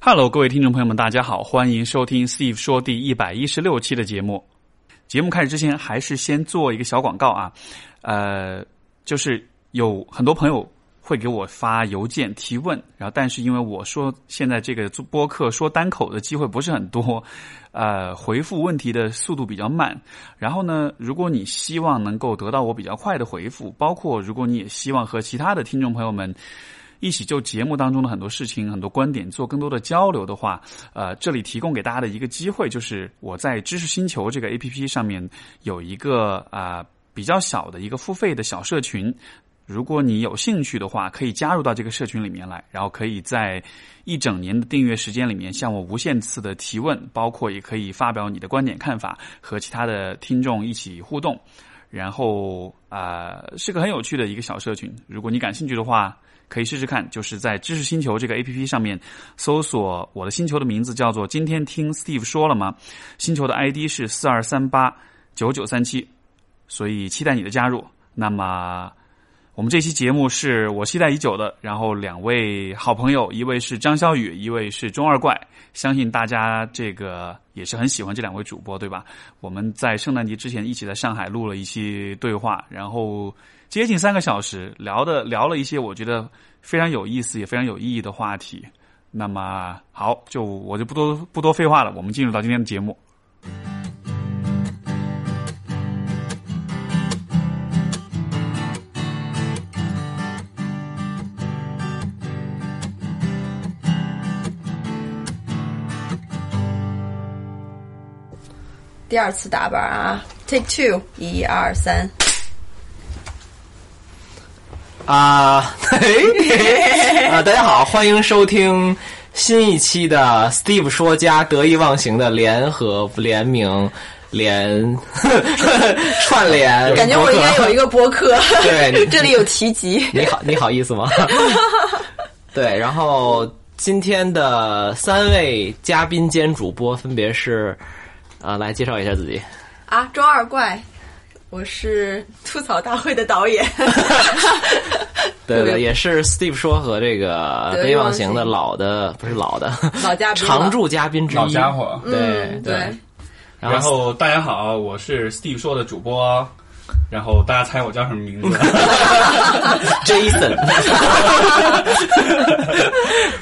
Hello，各位听众朋友们，大家好，欢迎收听 Steve 说第一百一十六期的节目。节目开始之前，还是先做一个小广告啊，呃，就是有很多朋友会给我发邮件提问，然后但是因为我说现在这个做播客说单口的机会不是很多，呃，回复问题的速度比较慢。然后呢，如果你希望能够得到我比较快的回复，包括如果你也希望和其他的听众朋友们。一起就节目当中的很多事情、很多观点做更多的交流的话，呃，这里提供给大家的一个机会就是我在知识星球这个 A P P 上面有一个啊、比较小的一个付费的小社群。如果你有兴趣的话，可以加入到这个社群里面来，然后可以在一整年的订阅时间里面向我无限次的提问，包括也可以发表你的观点看法，和其他的听众一起互动。然后啊、呃是个很有趣的一个小社群。如果你感兴趣的话，可以试试看，就是在知识星球这个 A P P 上面搜索我的星球的名字叫做“今天听 Steve 说了吗”，星球的 I D 是四二三八九九三七，所以期待你的加入。那么。我们这期节目是我期待已久的，然后两位好朋友，一位是张小雨，一位是钟二怪，相信大家这个也是很喜欢这两位主播，对吧？我们在圣诞节之前一起在上海录了一期对话，然后接近三个小时，聊的聊了一些我觉得非常有意思也非常有意义的话题。那么好，就我就不多不多废话了，我们进入到今天的节目。第二次打板啊，Take two，一二三，啊， 嘿，啊，大家好，欢迎收听新一期的 Steve 说加得意忘形的联合联名联 串联，感觉我应该有一个。个播客，对 这里有提及。你好，你好意思吗？ 对，然后今天的三位嘉宾兼主播分别是，啊，来介绍一下自己。啊，周二怪，我是吐槽大会的 导演，对对对，也是 Steve 说和这个得得意意忘忘形形的老的不是老的老嘉宾了常驻嘉宾之一嗯老家伙。对嗯对，对 然后大家好，我是 Steve 说的主播，然后大家猜我叫什么名 字？ Jason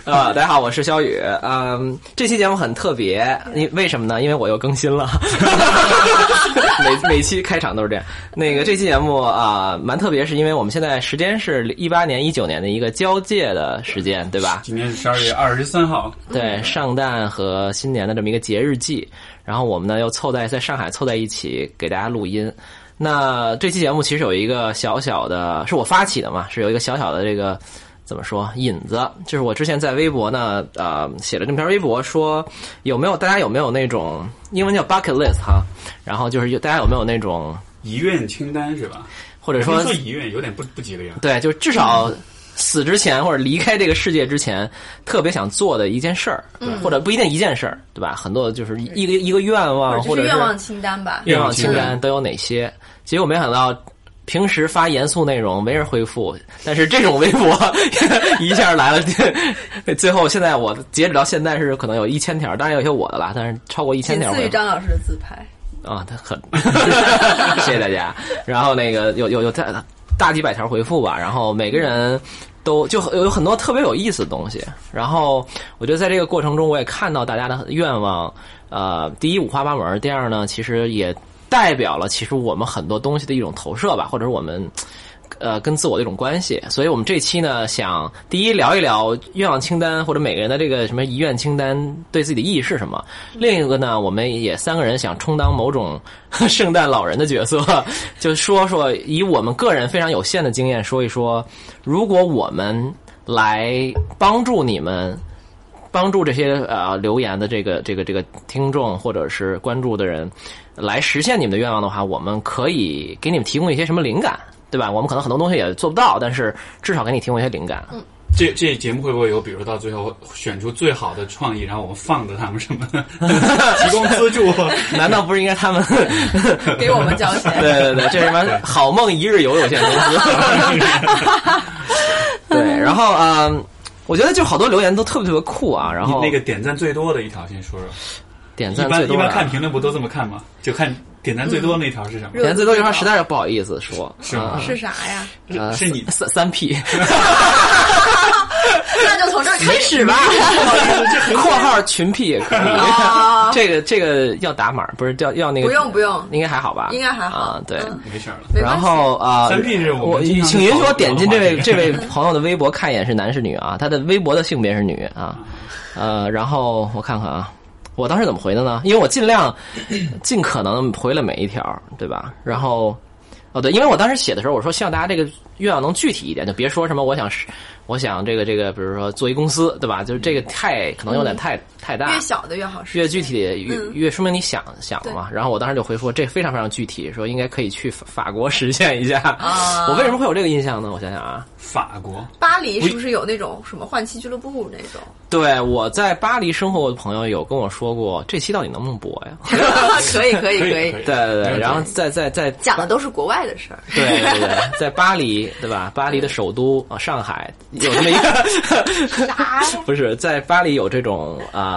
啊，大家好，我是肖宇。嗯，这期节目很特别，因为什么呢？因为我又更新了， 每每期开场都是这样。那个这期节目啊、蛮特别，是因为我们现在时间是一八年、一九年的一个交界的时间，对吧？今天是十二月二十三号，对，上诞和新年的这么一个节日季，然后我们呢又凑在在上海凑在一起给大家录音。那这期节目其实有一个小小的，是我发起的嘛，是有一个小小的这个怎么说引子，就是我之前在微博呢，呃，写了这么条微博说有没有大家有没有那种英文叫 bucket list 哈，然后就是有大家有没有那种遗愿清单是吧？或者说说说遗愿有点不不吉利啊。对，就至少嗯死之前或者离开这个世界之前，特别想做的一件事儿，嗯或者不一定一件事儿，对吧？很多就是一个一个愿望，就或是者愿望清单吧。愿望清单都有哪些？结果没想到。平时发严肃内容没人回复，但是这种微博 一下来了， 最后现在我截止到现在是可能有一千条，当然有些我的啦，但是超过一千仅条次回于复。张老师的自拍，啊，他很， 谢谢大家。然后那个有有有大大几百条回复吧，然后每个人都就有有很多特别有意思的东西。然后我觉得在这个过程中，我也看到大家的愿望，呃，第一五花八门，第二呢，其实也代表了其实我们很多东西的一种投射吧，或者是我们。呃，跟自我的一种关系，所以我们这期呢，想第一聊一聊愿望清单，或者每个人的这个什么遗愿清单对自己的意义是什么。另一个呢，我们也三个人想充当某种圣诞老人的角色，就说说以我们个人非常有限的经验说一说，如果我们来帮助你们。帮助这些呃留言的这个这个这个听众或者是关注的人，来实现你们的愿望的话，我们可以给你们提供一些什么灵感，对吧？我们可能很多东西也做不到，但是至少给你提供一些灵感。这这节目会不会有，比如到最后选出最好的创意，然后我们放着他们什 么提供资助？ 难道不是应该他们？ 给我们交钱。对对对，这是什么？好梦一日游有限公司。对，然后嗯。我觉得就好多留言都特别特别酷啊，然你后那个点赞最多的一条先说说，点一赞般最一多般看的。评论不都这么看吗？就看点赞最多那条是什么？热点赞最多这块实在是不好意思说，是吗是啥呀？呃是你三三 P 那就从这儿开 始吧。括号群 P 也可以啊， 这个这个要打码，不是要要那个不用不用应该还好吧？应该还好啊，对。嗯没事儿了。没关然系后啊，三 P 是我我们经常请允许我点进这讨论位的这位朋友的微博看一眼是男是女啊？他的微博的性别是女啊，呃，然后我看看啊，我当时怎么回的呢？因为我尽量尽可能回了每一条，对吧？然后哦对，因为我当时写的时候我说希望大家这个愿望能具体一点，就别说什么我想是我想这个这个，比如说做一公司，对吧？就是这个太可能有点嗯太太大，越小的越好说。越具体越嗯越说明你想想了嘛。然后我当时就回复这非常非常具体，说应该可以去法法国实现一下。啊我为什么会有这个印象呢？我想想啊，法国巴黎是不是有那种什么换妻俱乐部那 种？对我在巴黎生活过的朋友有跟我说过，这期到底能不能播 呀？可以可以可以可可以以，对对没问对，题然后在在在讲的都是国外 的事儿。对对 对，在巴黎对吧？巴黎的首都啊，上海有这么一 个，啥呀？不是在巴黎有这种啊。呃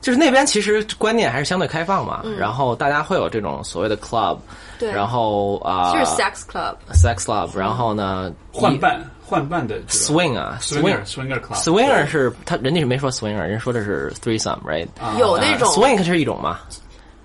就是那边其实观念还是相对开放嘛，然后大家会有这种所谓的 club，嗯对，然后啊，就是 sex club， sex love，然后呢，嗯换一伴换伴的这个 swing 啊 swinger swinger club swing，swinger 是他人家是没说 swinger，人家说的是 threesome，right？啊有那种 swing 是一种嘛？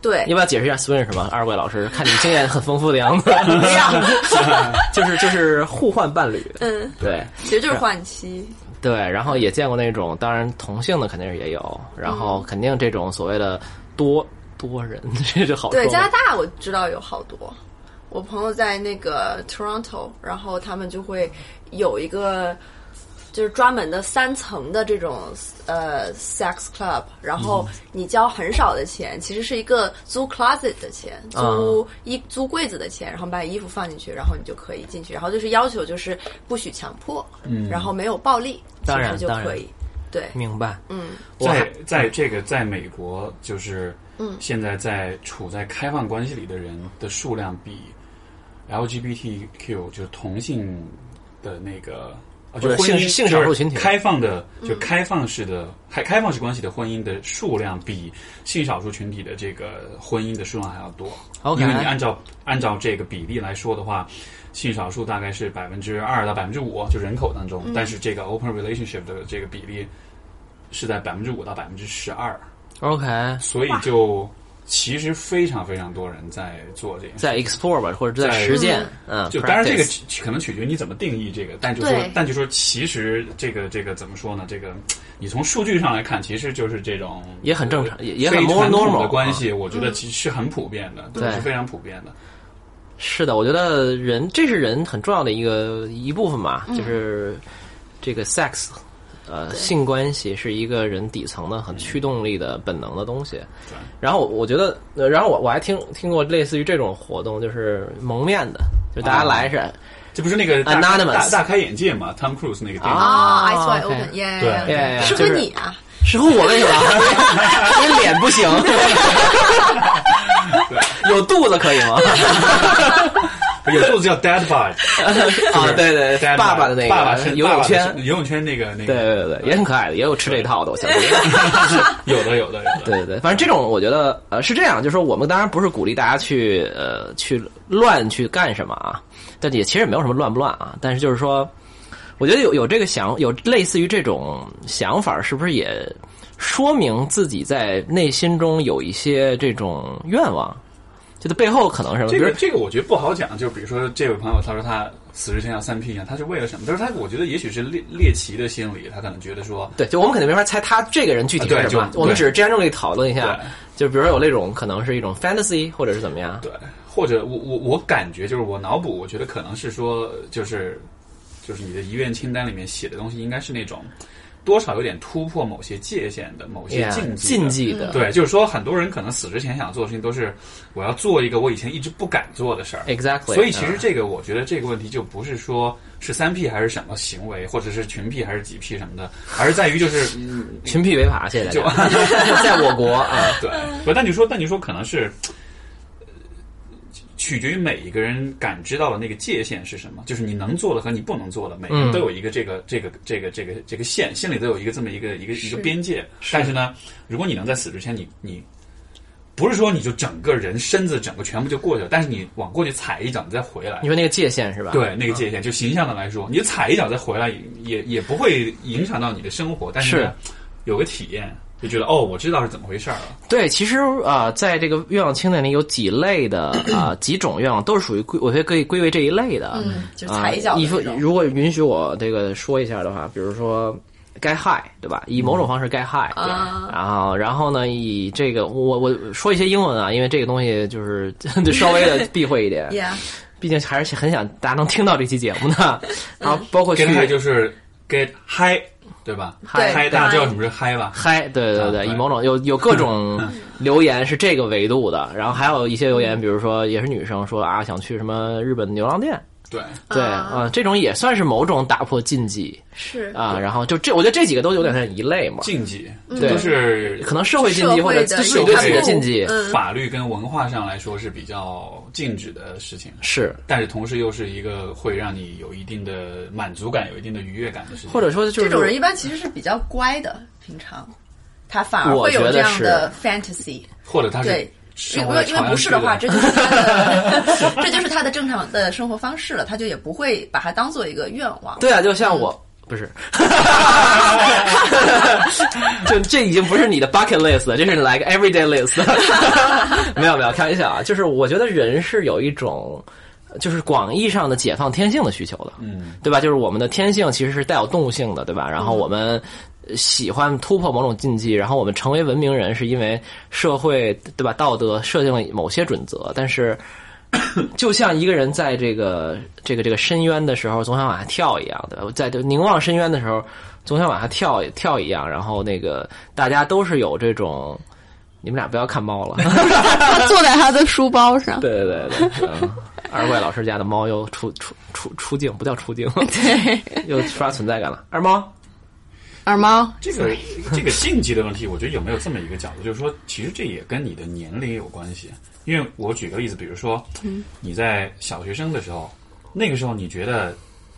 对要，不要解释一下 swing 是什么？二位老师，看你经验很丰富的样 子，不要， 就是就是互换伴侣，嗯，对其实就是换妻，对，然后也见过那种，当然同性的肯定是也有，然后肯定这种所谓的多多人，这就好说啊对，加拿了。大我知道有好多，我朋友在那个 Toronto，然后他们就会有一个就是专门的三层的这种呃 sex club，然后嗯你交很少的钱，其实是一个租 closet 的钱，啊租衣、租柜子的钱，然后把衣服放进去，然后你就可以进去，然后就是要求就是不许强迫，嗯，然后没有暴力，当然其实就可以，对，明白，嗯，我还在在这个在美国就是，嗯，现在在处在开放关系里的人的数量比 LGBTQ 就是同性的那个。啊就不是婚姻性性少数群体就是开放的，嗯就开放式的、开开放式关系的婚姻的数量比性少数群体的这个婚姻的数量还要多。 OK 因为你按照按照这个比例来说的话，性少数大概是百分之二到百分之五，就人口当中，嗯但是这个 open relationship 的这个比例是在百分之五到百分之十二， OK，所以就其实非常非常多人在做这个。在 explore 吧，或者在在实践，嗯，就当然这个 practice 取可能取决于你怎么定义这个，但就说对但就说其实这个这个怎么说呢？这个你从数据上来看，其实就是这种呃也很正常也也很非 more 传统 normal，啊嗯的关系，我觉得其实是很普遍的，对是非常普遍的。是的，我觉得人这是人很重要的一个一部分吧，就是这个 sex，呃，性关系是一个人底层的很驱动力的本能的东西。对然后我我觉得，呃然后我我还听听过类似于这种活动，就是蒙面的，就大家来啊是这不是那个大啊 Anonymous 大大开眼界嘛？Tom Cruise 那个电影，啊啊，eyes wide OK open，耶，对 Yeah, yeah, 是不就是是你啊？是乎我为 什么？因为脸不行，有肚子可以吗？有肚子叫 Dad Bod 啊，对对， Dad 对 bod，爸爸的那爸爸个是游爸泳爸是圈，游泳圈那个那对个，对对对，也很可爱的，也有吃这一套的，我相 信。有的有的有的，对对对，反正这种我觉得呃是这样，就是说我们当然不是鼓励大家去呃去乱去干什么啊，但也其实也没有什么乱不乱啊，但是就是说，我觉得有有这个想有类似于这种想法，是不是也说明自己在内心中有一些这种愿望？就它背后可能是这比个如这个我觉得不好讲，就比如说这位朋友，他说他死之前要三 P 啊，他是为了什么？但是他我觉得也许是猎猎奇的心理，他可能觉得说，对，就我们肯定没法猜他这个人具体是什么啊，对就我们只是 generally 讨论一下对，就比如说有那种可能是一种 fantasy 或者是怎么样，对，或者我我我感觉就是我脑补，我觉得可能是说，就是就是你的遗愿清单里面写的东西，应该是那种多少有点突破某些界限的某些 Yeah，禁忌的禁忌的，对，就是说，很多人可能死之前想做的事情都是我要做一个我以前一直不敢做的事儿。 ，exactly，所以其嗯实这个，我觉得这个问题就不是说是三 P 还是什么行为，或者是群 P 还是几 P 什么的，而是在于就是，嗯群匹违法，谢谢大家。 在我国啊，对，不，但你说，但你说可能是，呃取决于每一个人感知到的那个界限是什么，就是你能做的和你不能做的，每个嗯人都有一个这个这个这个这个这个线，心里都有一个这么一个一个一是个边界。但是呢，如果你能在死之前，你你不是说你就整个人身子整个全部就过去了，但是你往过去踩一脚，你再回来你，说那个界限是吧？对那个界限，就形象的来说，你踩一脚再回来也也也不会影响到你的生活，但是呢有个体验，就觉得哦，我知道是怎么回事儿了。对，其实啊、呃在这个愿望清单里有几类的啊、呃几种愿望都是属于归，我觉得可以归为这一类的。嗯，就啊踩一脚的你说那种。如果允许我这个说一下的话，比如说该嗨，对吧？以某种方式该嗨、对啊然后然后呢，以这个我我说一些英文啊，因为这个东西就是 就稍微的避讳一 点， Yeah，毕竟还是很想大家能听到这期节目的。 然后包括去 get high 就是 get high，对吧？嗨嗨，对大家知道嗨什么是嗨吧？嗨，对对啊对，以对某种有有各种留言是这个维度的，然后还有一些留言，比如说也是女生说啊想去什么日本牛郎店，对，对啊啊，这种也算是某种打破禁忌是啊。然后就这，我觉得这几个都有点像一类嘛，禁忌，对嗯这都是可能社会禁忌社或会者的自己一对个自己的禁禁忌嗯法律跟文化上来说是比较禁止的事情，是，但是同时又是一个会让你有一定的满足感、有一定的愉悦感的事情。或者说就这种人是一般其实是比较乖的，平常他反而我会有觉得这样是的 fantasy。或者他是对生因活在为因朝为阳不区是的话，的这就是 他的， 这就是他的正常的生活方式了，他就也不会把它当做一个愿望。对啊，就像我。不是，就这已经不是你的 bucket list 了，这是你来个 everyday list。没有没有，开玩笑啊，就是我觉得人是有一种，就是广义上的解放天性的需求的。嗯，对吧？就是我们的天性其实是带有动物性的，对吧？然后我们呃喜欢突破某种禁忌，然后我们成为文明人是因为社会对吧？道德设定了某些准则，但是就像一个人在这个这个这个深渊的时候总想往下跳一样，对吧？在这个凝望深渊的时候总想往下跳跳一样，然后那个大家都是有这种。你们俩不要看 猫了， 他坐在他的书包上。对对对对，嗯二怪老师家的猫又出出出出镜，不叫出 镜，对，又刷存在感了。二猫，耳猫这个 这个禁忌的问题，我觉得有没有这么一个角度，就是说，其实这也跟你的年龄有关系。因为我举个例子，比如说，嗯你在小学生的时候，那个时候你觉得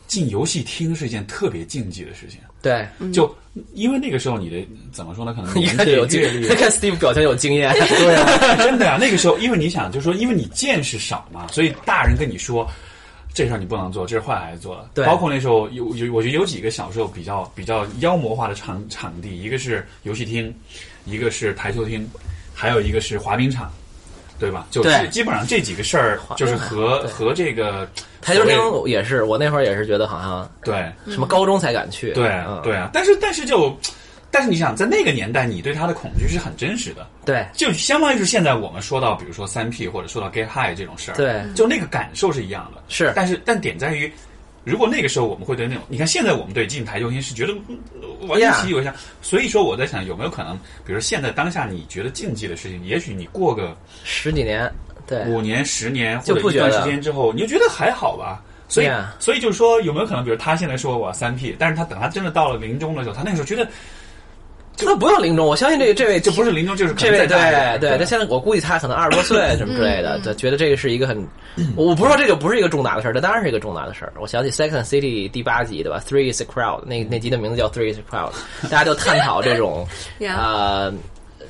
进游戏厅是一件特别禁忌的事情，对，就因为那个时候你的怎么说呢？可 能嗯一年看纪就有经阅历， 看 Steve 表情有经 验，对啊， 真的啊，那个时候，因为你想，就是说，因为你见识少嘛，所以大人跟你说。这事儿你不能做，这是坏孩子做的。对包括那时候有有，我觉得有几个小时候比较比较妖魔化的场场地，一个是游戏厅，一个是台球厅，还有一个是滑冰场，对吧？就对是基本上这几个事儿，就是和对和这个台球厅所谓也是，我那会儿也是觉得好像对什么高中才敢去，对嗯对啊。但是但是就，但是你想，在那个年代，你对他的恐惧是很真实的。对就相当于是现在我们说到，比如说三 P 或者说到 get high 这种事儿，对就那个感受是一样的。嗯是但是但点在于，如果那个时候我们会对那种，你看现在我们对进台球厅是觉得嗯完全 Yeah 习以为常，所以说我在想有没有可能，比如现在当下你觉得禁忌的事情，也许你过个十几年，对五年、十年就或者不一觉段得时间之后，你就觉得还好吧。所以 Yeah 所以就是说，有没有可能，比如他现在说我三 P，但是他等他真的到了临终的时候，他那个时候觉得那不用临终，我相信这这位这不是临终，就是可这能位再大一点对对，他现在我估计他可能二十多岁什么之类的，对，觉得这个是一个很， 我我不是说这个不是一个重大的事儿，这当然是一个重大的事儿。我想起《Sex and City》第八集对吧，Three is a crowd，那那集的名字叫 Three is a crowd，大家就探讨这种 Yeah 呃。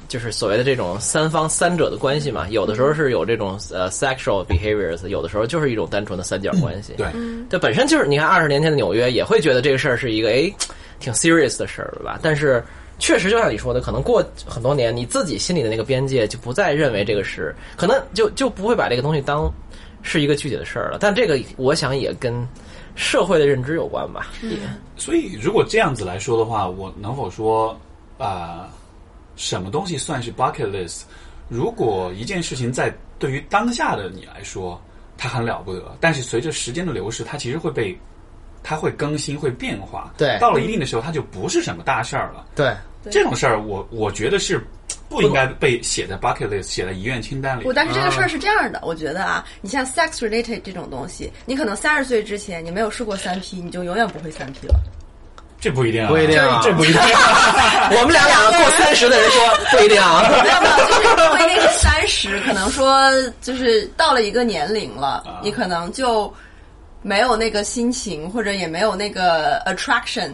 就是所谓的这种三方三者的关系嘛，有的时候是有这种呃 sexual behaviors，有的时候就是一种单纯的三角关系。对。这本身就是你看，二十年前的纽约也会觉得这个事儿是一个哎挺 serious 的事儿，对吧？但是确实就像你说的，可能过很多年，你自己心里的那个边界就不再认为这个是，可能就就不会把这个东西当是一个具体的事儿了。但这个我想也跟社会的认知有关吧。所以，如果这样子来说的话，我能否说，啊、什么东西算是 bucket list？如果一件事情在对于当下的你来说，它很了不得，但是随着时间的流逝，它其实会被，它会更新，会变化。对到了一定的时候，它就不是什么大事儿了。对，对这种事儿，我我觉得是不应该被写在 bucket list，写在遗愿清单里不，。但是这个啊事儿是这样的，我觉得啊，你像 sex related 这种东西，你可能三十岁之前你没有试过三 P，你就永远不会三 P 了。这不一定啊，不一定 啊这不一定啊。我们俩两个过三十的人说不一定啊，没有没有，就是不一定是三十，可能说就是到了一个年龄啊了，你可能就没有那个心情，或者也没有那个 attraction。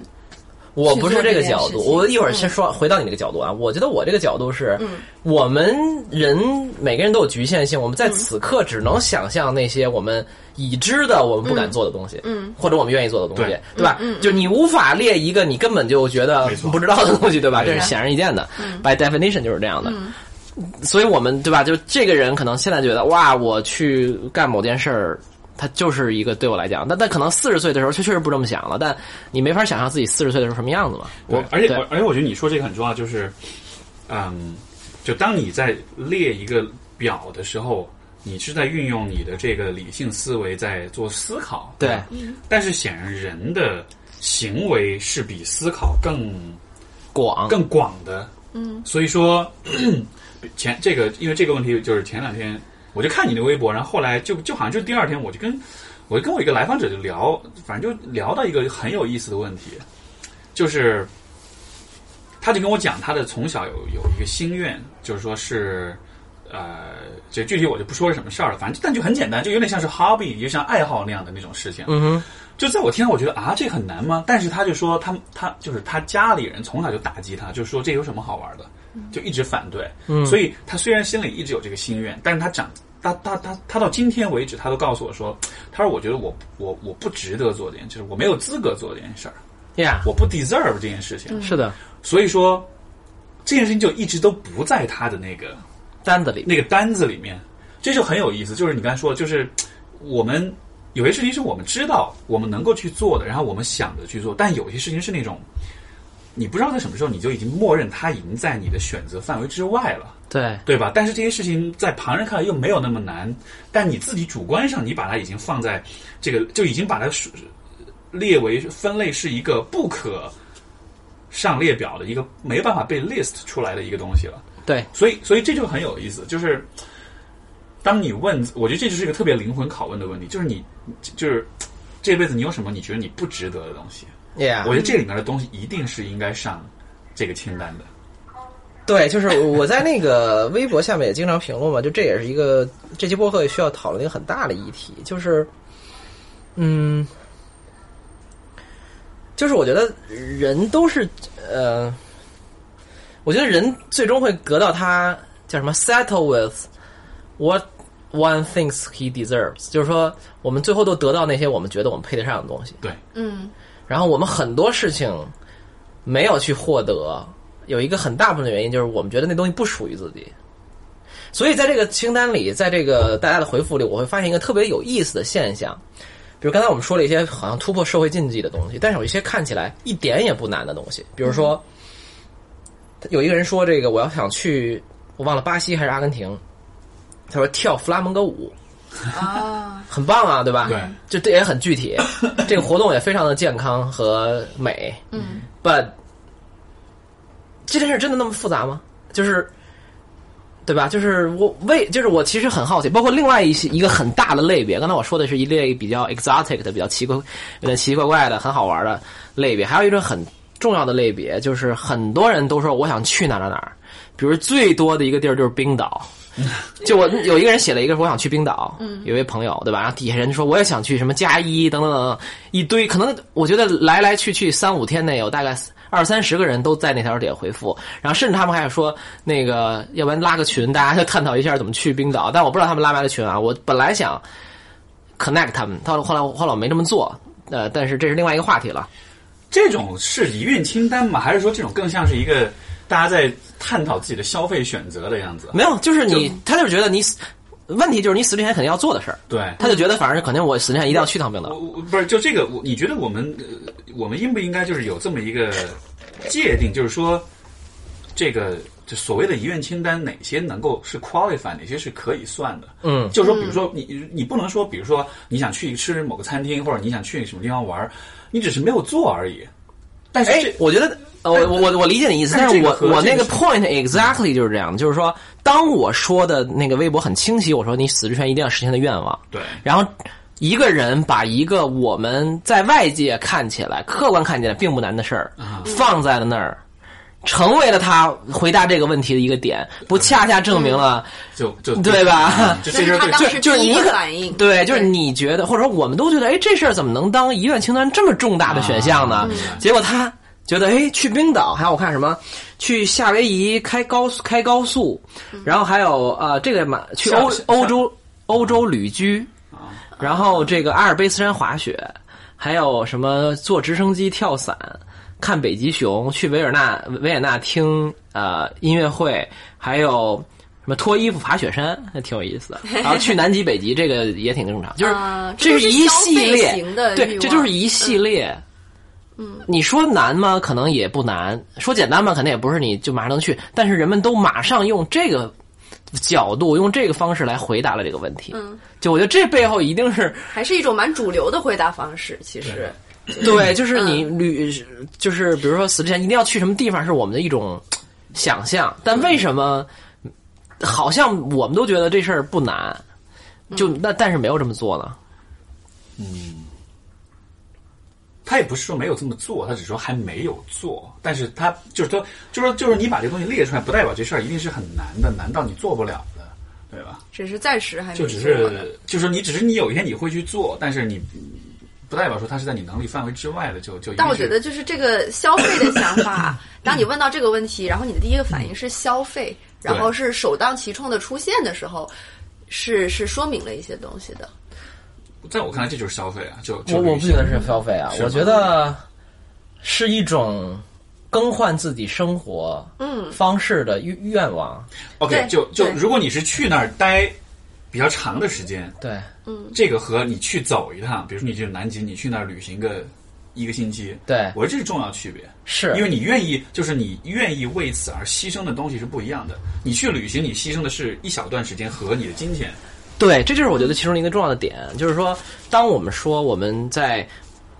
我不是这个角去度，做这件事情嗯我一会儿先说、回到你那个角度啊。我觉得我这个角度是，我们人每个人都有局限性，我们嗯在此刻只能想象那些我们已知的、我们不敢做的东西，嗯，或者我们愿意做的东西，对对吧？嗯就你无法列一个你根本就觉得没错不知道的东西，对吧？对这啊是显而易见的、b 嗯 y definition 就是这样的。所以我们对吧？就这个人可能现在觉得哇，我去干某件事儿，他就是一个对我来讲，但但可能四十岁的时候确确实不这么想了，但你没法想象自己四十岁的时候什么样子嘛。我对而且对而且我觉得你说这个很重要，就是，嗯，就当你在列一个表的时候，你是在运用你的这个理性思维在做思考，对吧但是显然人的行为是比思考更广更广的，嗯，所以说 前这个因为这个问题就是前两天我就看你的微博，然后后来就就好像就第二天我就跟我就跟我一个来访者就聊，反正就聊到一个很有意思的问题，就是他就跟我讲他的从小有有一个心愿，就是说是。呃，这具体我就不说是什么事儿了，反正但就很简单，就有点像是 hobby，就像爱好那样的那种事情。嗯哼，就在我听到，我觉得啊，这很难吗？但是他就说他他就是他家里人从小就打击他，就说这有什么好玩的，就一直反对。所以他虽然心里一直有这个心愿，但是他长他他他他到今天为止，他都告诉我说，他说我觉得我我我不值得做这件，就是我没有资格做这件事儿，呀、我不 deserve 这件事情。是的，所以说这件事情就一直都不在他的那个单子里那个单子里面，这就很有意思。就是你刚才说的，就是我们有些事情是我们知道我们能够去做的，然后我们想着去做，但有些事情是那种你不知道在什么时候你就已经默认它已经在你的选择范围之外了，对对吧？但是这些事情在旁人看来又没有那么难，但你自己主观上你把它已经放在这个，就已经把它属列为分类是一个不可。上列表的一个没办法被 list 出来的一个东西了，对，所以，所以这就很有意思，就是当你问，我觉得这就是一个特别灵魂拷问的问题，就是你，就是这辈子你有什么你觉得你不值得的东西？呀、我觉得这里面的东西一定是应该上这个清单的。对，就是我在那个微博下面也经常评论嘛，就这也是一个这期播客也需要讨论一个很大的议题，就是，嗯，就是我觉得人都是呃，我觉得人最终会得到他叫什么 settle with what one thinks he deserves，就是说我们最后都得到那些我们觉得我们配得上的东西。对，嗯，然后我们很多事情没有去获得，有一个很大部分的原因就是我们觉得那东西不属于自己。所以在这个清单里，在这个大家的回复里，我会发现一个特别有意思的现象，比如刚才我们说了一些好像突破社会禁忌的东西，但是有一些看起来一点也不难的东西，比如说有一个人说这个我要想去，我忘了巴西还是阿根廷，他说跳弗拉门戈舞，啊，很棒啊，对吧？对，就这也很具体，这个活动也非常的健康和美。嗯，but 这件事真的那么复杂吗？就是，对吧？就是我为，就是我其实很好奇，包括另外一些一个很大的类别，刚才我说的是一类比较 exotic 的、比较奇怪、有点奇奇怪怪的、很好玩的类别，还有一种很重要的类别，就是很多人都说我想去哪儿哪儿哪儿，比如最多的一个地儿就是冰岛。 就我有一个人写了一个说我想去冰岛，有一位朋友对吧？然后底下人说我也想去什么加一等等等等，一堆可能我觉得来来去去三五天内有大概二三十个人都在那条底下回复，然后甚至他们还有说那个要不然拉个群，大家就探讨一下怎么去冰岛，但我不知道他们拉没拉群啊。我本来想 connect 他们，到后来后来我没这么做，呃，但是这是另外一个话题了。这种是遗愿清单吗？还是说这种更像是一个大家在探讨自己的消费选择的样子？没有，就是你他就是觉得你死问题就是你死之前肯定要做的事儿，对，他就觉得反正肯定我死之前一定要去趟冰岛我。我不是就这个，我你觉得我们呃我们应不应该就是有这么一个界定，就是说这个就所谓的遗愿清单，哪些能够是 qualify，哪些是可以算的？嗯就说比如说你你不能说，比如说你想去吃某个餐厅，或者你想去什么地方玩儿，你只是没有做而已。但是哎这，我觉得，呃我我我理解你意思，但但是是哎这个我和我这那个个 point exactly 就是这样，就是说，当我说的那个微博很清晰，我说你死之前一定要实现的愿望，对然后一个人把一个我们在外界看起来、客观看起来并不难的事儿，啊放在了那儿，成为了他回答这个问题的一个点，不恰恰证明了就就嗯对吧就这事儿他对当就时就是第一你个可反应，对，就是你觉得，或者说我们都觉得，哎，这事儿怎么能当遗愿清单这么重大的啊选项嗯呢？结果他觉得，哎，去冰岛，还有我看什么，去夏威夷开高速开高速，嗯然后还有呃，这个嘛，去欧夏欧洲欧洲旅居，啊然后这个阿尔卑斯山滑雪，还有什么坐直升机跳伞。看北极熊，去维尔纳维也纳听呃音乐会，还有什么脱衣服爬雪山，还挺有意思的。然后去南极、北极，这个也挺正常，就是啊这这就是一消系费列型的欲对，望这就是一系列。嗯，你说难吗？可能也不难。说简单吗？肯定也不是，你就马上能去。但是人们都马上用这个角度，用这个方式来回答了这个问题。嗯，就我觉得这背后一定是还是一种蛮主流的回答方式。其实，对，就是你旅，就是比如说死之前一定要去什么地方，是我们的一种想象。但为什么好像我们都觉得这事儿不难，就那但是没有这么做呢？他也不是说没有这么做，他只是说还没有做。但是他就是说，就是说，就是你把这个东西列出来，不代表这事儿一定是很难的，难到你做不了的，对吧？只是暂时还没就只做呢是，就是说你只是你有一天你会去做，但是你不代表说它是在你能力范围之外的，就就一定是。但我觉得就是这个消费的想法，当你问到这个问题，然后你的第一个反应是消费，对然后是首当其冲的出现的时候，是是说明了一些东西的。在我看来，这就是消费啊，就就我我不觉得是消费啊是，吗我觉得是一种更换自己生活嗯方式的愿愿望。 OK，对就就对如果你是去那儿待比较长的时间，对，这个和你去走一趟，比如说你去南极，你去那儿旅行个一个星期，对我觉得这是重要区别。是因为你愿意，就是你愿意为此而牺牲的东西是不一样的。你去旅行，你牺牲的是一小段时间和你的金钱。对，这就是我觉得其中一个重要的点，就是说，当我们说我们在，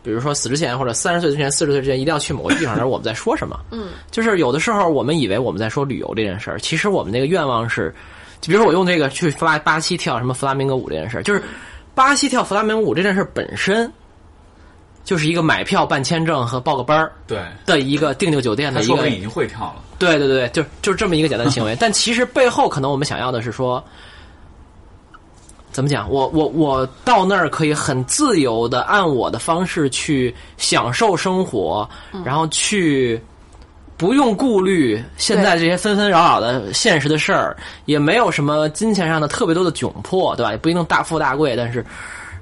比如说死之前或者三十岁之前、四十岁之前一定要去某个 地方的时候，我们在说什么？嗯，就是有的时候我们以为我们在说旅游这件事儿，其实我们那个愿望是，就比如说我用这个去巴巴西跳什么弗拉明戈舞这件事儿，就是巴西跳弗拉明戈舞这件事儿本身就是一个买票、办签证和报个班儿对，的一个订就酒店他的一说个不定已经会跳了。对对对，就就这么一个简单的 行为，但其实背后可能我们想要的是说，怎么讲？我我我到那儿可以很自由的按我的方式去享受生活，然后去不用顾虑现在这些纷纷扰扰的现实的事儿，也没有什么金钱上的特别多的窘迫，对吧？也不一定大富大贵，但是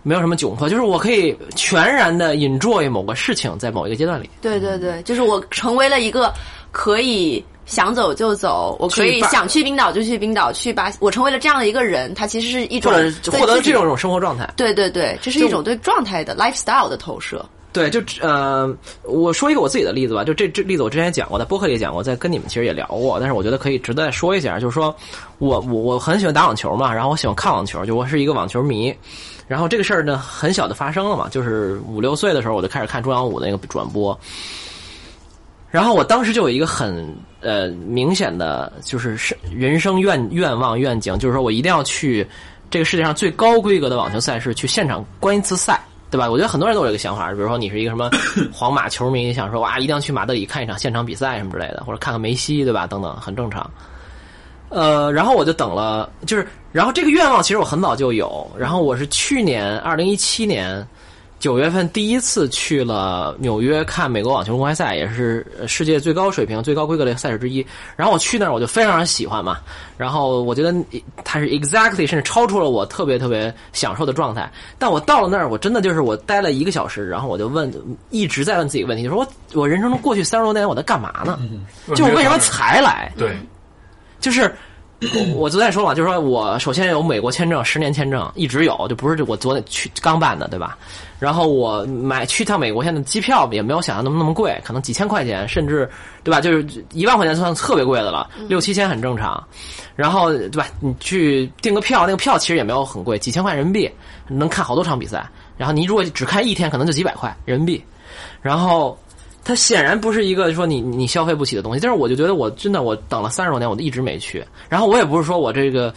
没有什么窘迫，就是我可以全然的 enjoy 某个事情在某一个阶段里。对对对，就是我成为了一个可以想走就走，我可去以巴想去冰岛就去冰岛，去巴西，我成为了这样的一个人，他其实是一种或者对获得自己这种种生活状态，对对对，这是一就种对状态的 lifestyle 的投射。对，就呃，我说一个我自己的例子吧，就这这例子我之前也讲过，在播客里也讲过，在跟你们其实也聊过，但是我觉得可以值得再说一下，就是说我我我很喜欢打网球嘛，然后我喜欢看网球，就我是一个网球迷，然后这个事儿呢很小的发生了嘛，就是五六岁的时候我就开始看中央五那个转播，然后我当时就有一个很呃明显的就是呃是人生愿愿望愿景，就是说我一定要去这个世界上最高规格的网球赛事去现场观一次赛，对吧？我觉得很多人都有这个想法，比如说你是一个什么皇马球迷，想说哇一定要去马德里看一场现场比赛什么之类的，或者看看梅西，对吧？等等，很正常。呃，然后我就等了，就是，然后这个愿望其实我很早就有，然后我是去年二零一七年九月份第一次去了纽约看美国网球公开赛，也是呃世界最高水平、最高规格的赛事之一。然后我去那儿，我就非常喜欢嘛。然后我觉得它是 exactly 甚至超出了我特别特别享受的状态。但我到了那儿，我真的就是我待了一个小时，然后我就问，一直在问自己问题，就是我我人生中过去三十多年我在干嘛呢？就我为什么才来？对，就是我我昨天也说嘛，就是说我首先有美国签证，十年签证一直有，就不是我昨天去刚办的，对吧？然后我买去趟美国，现在机票也没有想象那么那么贵，可能几千块钱，甚至对吧？就是一万块钱算特别贵的了，六七千很正常。然后对吧？你去订个票，那个票其实也没有很贵，几千块人民币能看好多场比赛。然后你如果只看一天，可能就几百块人民币。然后它显然不是一个说你你消费不起的东西。但是我就觉得我真的我等了三十多年，我都一直没去。然后我也不是说我这个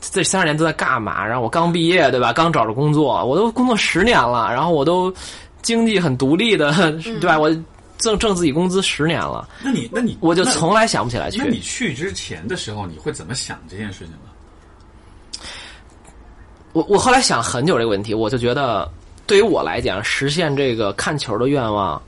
这三十年都在干嘛？然后我刚毕业，对吧？刚找着工作，我都工作十年了，然后我都经济很独立的， 对吧？我挣挣自己工资十年了，那你那你我就那从来想不起来那你去。去之前的时候，你会怎么想这件事情呢？我我后来想很久这个问题，我就觉得，对于我来讲，实现这个看球的愿望，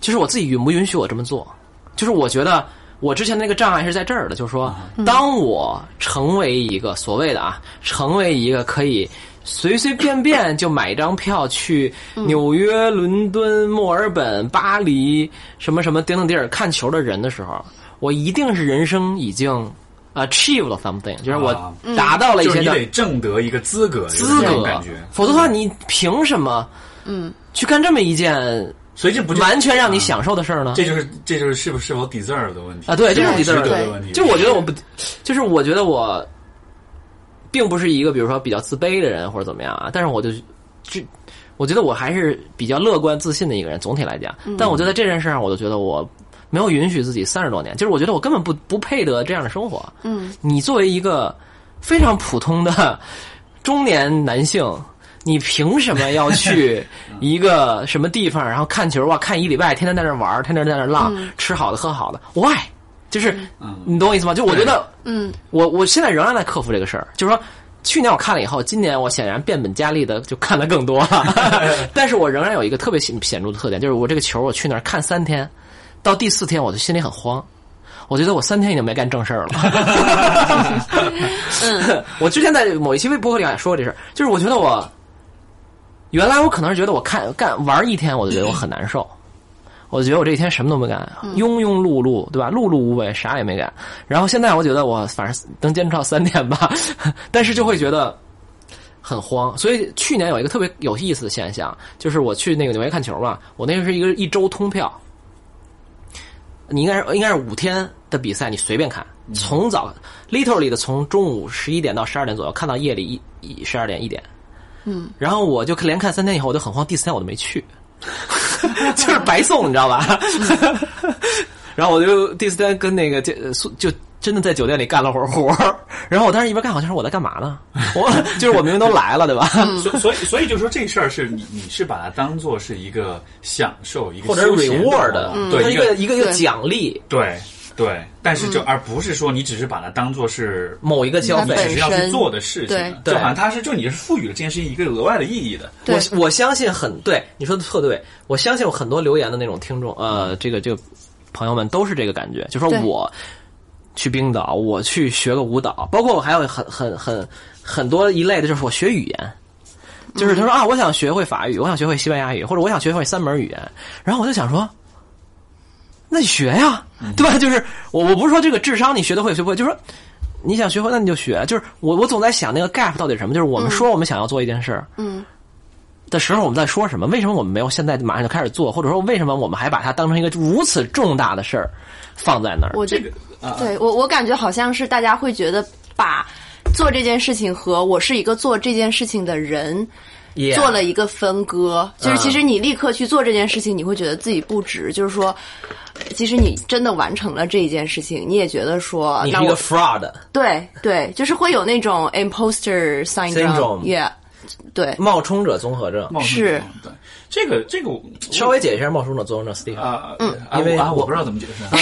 就是我自己允不允许我这么做。就是我觉得我之前那个障碍是在这儿的，就是说，嗯当我成为一个所谓的啊，成为一个可以随随便便就买一张票去纽约、伦敦、墨尔本、巴黎什么什么等等地儿看球的人的时候，我一定是人生已经 achieved something，就是我啊达到了一就是些你的得挣得一个资格，资有这种格感觉。，嗯否则的话，你凭什么嗯去干这么一件所以这不就完全让你享受的事儿呢？这就是这就是是不是否 deserve 的问题啊，对，这是对你的值得对的问题。就是我觉得我不，就是我觉得我，并不是一个比如说比较自卑的人或者怎么样啊，但是我就这，我觉得我还是比较乐观自信的一个人，总体来讲。嗯但我就在这件事上，我就觉得我没有允许自己三十多年，就是我觉得我根本不不配得这样的生活。嗯，你作为一个非常普通的中年男性。你凭什么要去一个什么地方，然后看球啊？看一礼拜，天天在那玩儿，天天在那浪，吃好的喝好的，why？就是嗯，你懂我意思吗？就我觉得嗯我我现在仍然在克服这个事儿，就是说。去年我看了以后，今年我显然变本加厉的就看的更多了，但是我仍然有一个特别显显著的特点，就是我这个球我去那儿看三天，到第四天我就心里很慌，我觉得我三天已经没干正事儿了。 我之前在某一期微博客里也说过这事儿，就是我觉得我原来我可能是觉得我看干玩一天我就觉得我很难受，我觉得我这一天什么都没干，庸庸碌碌，对吧？碌碌无为，啥也没干。然后现在我觉得我反正能坚持到三点吧， 但是就会觉得很慌。所以去年有一个特别有意思的现象，就是我去那个纽约看球嘛，我那个是一个一周通票，你应该是应该是五天的比赛，你随便看，从早 literally 的从中午十一点到十二点左右看到夜里一一十二点一点。嗯，然后我就连看三天以后，我就很慌，第四天我都没去， 就是白送，你知道吧？ 然后我就第四天跟那个就呃就真的在酒店里干了会儿活儿，然后我当时一边干好像是我在干嘛呢？我 就是我明明都来了，对吧？所所以所以就说这事儿是你你是把它当做是一个享受，一个 或者是休闲的 reward，活动它对是嗯一个个一个一个对奖励，对对，但是就而不是说你只是把它当做是某一个消你对费嗯本。只是要去身做的事情对的，对就好像它是就你是赋予了这件事情一个额外的意义的。对我我相信很对，你说的特对，我相信有很多留言的那种听众，呃，这个这个朋友们都是这个感觉，就说对我去冰岛，我去学个舞蹈，包括我还有很很很很多一类的，就是我学语言。就是嗯他说啊，我想学会法语，我想学会西班牙语，或者我想学会三门语言。然后我就想说，那你学呀，嗯对吧？ 就是我我不是说这个智商你学得会学不会，就是说你想学会那你就学。就是我我总在想那个 gap 到底是什么，就是我们说我们想要做一件事，嗯，的时候我们在说什么？为什么我们没有现在马上就开始做？或者说为什么我们还把它当成一个如此重大的事儿放在那儿？我这这个啊，对我我感觉好像是大家会觉得把做这件事情和我是一个做这件事情的人 Yeah 嗯做了一个分割，就是其实你立刻去做这件事情，你会觉得自己不值，就是说，其实你真的完成了这一件事情，你也觉得说，你是啊那一个我 fraud 对对，就是会有那种 imposter Syndrome syndrome，yeah，对， 冒充者综合症。冒充是对这个这个我稍微解释一下冒充者综合症，Steve。啊，嗯啊因为我啊我我不知道怎么解释啊。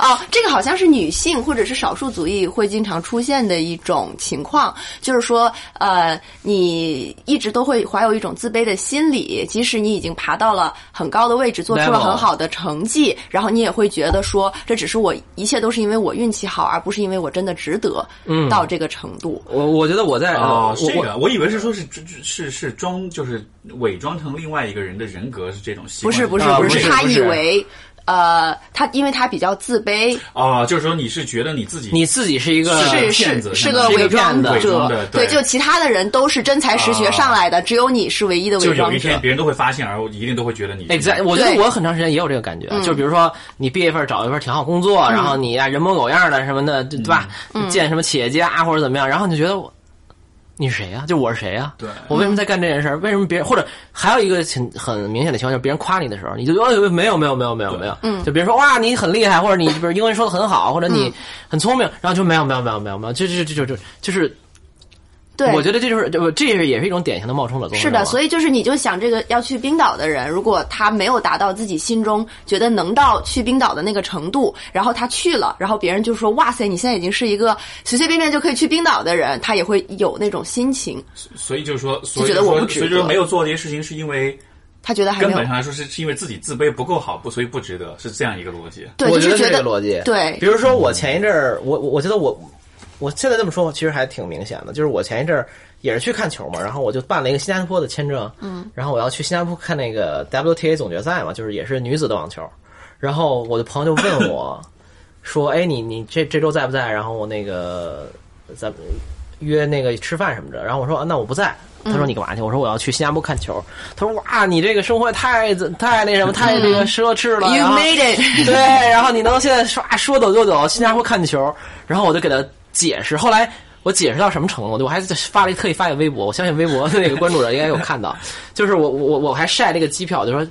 哦，这个好像是女性或者是少数族裔会经常出现的一种情况，就是说，呃，你一直都会怀有一种自卑的心理，即使你已经爬到了很高的位置，做出了 Level 很好的成绩，然后你也会觉得说，这只是我一切都是因为我运气好，而不是因为我真的值得嗯到这个程度。我我觉得我在哦 呃，这我个我以为是说是是是装，就是伪装成另外一个人的人格是这种习不惯是性。不是啊不不是他不以是为，呃，他因为他比较自卑，哦，就是说你是觉得你自己你自己是一个是呃骗子是是相当个于伪是装一个骗子伪装者的，对就其他的人都是真才实学啊上来的，只有你是唯一的就伪有装一天者。别人都会发现，而我一定都会觉得你 exact，我觉得对嗯我很长时间也有这个感觉，就比如说你毕业一份儿找一份儿挺好工作，然后你呀啊人模狗样的什么的，对吧？嗯见什么企业家或者怎么样，然后你就觉得我你是谁呀、啊就我是谁呀、对我为什么在干这件事儿？为什么别人或者还有一个很很明显的情况，就是别人夸你的时候，你就觉得、哎、没有没有没有没有没有，嗯，就别人说哇你很厉害，或嗯者你比如英文说的很好，或者你很聪明，然后就没有没有没有没有没有，就就就就就就是对我觉得这就是这这是也是一种典型的冒充者综合是的，所以以就是你就想这个要去冰岛的人，如果他没有达到自己心中觉得能到去冰岛的那个程度，然后他去了，然后别人就说哇塞，你现在已经是一个随随便便就可以去冰岛的人，他也会有那种心情，所以就是说，所以觉得就我说不值所以就是得没有做这些事情，是因为他觉得还根没有本上来说是是因为自己自卑不够好，不所以不值得，是这样一个逻辑。对，我就是得觉这得个逻辑。对比如说我前一阵儿，我我我觉得我我现在这么说，其实还挺明显的，就是我前一阵儿也是去看球嘛，然后我就办了一个新加坡的签证，嗯，然后我要去新加坡看那个 WTA 总决赛嘛，就是也是女子的网球，然后我的朋友就 问我说：“哎，你你这这周在不在？”然后我那个咱们约那个吃饭什么的，然后我说：“啊，那我不在。”他嗯说你干嘛去？我说我要去新加坡看球。他说哇，你这个生活也太太那什么，太这个奢侈了。嗯，You 然后 made it。对，然后你能现在说啊说走就走，新加坡看球，然后我就给他解释，后来。我解释到什么程度？我还发了一特意发一个微博，我相信微博的那个关注者应该有看到， 就是我我我还晒这个机票，就说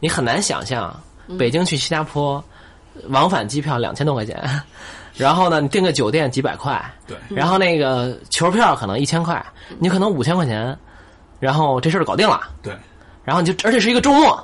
你很难想象北京去新加坡往返机票两千多块钱， 然后呢你订个酒店几百块，对，然后那个球票可能一千块，你可能五千块钱，然后这事儿就搞定了。对，然后你就而且是一个周末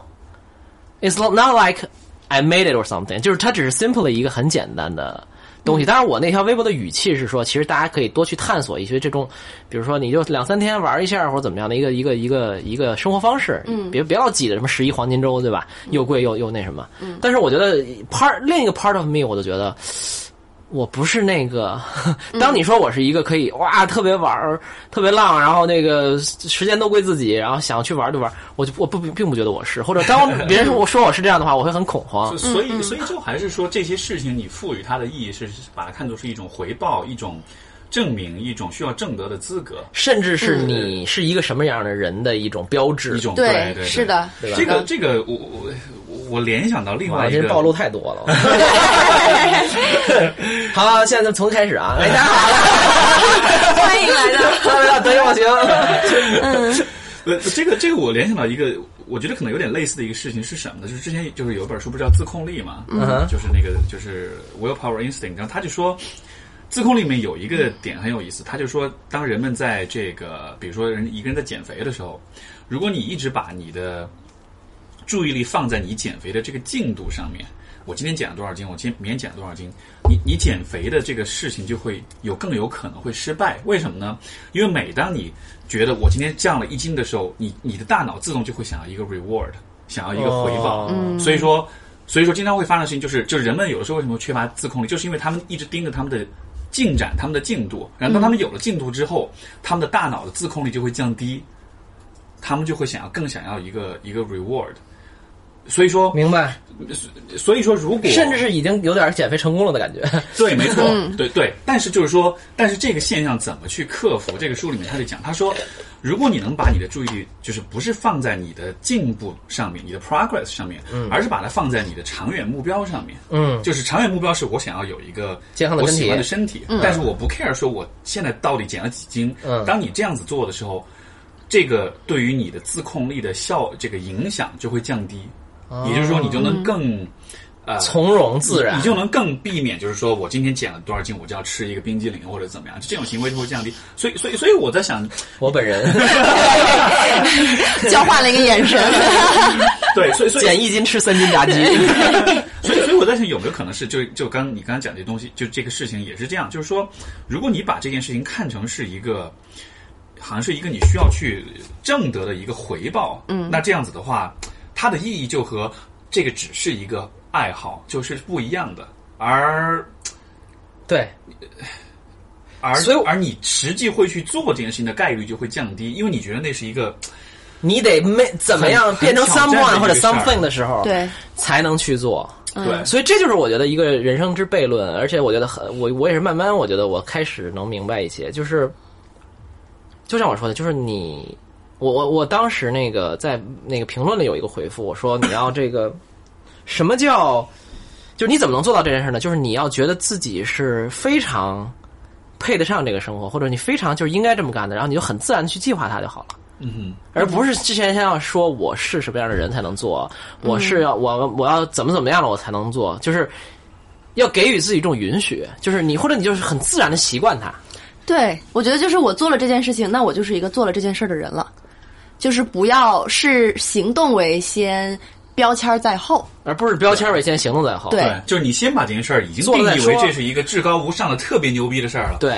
，It's not not like I made it or something，就是它只是 simply 一个很简单的东西。当然，我那条微博的语气是说，其实大家可以多去探索一些这种，比如说你就两三天玩一下或者怎么样的一个一个一个一个生活方式，嗯，别别老挤着什么十一黄金周，对吧？又贵又又那什么。嗯，但是我觉得 part 另一个 part of me，我就觉得。我不是那个，嗯当你说我是一个可以哇特别玩儿、特别浪，然后那个时间都归自己，然后想去玩儿就玩儿，我就我不并不觉得我是，或者当 别人说我说我是这样的话，我会很恐慌所。所以所以就还是说这些事情你赋予它的意义是是把它看作是一种回报，一种证明，一种需要挣得的资格。甚至是你是一个什么样的人的一种标志。一种对对对，是的对吧这个这个我我我联想到另哇，外一这个暴露太多 了。 好了，现在从头开始 啊！哎，大家好，欢迎来到欢迎来到德云网行。呃，这个这个我联想到一个，我觉得可能有点类似的一个事情是什么呢？就是之前就是有一本书不是叫《自控力》嘛，哼就是那个就是 willpower instinct，然后他就说。自控力里面有一个点很有意思，他就说，当人们在这个，比如说人一个人在减肥的时候，如果你一直把你的注意力放在你减肥的这个进度上面，我今天减了多少斤，我今明天减了多少斤，你你减肥的这个事情就会有更有可能会失败。为什么呢？因为每当你觉得我今天降了一斤的时候，你你的大脑自动就会想要一个 reward，想 要一个回报。哦嗯所以说，所以说经常会发生的事情就是，就是人们有的时候为什么缺乏自控力，就是因为他们一直盯着他们的。进展他们的进度，然后当他们有了进度之后，他们的大脑的自控力就会降低，他们就会想要更想要一个一个 reward。所以说，明白，所以说，如果甚至是已经有点减肥成功了的感觉。对，没错，对对。但是就是说，但是这个现象怎么去克服？这个书里面他就讲，他说，如果你能把你的注意力，就是不是放在你的进步上面，你的 progress 上面，而是把它放在你的长远目标上面。嗯就是长远目标是我想要有一个健康的我身体喜欢的身体，但是我不 care 说我现在到底减了几斤。嗯当你这样子做的时候，这个对于你的自控力的效这个影响就会降低，哦也就是说你就能更。呃，从容自然你，就能更避免，就是说我今天减了多少斤，我就要吃一个冰激凌或者怎么样，就这种行为就会降低。所以，所以，所以我在想，我本 人交换了一个眼神，对，所以，所以，减一斤吃三斤炸鸡。所以，所以我在想，有没有可能是就就刚你刚刚讲这东西，就这个事情也是这样，就是说，如果你把这件事情看成是一个，好像是一个你需要去挣得的一个回报，嗯，那这样子的话，它的意义就和这个只是一个爱好就是不一样的，而对，而所以我而你实际会去做这件事情的概率就会降低，因为你觉得那是一个。你得没怎么样很变成很挑战的 someone 一或个者事儿 something 的时候，对，才能去做。对，所以这就是我觉得一个人生之悖论，而且我觉得很，我我也是慢慢，我觉得我开始能明白一些，就是，就像我说的，就是你，我我我当时那个在那个评论里有一个回复，我说你要这个，什么叫，就是你怎么能做到这件事呢？就是你要觉得自己是非常配得上这个生活，或者你非常就是应该这么干的，然后你就很自然的去计划它就好了。嗯而不是之前先要说我是什么样的人才能做，我是要我我要怎么怎么样了我才能做，就是要给予自己一种允许，就是你或者你就是很自然的习惯它，对，我觉得就是我做了这件事情，那我就是一个做了这件事儿的人了，就是不要视行动为先，标签儿在后。而不是标签为先，行动在后。对就是你先把这件事儿已经做定了再义说为这是一个至高无上的特别牛逼的事儿了。对，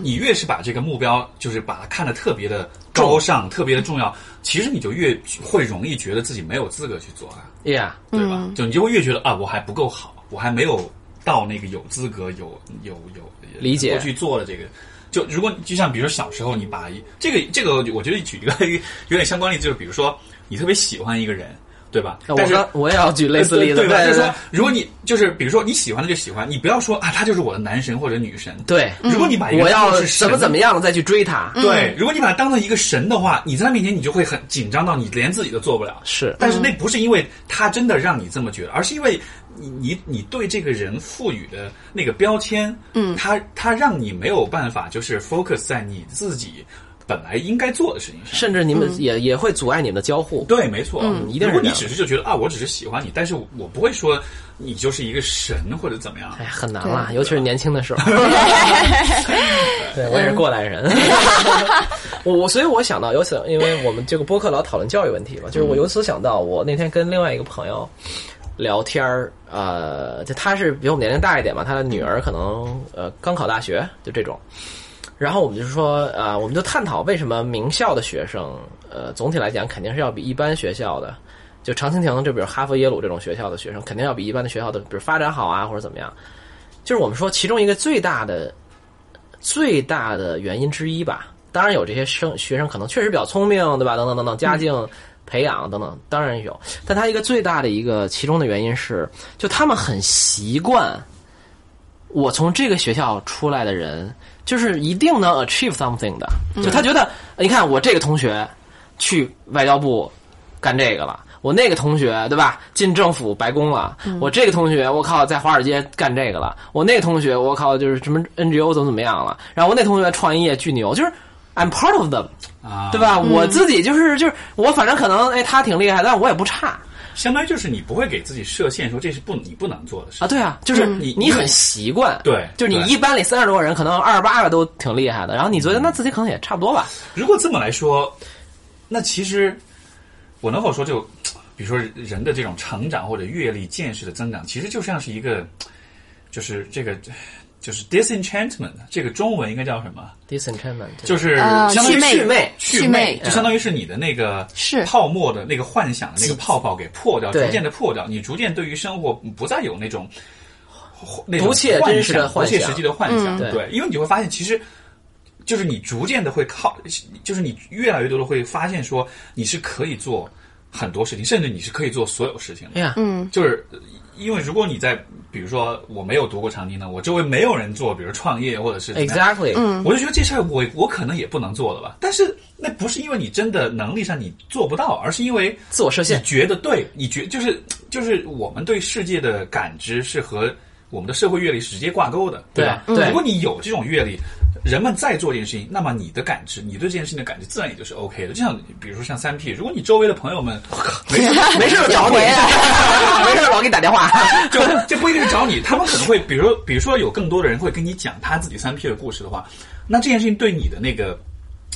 你越是把这个目标，就是把它看得特别的高尚、特别的重要，其实你就越会容易觉得自己没有资格去做啊，呀，对吧？就你就会越觉得啊，我还不够好，我还没有到那个有资格、有有有理解能够去做的这个。就如果就像比如说小时候你把一这个这个，我觉得举一个 有点相关例子，就是比如说你特别喜欢一个人，对吧？那啊但我是刚我也要举类似例子，对吧？对就是说，如果你就是比如说你喜欢的就喜欢，你不要说啊，他就是我的男神或者女神。对如果你嗯把一对，个我人当要作是怎神么怎么嗯样了再去追他，对，如果你把他当成一个神的话，你在他面前你就会很紧张到你连自己都做不了。是但是那不是因为他真的让你这么觉得，而是因为你你你对这个人赋予的那个标签，嗯，他他让你没有办法就是 focus 在你自己本来应该做的事情上。甚至你们也也会阻碍你们的交互。对，没错，嗯一定是如果这你样只是就觉得啊，我只是喜欢你，但是我我不会说你就是一个神或者怎么样。哎，很难啦，尤其是年轻的时候。对，我也是过来人。 我我所以，我想到，由此，因为我们这个播客老讨论教育问题嘛，就是我由此想到，我那天跟另外一个朋友聊天儿，呃，就他是比我们年龄大一点嘛，他的女儿可能呃刚考大学，就这种。然后我们就说，呃，我们就探讨为什么名校的学生，呃，总体来讲肯定是要比一般学校的，就常青藤，就比如哈佛、耶鲁这种学校的学生，肯定要比一般的学校的，比如发展好啊，或者怎么样。就是我们说其中一个最大的最大的原因之一吧。当然有这些生学生可能确实比较聪明，对吧？等等等等，家境培养等等，当然有。但他一个最大的一个其中的原因是，就他们很习惯，我从这个学校出来的人，就是一定能 achieve something 的。就他觉得，呃你看我这个同学去外交部干这个了。我那个同学，对吧？进政府白宫了。我这个同学，我靠，在华尔街干这个了。我那个同学，我靠，就是什么 NGO 怎么怎么样了。然后我那同学创业巨牛，就是 I'm part of them，啊，对？吧？我自己就是就是我，反正可能哎，他挺厉害，但我也不差相当于就是你不会给自己设限，说这是不你不能做的事啊。。对啊，就是嗯你很习惯，对就是你对一班里三十多个人，可能二十八个都挺厉害的，然后你觉得那自己可能也差不多吧。如果这么来说，那其实我能否说就，比如说人的这种成长或者阅历、见识的增长，其实就像是一个，就是这个就是 disenchantment，这个中文应该叫什么？ Disenchantment，就是呃啊相当于祛魅祛魅，祛祛魅嗯就相当于是你的那个是泡沫的那个幻想的那个泡泡给破掉，对逐渐的破掉，你逐渐对于生活不再有那种那种不切真实的幻幻想想不切实际的幻想，对对，因为你会发现其实。就是你逐渐的会靠，就是你越来越多的会发现说你是可以做很多事情，甚至你是可以做所有事情哎的。呀，就是呃因为如果你在，比如说我没有读过长青藤，我周围没有人做，比如创业或者是怎么样 Exactly，我就觉得这事儿我我可能也不能做了吧。但是那不是因为你真的能力上你做不到，而是因为自我设你限，觉得对，你觉就是就是我们对世界的感知是和我们的社会阅历是直接挂钩的，对吧？对如果你有这种阅历。人们在做这件事情，那么你的感知，你对这件事情的感知，自然也就是 OK 的。就像比如说像三 P，如果你周围的朋 友们没事没事儿找 你，没事儿老给你打电话。就就不一定是找你，他们可能会，比如说，比如说有更多的人会跟你讲他自己三 P 的故事的话，那这件事情对你的那个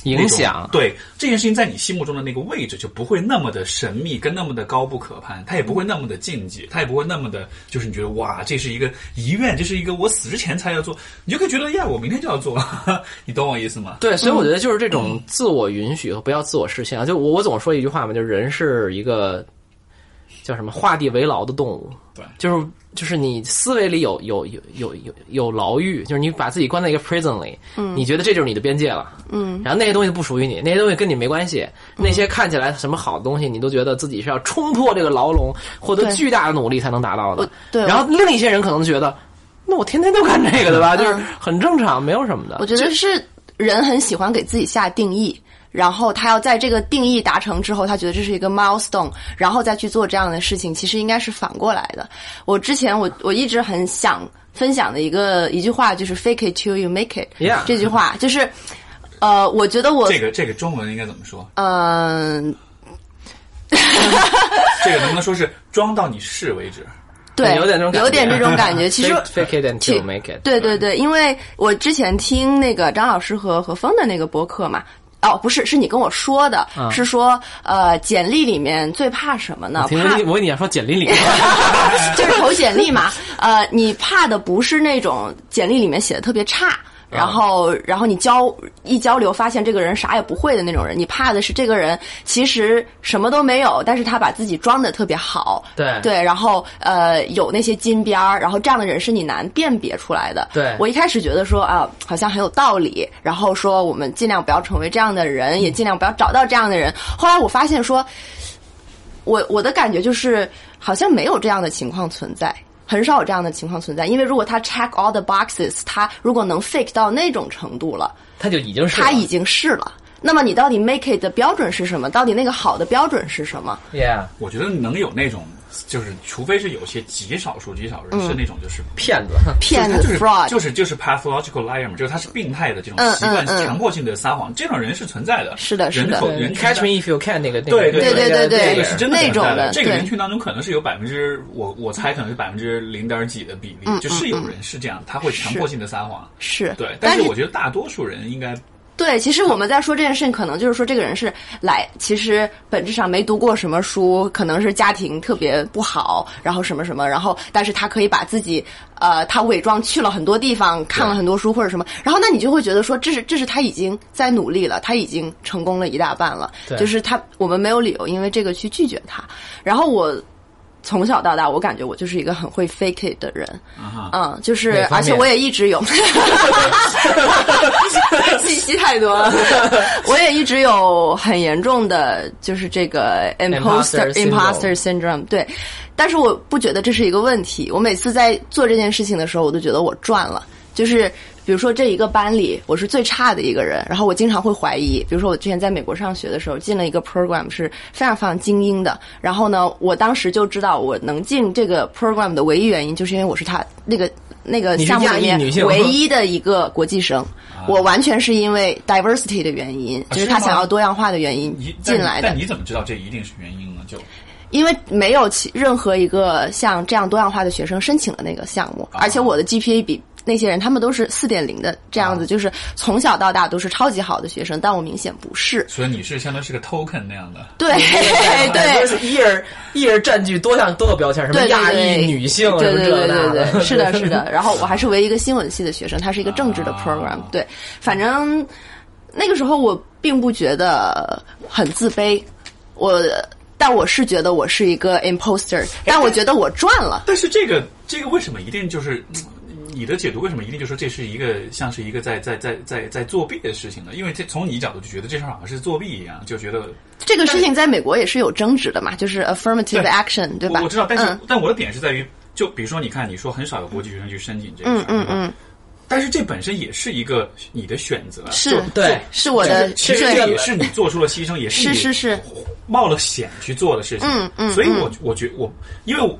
影响那种对这件事情在你心目中的那个位置就不会那么的神秘，跟那么的高不可攀，它也不会那么的禁忌，它也不会那么的，就是你觉得哇，这是一个遗愿，这是一个我死之前才要做，你就会觉得呀，我明天就要做， 你懂我意思吗？对，所以嗯我觉得就是这种自我允许和不要自我视线啊。就我我总说一句话嘛，就是人是一个叫什么画地为牢的动物。对就是就是你思维里有有有有有有牢狱，就是你把自己关在一个 prison 里，嗯你觉得这就是你的边界了，嗯，然后那些东西不属于你，那些东西跟你没关系，嗯那些看起来什么好的东西，你都觉得自己是要冲破这个牢笼，获得对巨大的努力才能达到的我，对然后另一些人可能觉得，那我天天都干这个，对吧？就是很正常，没有什么的。嗯我觉得是人很喜欢给自己下定义，然后他要在这个定义达成之后，他觉得这是一个 milestone，然后再去做这样的事情，其实应该是反过来的。我之前我我一直很想分享的一个一句话就是 “fake it till you make it”，、 Yeah 这句话就是，呃，我觉得我这个这个中文应该怎么说？嗯、这个能不能说是装到你试为止？对，有点那种感觉有点这种感觉。 其实 fake it until 其 make it，对对对，因为我之前听那个张老师和何峰的那个播客嘛。哦，不是，是你跟我说的，啊是说呃，简历里面最怕什么呢？我听怕我问你要说啊简历里面， 就是投简历嘛。呃，你怕的不是那种简历里面写的特别差。啊然后，然后你交一交流，发现这个人啥也不会的那种人，你怕的是这个人其实什么都没有，但是他把自己装的特别好，对对，然后呃有那些金边儿，然后这样的人是你难辨别出来的。对我一开始觉得说啊，好像很有道理，然后说我们尽量不要成为这样的人，嗯也尽量不要找到这样的人。后来我发现说，我我的感觉就是，好像没有这样的情况存在，很少有这样的情况存在。因为如果他 check all the boxes，他如果能 fake 到那种程度了，他就已经是他已经是了。那么你到底 make it 的标准是什么？到底那个好的标准是什么？ yeah 我觉得能有那种，就是除非是有些极少数极少人是那种就是。骗 子，嗯骗他子就是 fraud，就是就是 pathological liar 嘛，就是他是病态的这种嗯习惯、嗯嗯强迫性的撒谎，这种人是存在的。是的是的人口人对群 catch me if you can 那个那对个对那个对对对那个这个对是真的存在那种的这个对人群当中可能是有百分之我我猜可能是百分之零点几的比例，嗯就是有人是这样，他会强迫性的撒谎。是对，但但是是我觉得大多数人应该对，其实我们在说这件事情，可能就是说这个人是来，其实本质上没读过什么书，可能是家庭特别不好，然后什么什么，然后但是他可以把自己，呃，他伪装去了很多地方，看了很多书或者什么，然后那你就会觉得说，这是这是他已经在努力了，他已经成功了一大半了，对就是他我们没有理由因为这个去拒绝他。然后我从小到大，我感觉我就是一个很会 fake it 的人，啊哈，嗯，就是哪，方而且面我也一直有， 信息太多 了，我也一直有很严重的，就是这个 imposter Imposter syndrome imposter syndrome，对。但是我不觉得这是一个问题，我每次在做这件事情的时候，我都觉得我赚了，就是。比如说这一个班里我是最差的一个人，然后我经常会怀疑。比如说我之前在美国上学的时候，进了一个 program 是非常非常精英的，然后呢，我当时就知道我能进这个 program 的唯一原因，就是因为我是他那个那个你是项目亚里裔面女性啊唯一的一个国际生。我完全是因为 diversity 的原因，就是他是吗想要多样化的原因你但进来的但。你怎么知道这一定是原因呢？就因为没有其任何一个像这样多样化的学生申请的那个项目，啊而且我的 GPA 比那些人他们都是四点零的这啊样子，就是从小到大都是超级好的学生，但我明显不是。所以你是相当于是个 token 那样的。对对，就是一人一人占据多项多个标签，什么对对亚对裔女性，对对什么对这那。对对对，是的，是的。然后我还是唯一一个新闻系的学生，它是一个政治的啊 program，、对，反正那个时候我并不觉得很自卑，我。但我是觉得我是一个 imposter，但我觉得我赚了。但是这个这个为什么一定就是嗯你的解读？为什么一定就说这是一个像是一个在在在在在作弊的事情呢？因为这从你角度就觉得这事儿好像是作弊一样，就觉得这个事情在美国也是有争执的嘛，就是 affirmative 对 action，对吧？我我知道，但是、嗯但我的点是在于，就比如说，你看，你说很少有国际学生去申请这个嗯事儿，嗯对吧嗯，但是这本身也是一个你的选择，啊是， 对是我的，其实对这也是你做出了牺牲，也是你是是是冒了险去做的事情。嗯嗯所以我我觉我，因为我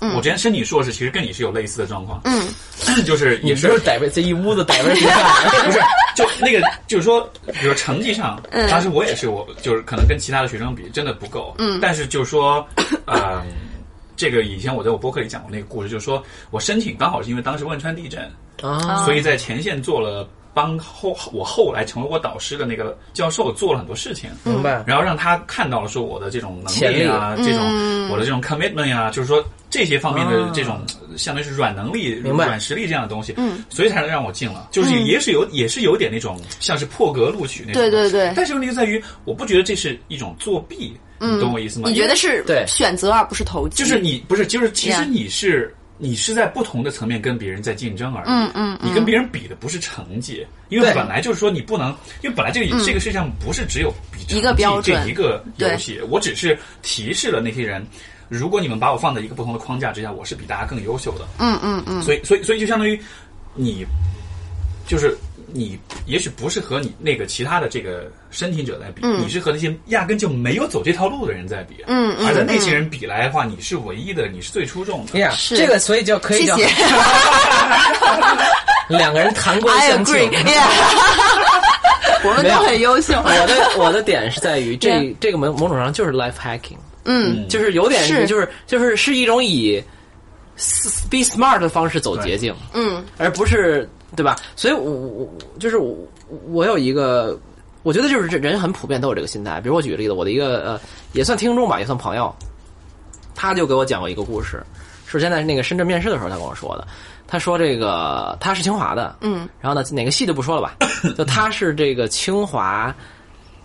我之前申请硕士，其实跟你是有类似的状况。嗯，就是你也们是都是逮这一屋子逮着 一不啊是，就那个，就是说，比如成绩上，当时我也是，我就是可能跟其他的学生比，真的不够。嗯，但是就是说，呃，这个以前我在我播客里讲过那个故事，就是说我申请刚好是因为当时汶川地震，啊，所以在前线做了帮后我后来成为我导师的那个教授做了很多事情。明白。然后让他看到了说我的这种嗯能潜力力啊，这嗯种我的这种 commitment 呀、就是说这些方面的这种，呃相当于是软能力、啊明白软实力这样的东西，嗯所以才能让我进了。就是也是有，也是有点那种像是破格录取那种对的。对对但是问题就在于，我不觉得这是一种作弊，你懂我意思吗？你觉得是对选择而不是投机？就是你不是，就是其实 Yeah 你是。你是在不同的层面跟别人在竞争而已，嗯嗯你跟别人比的不是成绩，因为对本来就是说你不能，因为本来这个、这个世界上不是只有比成绩嗯一个标准这一个游戏，我只是提示了那些人，如果你们把我放在一个不同的框架之下，我是比大家更优秀的，嗯嗯嗯，所以所以所以就相当于你就是你也许不是和你那个其他的这个申请者在比，你是和那些压根就没有走这条路的人在比，啊嗯嗯而在那些人比来的话，你是唯一的，你是最出众的。呀，是这个所以就可以谢叫谢 两个人谈官，I 相 agree，庆。 yeah 我们都没有很优秀。我的我的点是在于 Yeah 这这个某某种程度上就是 life hacking，嗯，就是有点是就是就是是一种以 s- be smart 的方式走捷径，嗯，而不是对吧？所以我，我我就是我，我有一个，我觉得就是这人很普遍都有这个心态。比如我举个例子，我的一个呃，也算听众吧，也算朋友，他就给我讲过一个故事，是现在那个深圳面试的时候他跟我说的。他说这个他是清华的，嗯，然后呢哪个系就不说了吧，就他是这个清华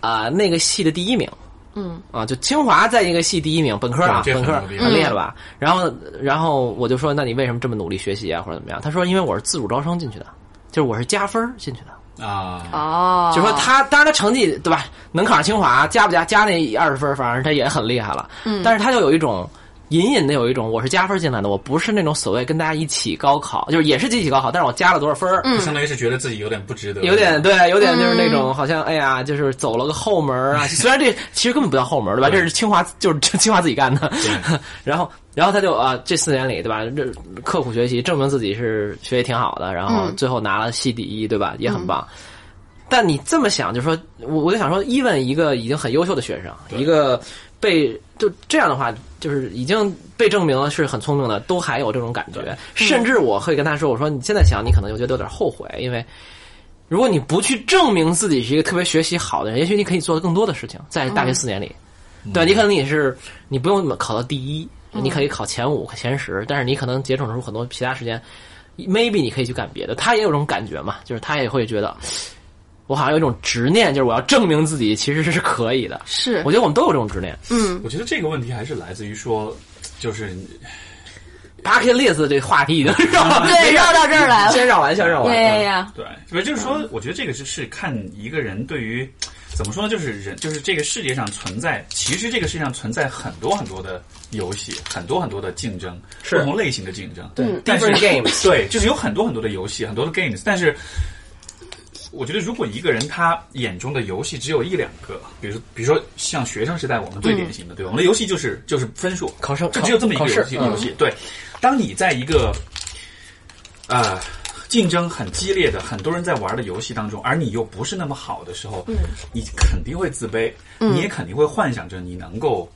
啊、那个系的第一名。嗯啊，就清华在一个系第一名，本科啊，对这本科很牛逼很厉害了吧？然后，然后我就说，那你为什么这么努力学习啊，或者怎么样？他说，因为我是自主招生进去的，就是我是加分儿进去的。啊，嗯哦，就说他，当然他成绩对吧，能考上清华，加不加加那二十分儿，反正他也很厉害了。嗯，但是他就有一种隐隐的有一种，我是加分进来的，我不是那种所谓跟大家一起高考，就是也是集体高考，但是我加了多少分儿，就相当于是觉得自己有点不值得，有点对，有点就是那种好像哎呀，就是走了个后门 儿啊。虽然这其实根本不叫后门儿，对吧？这对是清华，就是这清华自己干的。 然后，然后他就啊，这四年里，对吧？这刻苦学习，证明自己是学习挺好的，然后最后拿了系第一，对吧？也很棒。但你这么想，就说我我就想说，even 一个已经很优秀的学生，一个被就这样的话，就是已经被证明是很聪明的，都还有这种感觉。甚至我会跟他说，我说你现在想，你可能就觉得有点后悔，因为如果你不去证明自己是一个特别学习好嗯的人，也许你可以做更多的事情，在大学四年里，对，你可能你是你不用考到第一，嗯你可以考前五、前十，但是你可能节省出很多其他时间，maybe 你可以去干别的。他也有这种感觉嘛，就是他也会觉得，我好像有一种执念，就是我要证明自己其实是可以的。是我觉得我们都有这种执念。嗯，我觉得这个问题还是来自于说，就是你 bucket list 这话题已经绕了，对，绕到这儿来了， 先绕完，先呀绕完。呀呀，对，所以就嗯是说，我觉得这个是是看一个人对于怎么说呢，就是人，就是这个世界上存在，其实这个世界上存在很多很多的游戏，很多很多的竞争，是不同类型的竞争，对嗯但是 different games 对，就是有很多很多的游戏，很多的 games，但是。我觉得，如果一个人他眼中的游戏只有一两个，比如说，比如说像学生时代，我们最典型的，对吧？我们的游戏就是就是分数，考生就只有这么一个考试嗯游戏。游戏对，当你在一个呃竞争很激烈的、很多人在玩的游戏当中，而你又不是那么好的时候，你肯定会自卑，你也肯定会幻想着你能够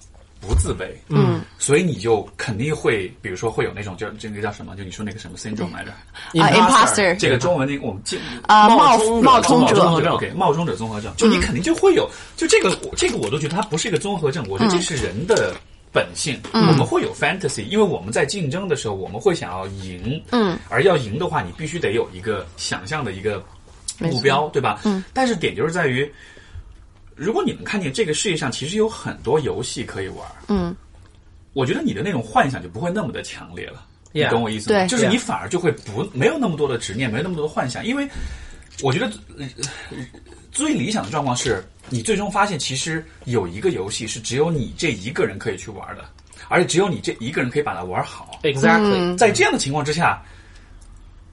不自卑，嗯，所以你就肯定会，比如说会有那种叫这个叫什么，就你说那个什么 syndrome 来着，啊 Imposter ，imposter 这个中文那个我们记啊，冒冒充冒充者冒者综合合症症，OK，冒嗯充者综合症，就你肯定就会有，就这个这个我都觉得它不是一个综合症，我觉得这是人的本性，我们会有 fantasy，因为我们在竞争的时候，我们会想要赢，嗯，而要赢的话，你必须得有一个想象的一个目标，对吧？嗯，但是点就是在于，如果你能看见这个世界上其实有很多游戏可以玩，嗯，我觉得你的那种幻想就不会那么的强烈了。你 Yeah 懂我意思吗？对就是你反而就会不没有那么多的执念，没有那么多的幻想，因为我觉得、呃最理想的状况是你最终发现，其实有一个游戏是只有你这一个人可以去玩的，而且只有你这一个人可以把它玩好。 exactly 嗯在这样的情况之下，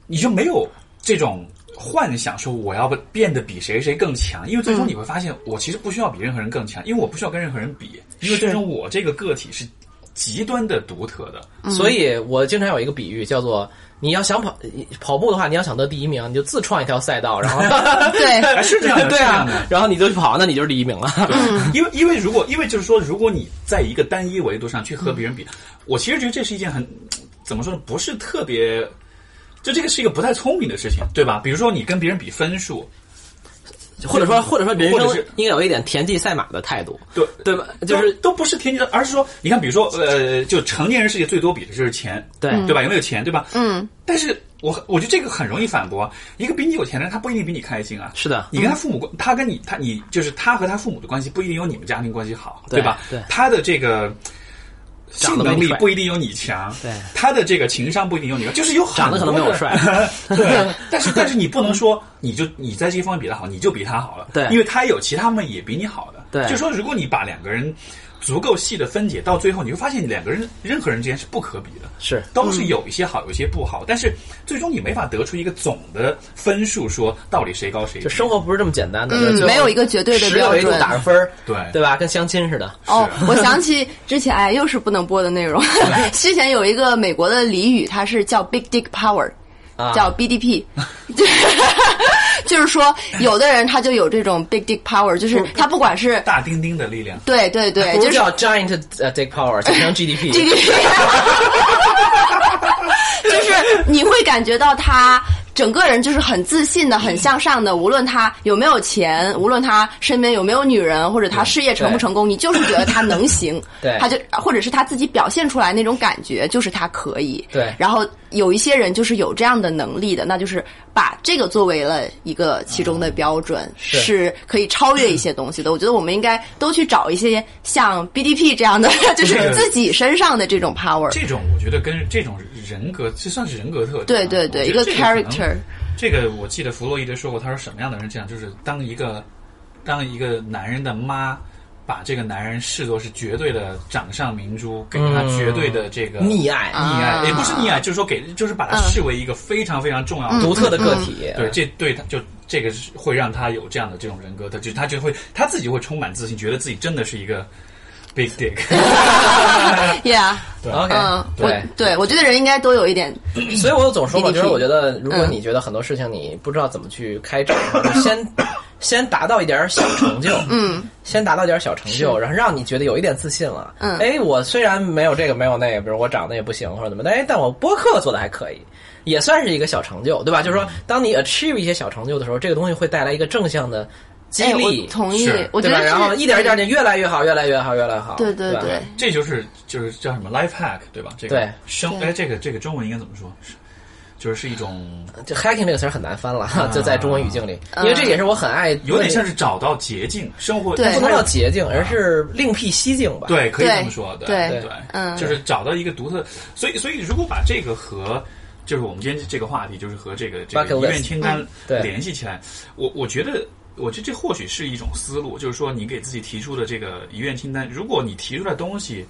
你就没有这种幻想说我要变得比谁谁更强，因为最终你会发现，我其实不需要比任何人更强，因为我不需要跟任何人比，因为最终我这个个体是极端的独特的。嗯所以我经常有一个比喻叫做：你要想跑跑步的话，你要想得第一名，你就自创一条赛道，然后 对，哎是这样的，对是这样啊的，然后你就去跑，那你就是第一名了。因为因为如果因为就是说，如果你在一个单一维度上去嗯和别人比，我其实觉得这是一件很怎么说呢，不是特别，就这个是一个不太聪明的事情，对吧？比如说你跟别人比分数，或者说，或者说人或生者是应该有一点田忌赛马的态度，对对吧？就是都都不是天经的，而是说，你看，比如说，呃，就成年人世界最多比的就是钱，对对吧？有没有钱，对吧？嗯，但是我我觉得这个很容易反驳，啊一个比你有钱的人，他不一定比你开心啊。是的你跟他父母关，他跟你他你就是他和他父母的关系不一定有你们家庭关系好，对吧？对他的这个。性长得没能你力帅不一定有你强，对他的这个情商不一定有你高，就是有很长得可能没多有的 帅 对，但是但是你不能说你就你在这方面比他好，你就比他好了，对因为他有其他们也比你好的，对就说如果你把两个人足够细的分解到最后，你会发现两个人任何人之间是不可比的，是都是有一些好，有一些不好，但是最终你没法得出一个总的分数，说到底谁高谁低就。生活不是这么简单的，嗯就没有一个绝对的十个维度标准打个分儿对对吧？跟相亲似的，哦，我想起之前哎，又是不能播的内容。 之前有一个美国的俚语，它是叫 “big dick power”，、啊叫 BDP，就是 就是说，有的人他就有这种 big dick power，就是他不管是大丁丁的力量，对对对，不 uh, 就是 叫 giant 呃 dick power，简称 GDP。这个。就是你会感觉到他整个人就是很自信的、很向上的，无论他有没有钱，无论他身边有没有女人，或者他事业成不成功，你就是觉得他能行， 对他就或者是他自己表现出来那种感觉，就是他可以，对然后有一些人就是有这样的能力的，那就是把这个作为了一个其中的标准，嗯是可以超越一些东西的。我觉得我们应该都去找一些像 BDP 这样的， 就是自己身上的这种 power。这种我觉得跟这种人格，这算是人格特质啊。对对对我觉得一个这可能 character 这个我记得弗洛伊德说过，他说什么样的人这样，就是当一个当一个男人的妈。把这个男人视作是绝对的掌上明珠，给他绝对的这个溺爱溺爱嗯啊嗯也不是溺爱，就是说给，就是把他视为一个非常非常重要的独特的个体，对，这对他就这个是会让他有这样的这种人格特质，他就会他自己会充满自信，觉得自己真的是一个 big dick。 Yeah，哎对 OK，嗯，我对，对我觉得人应该都有一点，所以我总说嘛， DDP 就是我觉得，如嗯果你觉得很多事情你不知道怎么去开展，就先先达到一点小成就，嗯，先达到一点小成就，然后让你觉得有一点自信了，嗯哎，我虽然没有这个没有那个，比如我长得也不行或者怎么的，哎，但我播客做的还可以。也算是一个小成就，对吧？就是说，嗯当你 achieve 一些小成就的时候，这个东西会带来一个正向的激哎，励我，同意是，我觉得对吧？是然后一点一点，你越来越好，越来越好，越来越好。对对吧对，这就是就是叫什么 life hack 对吧？这个对生哎，这个这个中文应该怎么说？是就是是一种就 hacking 这个词儿很难翻了，就在中文语境里，嗯因为这也是我很爱，有点像是找到捷径，生活对但不是它能又叫捷径，而是另辟蹊径吧。哎对，可以这对么说，对对嗯就是找到一个独特。所以，所以如果把这个和就是我们今天这个话题，就是和这个这 Bucket list 嗯个遗愿清单对联系起来，我我觉得。我觉得这或许是一种思路，就是说你给自己提出的这个遗愿清单，如果你提出的东西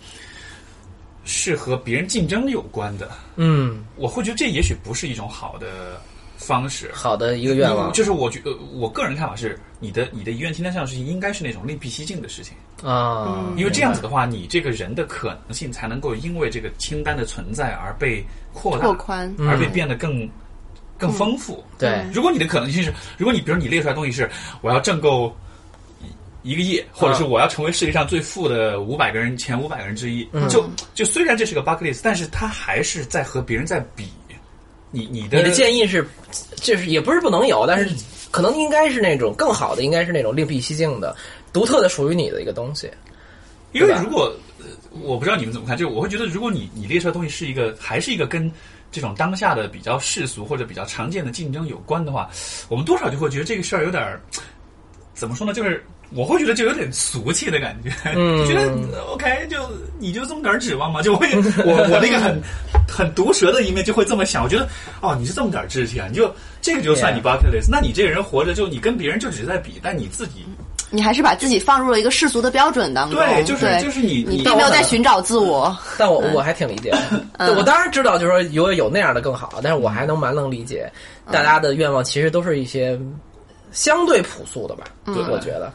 是和别人竞争有关的，嗯，我会觉得这也许不是一种好的方式。好的一个愿望嗯就是我觉得我个人看法是，你的你的遗愿清单上的事情应该是那种另辟蹊径的事情。啊，因为这样子的话，你这个人的可能性才能够因为这个清单的存在而被扩大、拓宽而被变得更更丰富。嗯对如果你的可能性是，如果你比如你列出来的东西是我要挣够一一个嗯亿，或者是我要成为世界上最富的五百个人前五百个人之一，嗯就就虽然这是个 bucket list，但是他还是在和别人在比。你你的你的建议是，就是也不是不能有，但是可能应该是那种更好的，应该是那种另辟蹊径的、独特的属于你的一个东西。因为对吧如果呃我不知道你们怎么看，就是我会觉得，如果你你列出来的东西是一个还是一个跟这种当下的比较世俗或者比较常见的竞争有关的话，我们多少就会觉得这个事儿有点儿怎么说呢？就是我会觉得就有点俗气的 感觉，嗯觉得呃 OK 就你就这么点儿指望吗？就 会我我那个很很毒舌的一面就会这么想，我觉得哦你是这么点儿志气啊，你就这个就算你 bucket list，那你这个人活着就你跟别人就只是在比，但你自己你还是把自己放入了一个世俗的标准当中，对就是对就是你你你并没有在寻找自我，但我嗯我还挺理解的， 对我当然知道，就是说有有那样的更好，但是我还能蛮能理解嗯大家的愿望，其实都是一些相对朴素的吧，我觉得。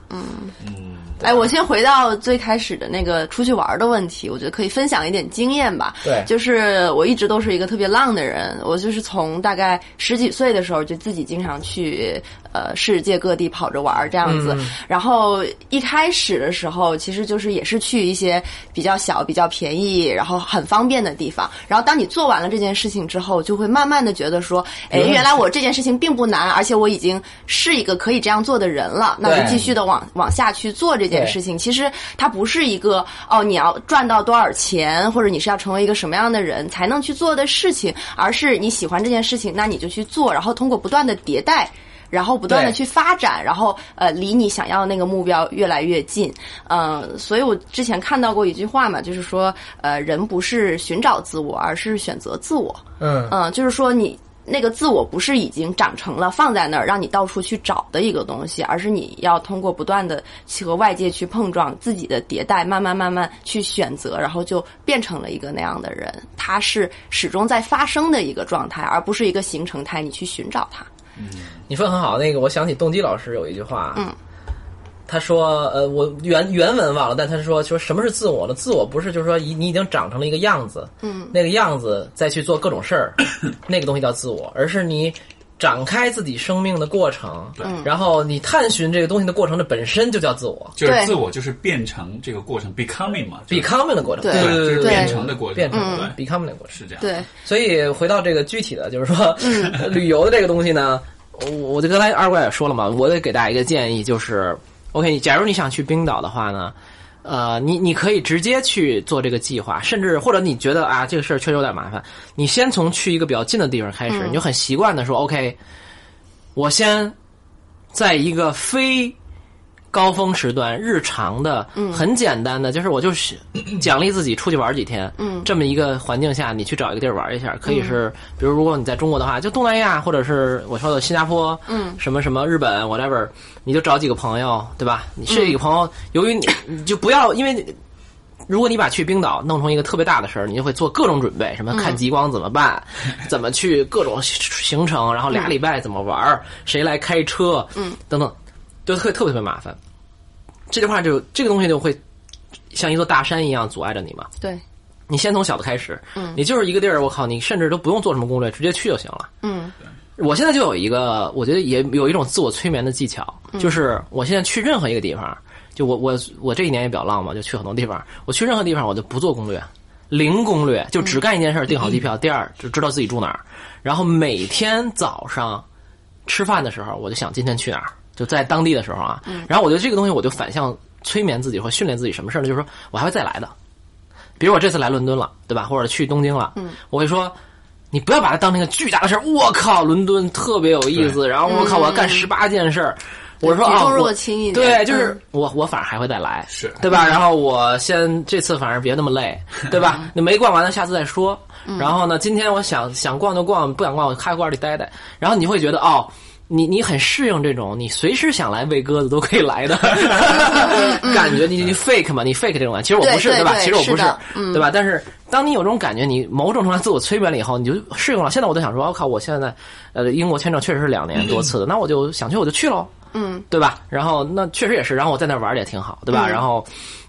嗯哎，我先回到最开始的那个出去玩儿的问题，我觉得可以分享一点经验吧。对就是我一直都是一个特别浪的人，我就是从大概十几岁的时候就自己经常去呃世界各地跑着玩儿这样子。嗯然后一开始的时候，其实就是也是去一些比较小、比较便宜，然后很方便的地方。然后当你做完了这件事情之后，就会慢慢的觉得说，哎，原来我这件事情并不难，而且我已经是一个可以这样做的人了，那对就继续的往往下去做这件。这件对事情，其实它不是一个哦，你要赚到多少钱，或者你是要成为一个什么样的人才能去做的事情，而是你喜欢这件事情，那你就去做，然后通过不断的迭代。然后不断的对去发展，然后呃，离你想要那个目标越来越近，嗯、所以我之前看到过一句话嘛，就是说，呃，人不是寻找自我，而是选择自我。嗯，嗯，就是说你那个自我不是已经长成了放在那儿让你到处去找的一个东西，而是你要通过不断的和外界去碰撞，自己的迭代，慢慢慢慢去选择，然后就变成了一个那样的人。他是始终在发生的一个状态，而不是一个形成态，你去寻找它。你说得很好，那个我想起动机老师有一句话，嗯，他说，呃，我原原文忘了，但他说说什么是自我呢？自我不是就是说已你已经长成了一个样子，嗯，那个样子再去做各种事儿，那个东西叫自我，而是你展开自己生命的过程，然后你探寻这个东西的过程，这本身就叫自我就是对自我，就是变成这个过程，becoming 嘛就是，becoming 的过程，对对对，就是对，变成的过程，变成对， becoming 的过程。是这样。对，所以回到这个具体的，就是说、 旅游的这个东西呢，我我就刚才二怪也说了嘛，我得给大家一个建议，就是，OK，假如你想去冰岛的话呢，呃，你你可以直接去做这个计划，甚至或者你觉得啊这个事儿确实有点麻烦，你先从去一个比较近的地方开始，你就很习惯的说，OK，我先在一个非高峰时段，日常的，很简单的，就是我就是奖励自己出去玩几天，嗯，这么一个环境下，你去找一个地儿玩一下，可以是，比如如果你在中国的话，就东南亚，或者是我说的新加坡，嗯，什么什么日本，whatever，你就找几个朋友，对吧？你是几个朋友，由于你你就不要，因为你如果你把去冰岛弄成一个特别大的事儿，你就会做各种准备，什么看极光怎么办，怎么去各种行程，然后俩礼拜怎么玩儿，谁来开车，嗯，等等，就特特别特别麻烦。这句话就这个东西就会像一座大山一样阻碍着你嘛。对，你先从小的开始，嗯，你就是一个地儿，我靠，你甚至都不用做什么攻略，直接去就行了。嗯，我现在就有一个，我觉得也有一种自我催眠的技巧，嗯就是我现在去任何一个地方，就我我我这一年也比较浪嘛，就去很多地方，我去任何地方我就不做攻略，零攻略，就嗯只干一件事儿，订好机票，第二就知道自己住哪儿，然后每天早上吃饭的时候，我就想今天去哪儿，就在当地的时候啊。嗯然后我觉得这个东西，我就反向催眠自己或训练自己什么事儿呢？就是说我还会再来的。比如我这次来伦敦了，对吧？或者去东京了，嗯我会说。你不要把它当成一个巨大的事儿。我靠，伦敦特别有意思。然后我嗯靠，我要干十八件事儿。我说举啊，重我若轻一点对，就是嗯我我反而还会再来，是对吧？然后我先这次反正别那么累，对吧？你没逛完了，下次再说。然后呢，今天我想想逛就逛，不想逛我咖啡馆里待待。然后你会觉得哦。你你很适应这种你随时想来喂鸽子都可以来的 感觉，你你 fake 嘛，你 fake 这种感觉，其实我不是对对吧？对其实我不是的嗯对吧？但是当你有这种感觉，你某种程度上自我催眠了以后，你就适应了。现在我就想说，我、哦靠，我现在呃英国签证确实是两年 多次的，那我就想去我就去喽。嗯，对吧？然后那确实也是，然后我在那儿玩的也挺好，对吧？嗯然后，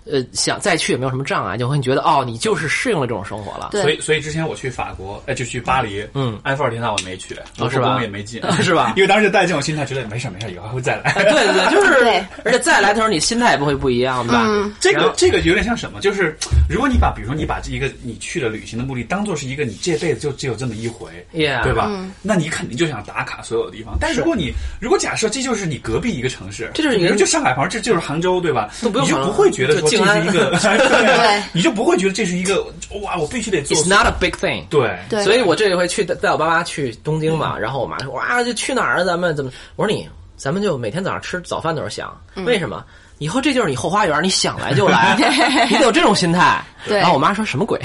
呃，想再去也没有什么障碍，就会觉得哦，你就是适应了这种生活了，对所以，所以之前我去法国，哎，就去巴黎，嗯，埃菲尔铁塔我没去，卢哦是浮吧宫也没进 ，是吧因为当时带这种心态，觉得没事儿没事儿，以后还会再 来。哎对对对，就是对，嗯而且再来的时候你心态也不会不一样，对吧？这然个后这个有点像什么？就是如果你把，比如说你把这一个你去的旅行的目的当做是一个你这辈子就只有这么一回 Yeah 对吧？那你肯定就想打卡所有地方。但如果你如果假设这就是你隔壁一个城市，这就是比你如就上海旁，这就是杭州，对吧？都不用你就杭不州会觉得就说这静安是一个， 对对，你就不会觉得这是一个哇，我必须得做 It's。not a big thing，对对嗯所以我这回去带带我爸妈去东京嘛，然后我妈说哇，就去哪儿啊？咱们怎么？我说你，咱们就每天早上吃早饭的时候想，嗯为什么？以后这就是你后花园，你想来 就来，你得有这种心态。对然后我妈说什 么鬼？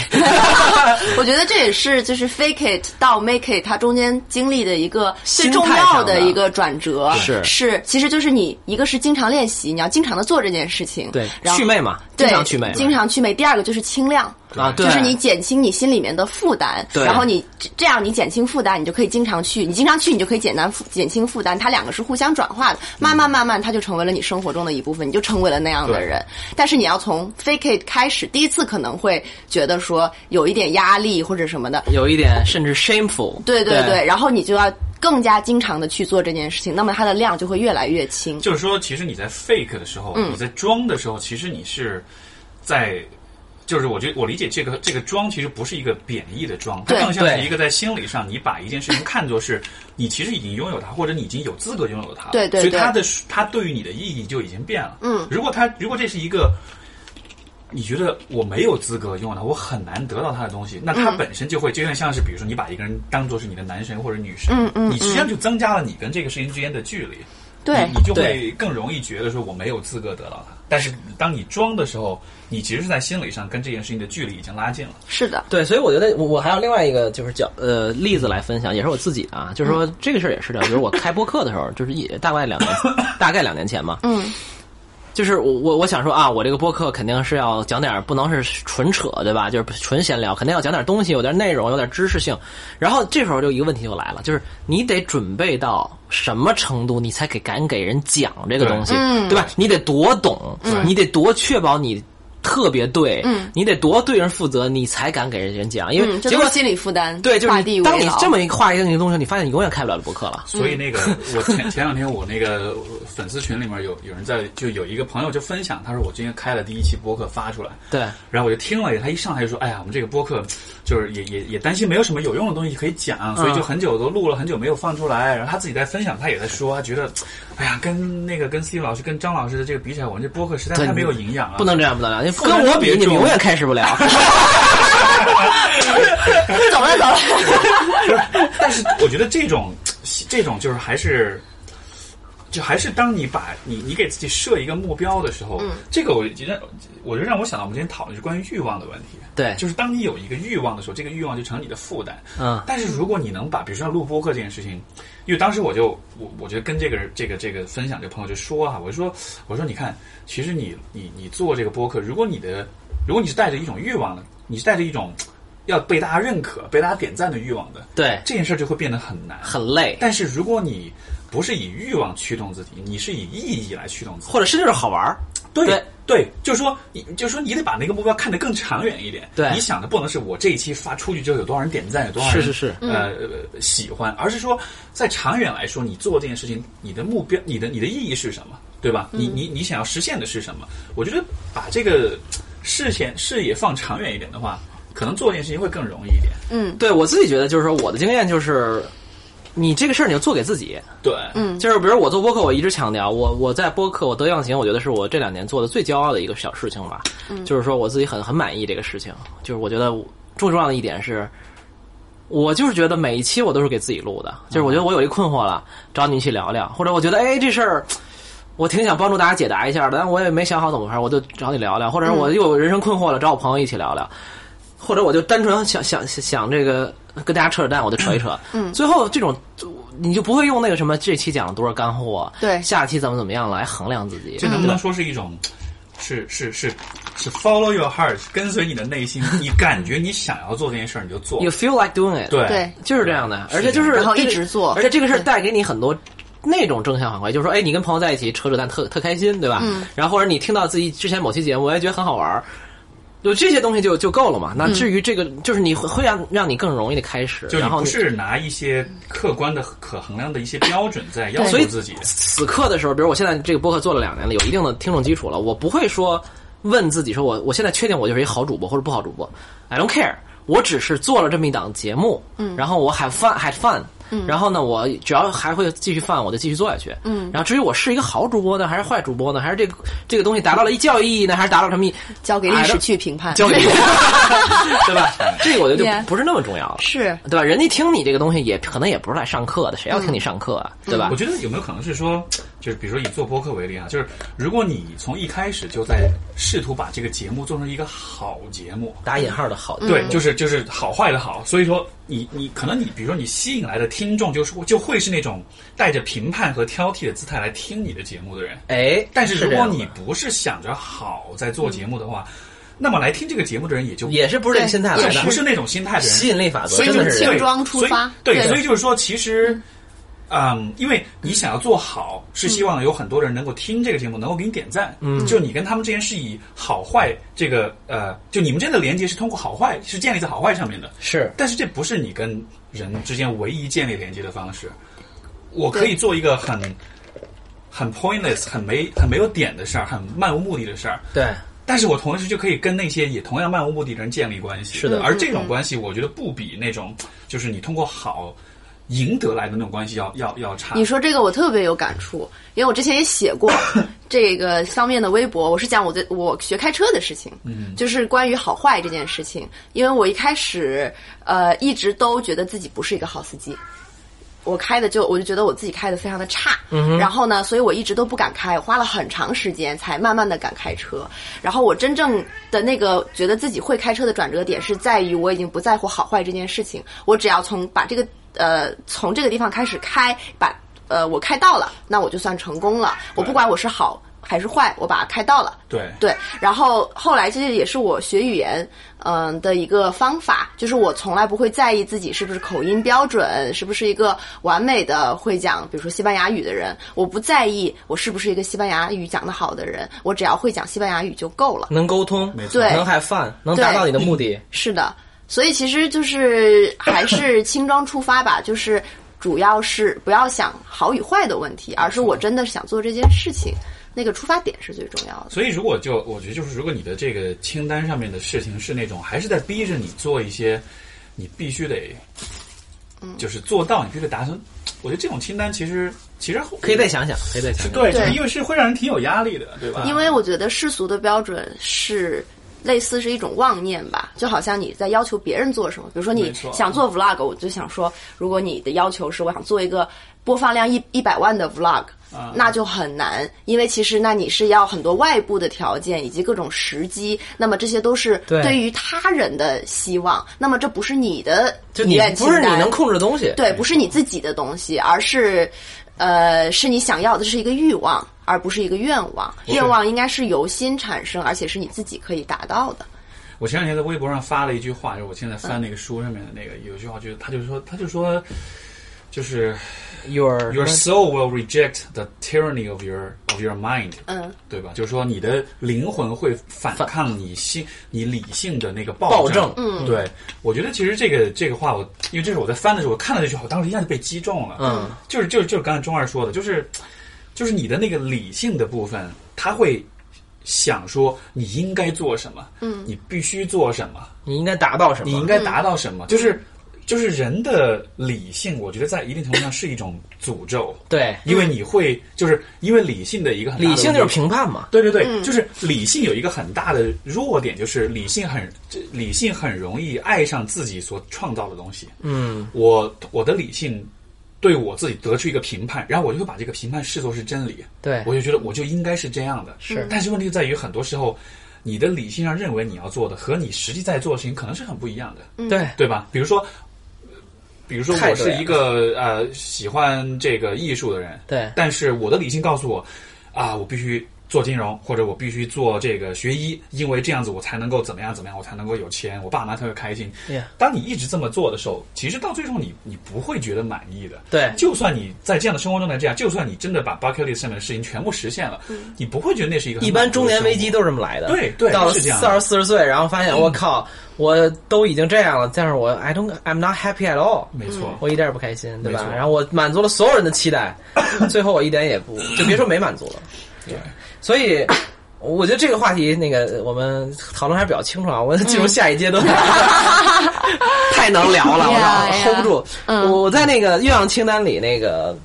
我觉得这也是就是 fake it 到 make it 它中间经历的一个最心态重上要的的一个转折，是是，其实就是你一个是经常练习，你要经常的做这件事情，对，然后祛魅嘛，经对常祛魅经常祛魅。第二个就是轻量。啊，对，就是你减轻你心里面的负担，对然后你这样你减轻负担，你就可以经常去，你经常去，你就可以简单负减轻负担，它两个是互相转化的，慢嗯慢慢慢，它就成为了你生活中的一部分，你就成为了那样的人。但是你要从 fake it 开始，第一次可能会觉得说有一点压力或者什么的，有一点甚至 shameful。对对对，然后你就要更加经常的去做这件事情，那么它的量就会越来越轻。就是说，其实你在 fake 的时候，你在装的时候，其实你是在，就是我觉得我理解这个这个装其实不是一个贬义的装，它对更像是对一个在心理上，你把一件事情看作是你其实已经拥有它，或者你已经有资格拥有它了，对对所以对它的它对于你的意义就已经变了。嗯，如果它如果这是一个。你觉得我没有资格拥有它，我很难得到它的东西，那它本身就会就像像是，比如说你把一个人当做是你的男神或者女神，嗯嗯，你实际上就增加了你跟这个事情之间的距离，对你你就对会更容易觉得说我没有资格得到它。但是当你装的时候，你其实是在心理上跟这件事情的距离已经拉近了。是的，对，所以我觉得我我还有另外一个就是角呃例子来分享，也是我自己的啊，就是 说这个事儿也是这样，就是我开播课的时候，就是一大概两年，大概两年前嘛，嗯，就是我我我想说啊，我这个播客肯定是要讲点儿不能是纯扯对吧？就是纯闲聊，肯定要讲点东西，有点内容，有点知识性。然后这时候就一个问题就来了，就是你得准备到什么程度，你才嗯给敢给人讲这个东西，对吧？你得多懂，你得多确保你特别对，嗯，你得多对人负责，你才敢给人讲，因为嗯，这结都果是心理负担，对，就是画你地当为你牢。这么一画一个你的东西，你发现你永远开不了这博客了。所以那个，我前前两天我那个粉丝群里面有有人在，就有一个朋友就分享，他说我今天开了第一期播客发出来，对，然后我就听了，他一上来就说：“哎呀，我们这个播客就是也也也担心没有什么有用的东西可以讲，所以就很久都录了，很久没有放出来。”然后他自己在分享，他也在说，他觉得，哎呀，跟那个跟 C 老师跟张老师的这个比起来，我们这播客实在对太没有营养了，不能这样，不能这样，你不能跟我比，别你装们永远开始不了。走了走了，但是我觉得这种这种就是还是。就还是当你把你你给自己设一个目标的时候，这个我觉得我就让我想到我们之前讨论是关于欲望的问题。对就是当你有一个欲望的时候，这个欲望就成了你的负担。嗯但是如果你能把，比如说像录播客这件事情，因为当时我就我我觉得跟这个这个这个分享这个朋友就说啊，我就说我说你看，其实你你你做这个播客，如果你的如果你是带着一种欲望的，你是带着一种要被大家认可、被大家点赞的欲望的，对，这件事儿就会变得很难。很累，但是如果你不是以欲望驱动自己，你是以意义来驱动自己，或者甚至是好玩儿。对对对，就是说，你就是说，你得把那个目标看得更长远一点。对你想的不能是我这一期发出去之后有多少人点赞，有多少人是是是呃呃喜欢，而是说，在长远来说，你做这件事情，你的目标，你的你的意义是什么，对吧？你嗯你你想要实现的是什么？我觉得把这个视线视野放长远一点的话，可能做这件事情会更容易一点。嗯对我自己觉得，就是说我的经验就是，你这个事儿你就做给自己。对，嗯，就是比如我做播客，我一直强调，我我在播客我得样行，我觉得是我这两年做的最骄傲的一个小事情吧。就是说我自己很很满意这个事情。就是我觉得我最重要的一点是，我就是觉得每一期我都是给自己录的。就是我觉得我有一困惑了，找你一起聊聊，或者我觉得哎这事儿。我挺想帮助大家解答一下的，但我也没想好怎么回事，我就找你聊聊，或者是我又有人生困惑了，找我朋友一起聊聊，或者我就单纯想想想想这个跟大家扯扯淡，我就扯一扯。嗯，最后这种你就不会用那个什么这期讲了多少干货，对下期怎么怎么样来衡量自己。这能不能说是一种，是是是是 follow your heart，跟随你的内 心，你感觉你想要做这件事儿，你就做 You。feel like doing it，对对就是这样的，而且就是然后这个一直做而且这个事儿带给你很多那种正向反馈，就是说，哎，你跟朋友在一起扯扯淡，特特开心，对吧？嗯然后或者你听到自己之前某期节目，我也觉得很好玩儿。就这些东西就就够了嘛。嗯那至于这个，就是你会会让让你更容易的开始，就你然后不你是拿一些客观的、可衡量的一些标准在要所求以自己。此刻的时候，比如我现在这个播客做了两年了，有一定的听众基础了，我不会说问自己说我我现在确定我就是一好主播或者不好主播，I don't care，我只是做了这么一档节目，嗯，然后我 have fun have fun，嗯，然后呢，我只要还会继续犯，我就继续做下去，嗯，然后至于我是一个好主播呢，还是坏主播呢，还是这个这个东西达到了一教育意义呢，还是达到了什么意义，交给历史去评判，教育意义， 对吧？这个我觉得 Yeah 就不是那么重要了。 是对吧？人家听你这个东西也可能也不是来上课的，谁要听你上课啊？嗯对吧我？觉得有没有可能是说，就是比如说以做播客为例啊，就是如果你从一开始就在试图把这个节目做成一个好节目，打引号的好，对，就是就是好坏的好，所以说你你可能你比如说你吸引来的听众就是就会是那种带着评判和挑剔的姿态来听你的节目的人，哎，但是这如果样的你不是想着好在做节目的话，那么来听这个节目的人也就也是不是这个心态来也不的，是那种心态的人，吸引力法则所以真就的是是轻装出发对，对所以所以就是说，其实，嗯，因为你想要做好，是希望有很多人能够听这个节目，能够给你点赞。嗯，就你跟他们之间是以好坏这个呃，就你们之间的连接是通过好坏，是建立在好坏上面的。是但是这不是你跟人之间唯一建立连接的方式。我可以做一个很很 pointless、很没很没有点的事儿，很漫无目的的事儿，对，但是我同时就可以跟那些也同样漫无目的的人建立关系。是的嗯而这种关系，我觉得不比那种就是你通过好赢得来的那种关系要要要差。你说这个我特别有感触，因为我之前也写过这个方面的微博，我是讲我在我学开车的事情，嗯，就是关于好坏这件事情，因为我一开始呃一直都觉得自己不是一个好司机。我开的就我就觉得我自己开的非常的差，然后呢，所以我一直都不敢开，我花了很长时间才慢慢的敢开车。然后我真正的那个觉得自己会开车的转折点是在于我已经不在乎好坏这件事情，我只要从把这个呃从这个地方开始开，把呃我开到了，那我就算成功了。我不管我是好还是坏，我把它开到了。对，对，然后后来这也是我学语言嗯、的一个方法，就是我从来不会在意自己是不是口音标准，是不是一个完美的会讲，比如说西班牙语的人，我不在意我是不是一个西班牙语讲得好的人，我只要会讲西班牙语就够了。能沟通，对能还饭，能达到你的目的。是的，所以其实就是还是轻装出发吧，就是主要是不要想好与坏的问题，而是我真的想做这件事情，那个出发点是最重要的。所以，如果就我觉得就是，如果你的这个清单上面的事情是那种还是在逼着你做一些，你必须得，就是做到，你必须得达成。我觉得这种清单其实其实可以再想想，可以再想想。对，对因为是会让人挺有压力的，对吧？因为我觉得世俗的标准是类似是一种妄念吧，就好像你在要求别人做什么，比如说没你错想嗯做 vlog，我就想说，如果你的要求是我想做一个播放量一一百万的 vlog。那啊就很难，因为其实那你是要很多外部的条件以及各种时机，那么这些都是对对于他人的希望，那么这不是你的就遗你愿不是清你单能控制的东西。对，不是你自己的东西，而是，呃，是你想要的，这是一个欲望，而不是一个愿望。愿望应该是由心产生，而且是你自己可以达到的。我前两天在微博上发了一句话，就是我现在翻那个书上面的那个，有一句话就是，他就说，他就说，就是，your your soul will reject the tyranny of your of your mind，嗯，对吧？就是说你的灵魂会反抗你心你理性的那个暴暴政嗯，对，我觉得其实这个这个话我，因为这是我在翻的时候，我看到这句话，我当时一下就被击中了。嗯，就是就是就是刚才钟二说的，就是就是你的那个理性的部分，他会想说你应该做什么，嗯，你必须做什么，你应该达到什么？你应该达到什么，就是。就是人的理性，我觉得在一定程度上是一种诅咒。对，因为你会就是因为理性的一个很大的理性就是问题评判嘛。对对对，就是理性有一个很大的弱点，就是理性很这理性很容易爱上自己所创造的东西。嗯，我我的理性对我自己得出一个评判，然后我就会把这个评判视作是真理。对，我就觉得我就应该是这样的。是但是问题就在于很多时候，你的理性上认为你要做的和你实际在做的事情可能是很不一样的。对，对吧？比如说，比如说太我对啊是了一个呃喜欢这个艺术的人，对但是我的理性告诉我，啊，我必须做金融，或者我必须做这个学医，因为这样子我才能够怎么样怎么样，我才能够有钱，我爸妈才会开心。 Yeah 当你一直这么做的时候，其实到最后你你不会觉得满意的。对就算你在这样的生活状态这样，就算你真的把 bucket list 上面的事情全部实现了，你不会觉得那是一个嗯很一般中年满足的危生活机都是这么来的。对对到了是这样四的嗯十四十岁，然后发现我靠，我都已经这样了，但是我 I don't I'm not happy at all。没错。嗯我一点也不开心，对吧没？错然后我满足了所有人的期待，最后我一点也不，就别说没满足了。对，所以我觉得这个话题，那个我们讨论还是比较清楚啊。我们进入下一阶段， 太能聊了，我 Yeah, yeah 操，hold 不住。我我在那个愿望清单里，那个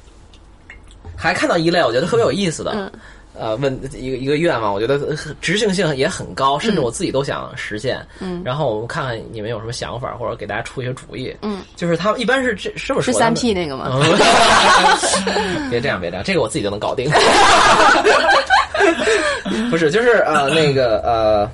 还看到一类，我觉得特别有意思的。呃，问一个一个愿望，我觉得呃执行性也很高，甚至我自己都想实现。嗯，然后我们看看你们有什么想法，或者给大家出一些主意。嗯，就是他们一般是这是不是是三 P 那个吗？嗯 别这样，别这样，这个我自己就能搞 定。不是，就是呃，那个呃，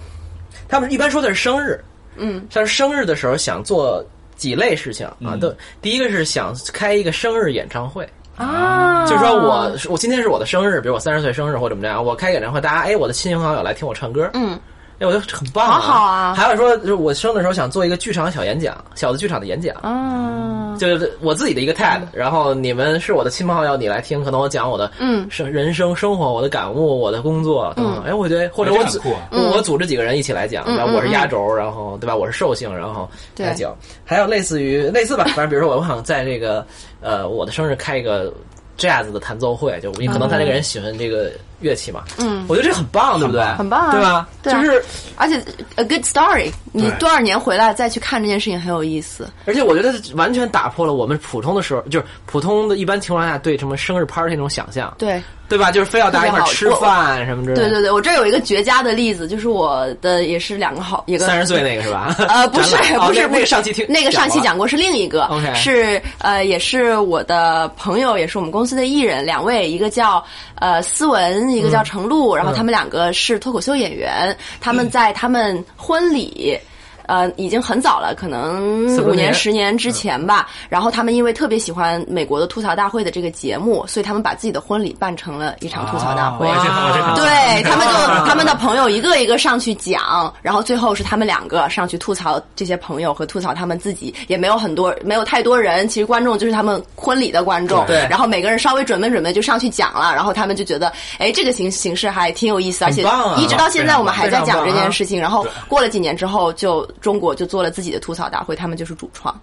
他们一般说的是生日，嗯，但是生日的时候想做几类事情啊，都第一个是想开一个生日演唱会。啊就是说我我今天是我的生日，比如我三十岁生日或者怎么样，我开演唱会，大家哎我的亲朋好友来听我唱歌，嗯，哎我觉得很棒、啊，好好啊还有说，就是我生日的时候想做一个剧场小演讲，小的剧场的演讲，啊，就是我自己的一个 TED，然后你们是我的亲朋好友，你来听，可能我讲我的嗯生人生生活，我的感悟，我的工作嗯等等。哎，我觉得或者哎我这很组酷啊我组织几个人一起来讲，然后我是压轴，然后对吧？我是寿星，然后嗯对来讲。还有类似于类似吧，反正比如说我想在这个呃我的生日开一个 jazz 的弹奏会，就因为可能他这个嗯人喜欢这个乐器嘛，嗯，我觉得这很棒，对不对？很棒啊对吧？对啊就是而且 a good story，你对多少年回来再去看这件事情很有意思。而且我觉得完全打破了我们普通的时候，就是普通的一般情况下对什么生日 party 那种想象。对，对吧？就是非要大家一块儿吃饭什么之类的。对对对，我这儿有一个绝佳的例子，就是我的也是两个好一个三十岁那个是吧？ 呃，不是展，览哦不是，那不那是个上期听那个上期了讲过是另一个 OK 是呃，也是我的朋友，也是我们公司的艺人，两位，一个叫呃思文，一个嗯叫程璐，然后他们两个是脱口秀演员，他们在他们婚礼。呃，已经很早了，可能四五周年嗯年、十年之前吧。然后他们因为特别喜欢美国的吐槽大会的这个节目，所以他们把自己的婚礼办成了一场吐槽大会。哇啊我这我这啊个对他们就他们的朋友一个一个上去讲，然后最后是他们两个上去吐槽这些朋友和吐槽他们自己，也没有很多没有太多人，其实观众就是他们婚礼的观众，对然后每个人稍微准备准备就上去讲了，然后他们就觉得哎这个形形式还挺有意思，而且很棒啊一直到现在我们还在非常讲棒啊这件事情，然后过了几年之后就中国就做了自己的吐槽大会，他们就是主创，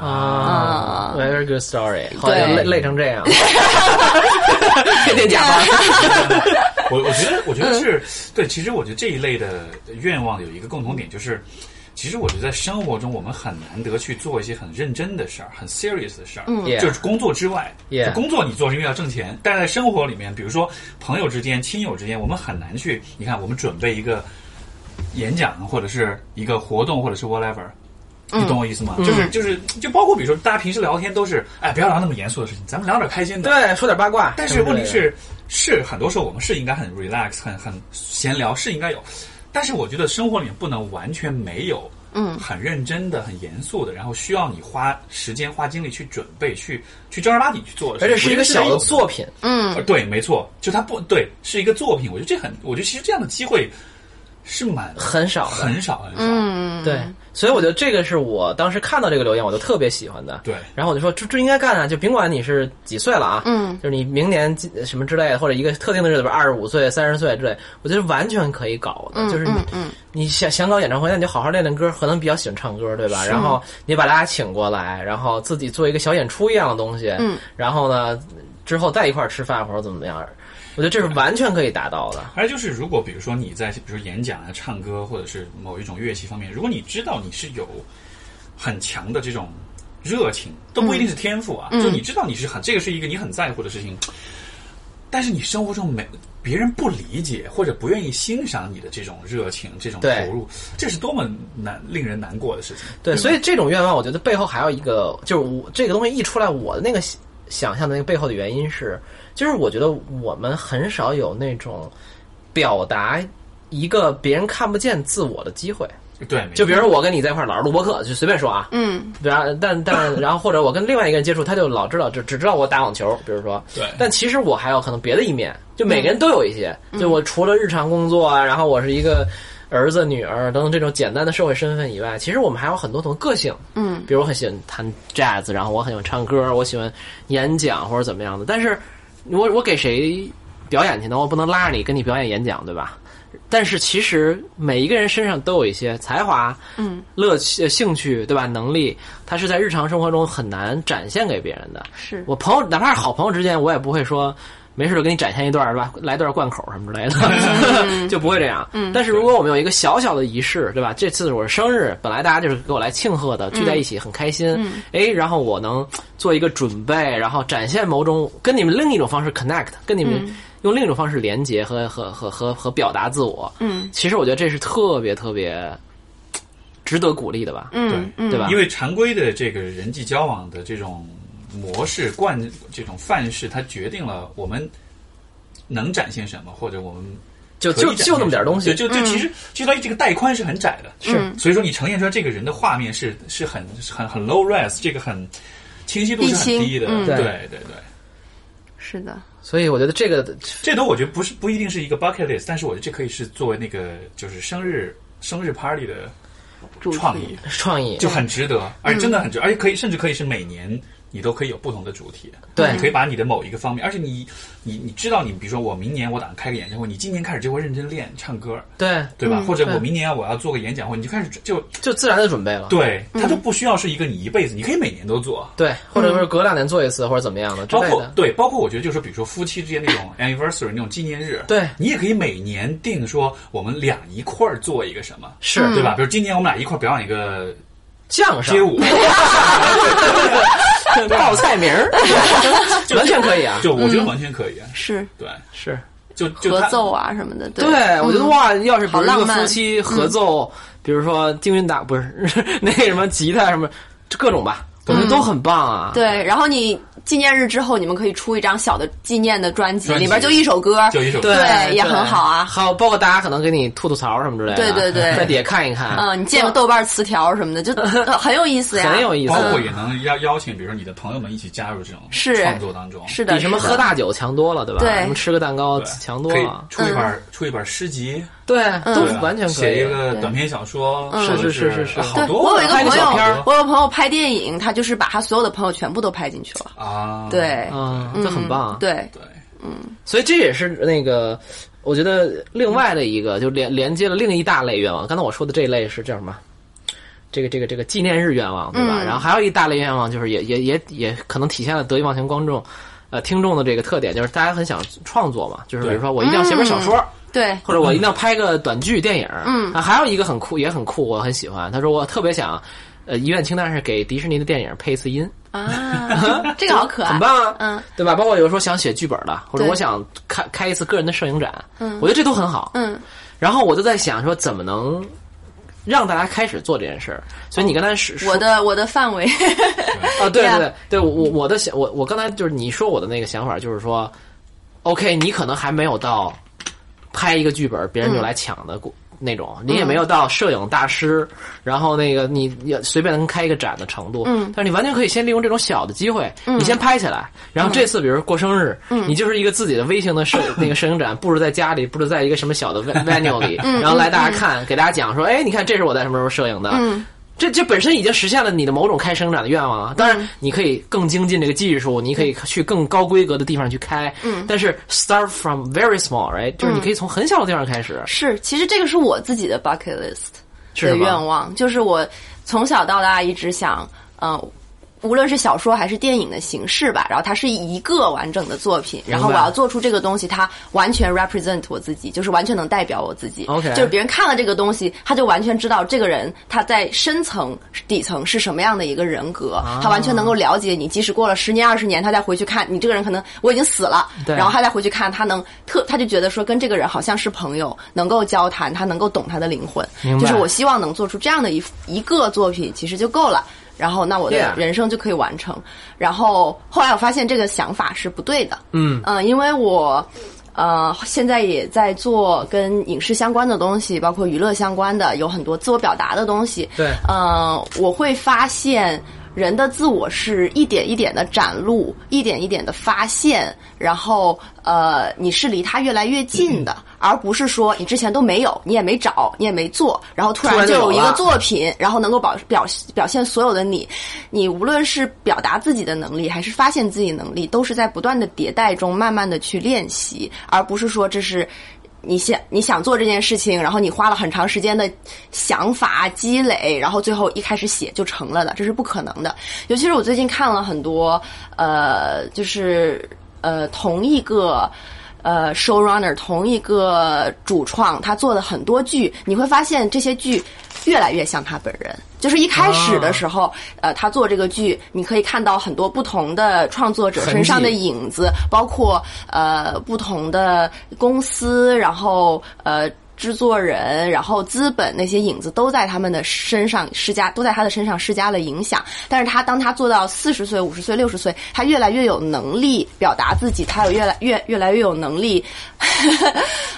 啊啊，very good story，后来就累累成这 样，天天讲吧，我我觉得，我觉得是对。其实我觉得这一类的愿望有一个共同点，就是其实我觉得在生活中我们很难得去做一些很认真的事儿，很 serious 的事儿。嗯 Yeah 就是工作之外 Yeah 就工作你做是因为要挣钱，但是在生活里面，比如说朋友之间、亲友之间，我们很难去。你看，我们准备一个演讲，或者是一个活动，或者是 whatever。你懂我意思嗯吗？就是就是，就包括比如说，大家平时聊天都是，哎，不要聊那么严肃的事情，咱们聊点开心的。对，说点八卦。但是问题，是，是很多时候我们是应该很 relax，很很闲聊，是应该有。但是我觉得生活里面不能完全没有，嗯，很认真的、很严肃的，然后需要你花时间、花精力去准备、去去正儿八经去做的事而情。且是一个小的作品，嗯，呃对，没错，就它不对，是一个作品。我觉得这很，我觉得其实这样的机会是蛮很少的很少很少。嗯，对，所以我觉得这个是我当时看到这个留言，我就特别喜欢的。对然后我就说这这应该干啊，就甭管你是几岁了啊，嗯，就是你明年几什么之类的，或者一个特定的日子，比如二十五岁、三十岁之类，我觉得完全可以搞的。就是你，你想想搞演唱会，那你就好好练练歌，可能比较喜欢唱歌，对吧？然后你把大家请过来，然后自己做一个小演出一样的东西，嗯，然后呢，之后再一块儿吃饭或者怎么怎么样，我觉得这是完全可以达到的。还有就是，如果比如说你在比如演讲啊、唱歌或者是某一种乐器方面，如果你知道你是有很强的这种热情，都不一定是天赋啊，嗯就你知道你是很这个是一个你很在乎的事情，但是你生活中没别人不理解或者不愿意欣赏你的这种热情、这种对投入，这是多么难令人难过的事情。对，所以这种愿望，我觉得背后还有一个，就是我这个东西一出来，我的那个想想象的那个背后的原因是，就是我觉得我们很少有那种表达一个别人看不见自我的机会。对，没就比错如说我跟你在一块儿老是录播课，就随便说啊，嗯，然后但但然后或者我跟另外一个人接触，他就老知道只只知道我打网球，比如说，对但其实我还有可能别的一面，就每个人都有一些，就我除了日常工作啊，然后我是一个儿子、女儿等等这种简单的社会身份以外，其实我们还有很多种个性，嗯，比如我很喜欢弹 jazz，然后我很喜欢唱歌，我喜欢演讲或者怎么样的，但是我我给谁表演去呢？我不能拉着你跟你表演演讲，对吧？但是其实每一个人身上都有一些才华，嗯，乐趣、兴趣，对吧？能力，它是在日常生活中很难展现给别人的。是我朋友，哪怕是好朋友之间，我也不会说没事就给你展现一段儿，对吧？来段贯口什么之类的， 就不会这样。但嗯是如果我们有一个小小的仪式，对吧？这次是我生日，本来大家就是给我来庆贺的，聚在一起很开心。哎，然后我能做一个准备，然后展现某种跟你们另一种方式 connect，跟你们用另一种方式连接和和和和和表达自我。嗯，其实我觉得这是特别特别值得鼓励的吧？对，对吧？因为常规的这个人际交往的这种模式、惯这种范式，它决定了我们能展现什么，或者我们就可以就展现就那么点儿东西嗯对，就就其实就到这个带宽是很窄的，是，所以说你呈现出来这个人的画面是是很很很 low res，这个很清晰度是很低的，沥青嗯对对对对。是的，所以我觉得这个这都我觉得不是不一定是一个 bucket list，但是我觉得这可以是作为那个就是生日生日 party 的主题创意，创意就很值嗯得，而且真的很值，而且可以甚至可以是每年你都可以有不同的主题，对你可以把你的某一个方面，而且你你你知道你，比如说我明年我打算开个演唱会，你今年开始就会认真练唱歌，对，对吧？或者嗯对我明年我要做个演讲会，你就开始就就自然的准备了。对，它嗯都不需要是一个你一辈子，你可以每年都做。对，或者说隔两年做一次，或者怎么样的之包类括的。对，包括我觉得就是，比如说夫妻之间那种 anniversary 那种纪念日，对你也可以每年定说我们俩一块儿做一个什么，是对吧？比如今年我们俩一块儿表演一个相声嗯街 舞，报菜名 儿，完全可以啊。就我觉得完全可以啊，是对，是，就就合他奏啊什么的，对我觉得哇，嗯要是比好如一个浪漫夫妻合奏，比如说京韵 嗯大不是那个什么吉他什么，就各种吧，我觉得都很棒啊。对，然后你纪念日之后，你们可以出一张小的纪念的专辑，专辑里边就一首歌，就一首歌对，也很好啊。还有包括大家可能给你吐吐槽什么之类的，对对对在底下看一看，嗯，你见个豆瓣词条什么 的，就呃很有意思呀，很有意思包。括也能邀邀请，比如说你的朋友们一起加入这种是创作当中，是的，比什么嗯是的喝大酒强多了，对吧？对什么吃个蛋糕对强多可以了，出一本嗯出一本诗集，对，都对吧完全可写一以。个短篇小说，嗯或者是是是是好对，多我有一个拍个朋小片友儿，我有朋友拍电影，他就是把他所有的朋友全部都拍进去了。啊，对，嗯，嗯这很棒。，对，对，所以这也是那个，我觉得另外的一个就连连接了另一大类愿望。刚才我说的这一类是叫什么？这个这个这个纪念日愿望，对吧？嗯然后还有一大类愿望，就是也也也也可能体现了得意忘形观众。呃，听众的这个特点就是大家很想创作嘛，就是比如说我一定要写本小说， 对，或者我一定要拍个短剧、电影。嗯，啊，还有一个很酷，也很酷，我很喜欢。他说我特别想，呃，遗愿清单是给迪士尼的电影配一次音，啊，这个好可爱，很棒啊，嗯，对吧？包括有时候想写剧本的，或者对我想开开一次个人的摄影展，嗯，我觉得这都很好。嗯，然后我就在想说，怎么能让大家开始做这件事儿？所以你刚才是我的我的范围，啊，对对 Yeah 对对，我我我的想我我刚才就是你说我的那个想法就是说，OK，你可能还没有到拍一个剧本别嗯人就来抢的过那种，你也没有到摄影大师，然后那个你也随便能开一个展的程度，嗯，但是你完全可以先利用这种小的机会，嗯你先拍起来，然后这次比如说过生日，你就是一个自己的微型的摄那个摄影展，布置在家里，布置在一个什么小的 ve- venue 里，嗯然后来大家看，给大家讲说，哎，你看这是我在什么时候摄影的，嗯这这本身已经实现了你的某种开生长的愿望啊。当嗯然，你可以更精进这个技术，你可以去更高规格的地方去开。嗯，但是 start from very small，right？就是嗯你可以从很小的地方开始，是，其实这个是我自己的 bucket list 是的什么愿望，就是我从小到大一直想，嗯、无论是小说还是电影的形式吧，然后它是一个完整的作品，然后我明白要做出这个东西，它完全 represent 我自己，就是完全能代表我自己。 OK 就是别人看了这个东西，他就完全知道这个人他在深层底层是什么样的一个人格，啊他完全能够了解你。即使过了十年二十年，他再回去看你这个人，可能我已经死了，对然后他再回去看，他能特他就觉得说跟这个人好像是朋友，能够交谈，他能够懂他的灵魂。明白就是我希望能做出这样的一一个作品，其实就够了。然后，那我 Yeah 的人生就可以完成。然后后来我发现这个想法是不对的，嗯嗯、因为我呃现在也在做跟影视相关的东西，包括娱乐相关的，有很多自我表达的东西。对呃，我会发现人的自我是一点一点的展露，一点一点的发现，然后呃，你是离他越来越近的，而不是说你之前都没有，你也没找，你也没做，然后突突然然就就有有一个了作品，然后能够表表表现所有的你，你无论是表达自己的能力，还是发现自己能力，都是在不断的迭代中，慢慢的去练习，而不是说这是。你想你想做这件事情，然后你花了很长时间的想法积累，然后最后一开始写就成了的，这是不可能的。尤其是我最近看了很多，呃，就是呃同一个呃 showrunner 同一个主创，他做了很多剧，你会发现这些剧越来越像他本人。就是一开始的时候，啊呃，他做这个剧，你可以看到很多不同的创作者痕迹身上的影子，包括呃不同的公司，然后呃。制作人，然后资本那些影子都在他们的身上施加，都在他的身上施加了影响。但是他当他做到四十岁、五十岁、六十岁，他越来越有能力表达自己，他有越来越越来越有能力，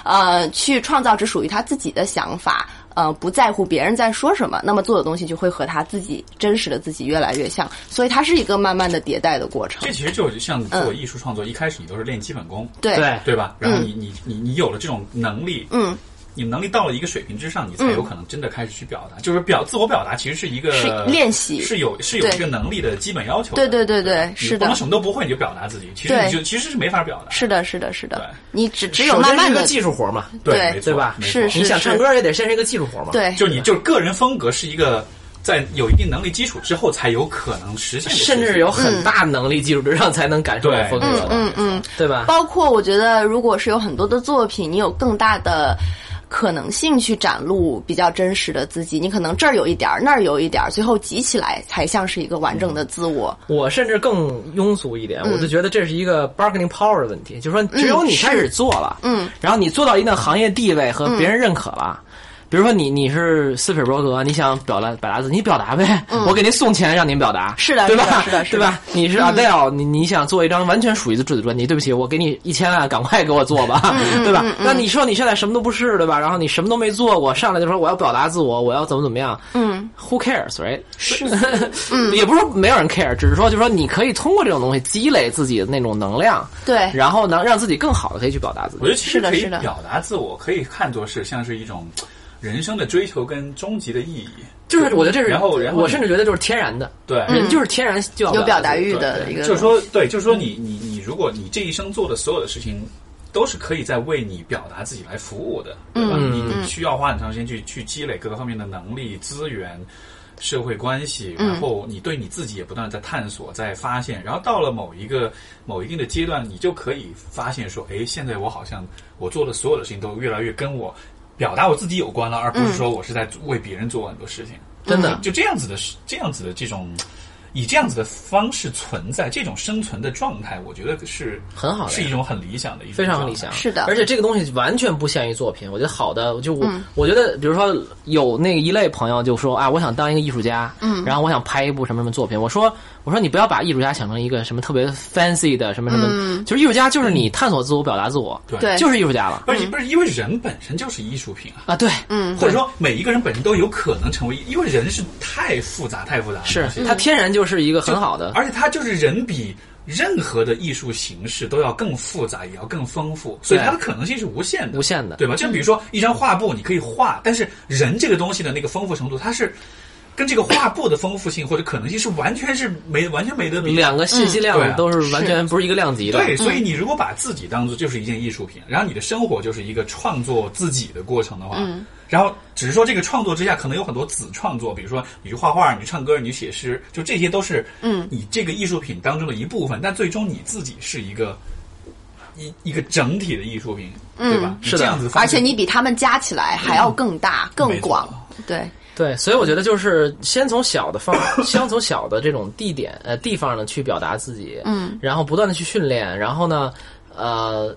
呃，去创造只属于他自己的想法。呃，不在乎别人在说什么，那么做的东西就会和他自己真实的自己越来越像，所以它是一个慢慢的迭代的过程这。其实就像你嗯做艺术创作，一开始你都是练基本功，对对对吧？然后你你你你有了这种能力，嗯，你能力到了一个水平之上，你才有可能真的开始去表达。就是表自我表达，其实是一个是练习是有是有对这个能力的基本要求对的。对对对，你是不的能，什么都不会你就表达自己，其实对你就其实是没法表达。是的，是的，是的对，你只只只有慢慢一个的技术活嘛，对没错，对吧没错是你想唱歌也得先是一个技术活嘛，，对，就你就是个人风格是一个在有一定能力基础之后才有可能实现的事情，甚至有很大能力基础之上才能感受到对风格的，嗯嗯，对吧？包括我觉得，如果是有很多的作品，你有更大的。可能性去展露比较真实的自己，你可能这儿有一点儿，那儿有一点儿，最后集起来才像是一个完整的自我。我甚至更庸俗一点，嗯我就觉得这是一个 bargaining power 的问题，嗯就是说只有你开始做了，嗯，然后你做到一定的行业地位和别人认可了，比如说你你是斯皮尔伯格，你想表达表达自己，你表达呗，我给您送钱让您表达，嗯是的对吧？是的是的是的嗯对吧？你是 Adele，、你你想做一张完全属于自己的专辑，对不起，我给你一千万， 赶快给我做吧，嗯对吧、那你说你现在什么都不是，对吧？然后你什么都没做过，上来就说我要表达自我，我要怎么怎么样，嗯，Who cares，right？是， 嗯，也不是说没有人 care，只是说就是说你可以通过这种东西积累自己的那种能量，对然后能让自己更好的可以去表达自己嗯我觉。得其实是的可以是的表达自我，可以看作是像是一种人生的追求跟终极的意义。就是我觉得这是，然后然后我甚至觉得就是天然的，对，人就是天然就要嗯有表达自己欲啊对的一个，就是说，对，就是说你，你你如果你这一生做的所有的事情，都是可以在为你表达自己来服务的，对吧？嗯你你需要花很长时间去去积累各个方面的能力、资源、社会关系，嗯然后你对你自己也不断地在探索、在发现，然后到了某一个某一定的阶段，你就可以发现说，哎，现在我好像我做的所有的事情都越来越跟我。表达我自己有关了，而不嗯是说我是在为别人做很多事情。真的就这样子的，这样子的这种，以这样子的方式存在，这种生存的状态，我觉得是很好的呀是一种很理想的一种非常状态理想，是的嗯而且这个东西完全不限于作品，我觉得好的就我、我觉得，比如说有那个一类朋友就说啊，我想当一个艺术家，嗯，然后我想拍一部什么什么作品。我说我说你不要把艺术家想成一个什么特别 fancy 的什么什么，就是艺术家就是你探索自我、表达自我，对嗯对就是艺术家了不是不是，因为人本身就是艺术品啊，啊，对，嗯，或者说每一个人本身都有可能成为，因为人是太复杂太复杂的是东西了，他天然就是一个很好的，而且它就是人比任何的艺术形式都要更复杂，也要更丰富，所以它的可能性是无限的，无限的嗯对吧？就比如说一张画布，你可以画，但是人这个东西的那个丰富程度，它是跟这个画布的丰富性或者可能性是完全是没完全没得比的。两个信息嗯对啊量都是完全不是一个量级的，对，所以你如果把自己当做就是一件艺术品，然后你的生活就是一个创作自己的过程的话，然后只是说这个创作之下可能有很多子创作，比如说你去画画，你去唱歌，你去写诗，就这些都是嗯你这个艺术品当中的一部分，但最终你自己是一个一一个整体的艺术品，对吧？是的这样子的方而式，且你比他们加起来还要更大、更广，对。对，所以我觉得就是先从小的 方，先从小的这种地点呃地方呢去表达自己，嗯，然后不断的去训练，然后呢，呃，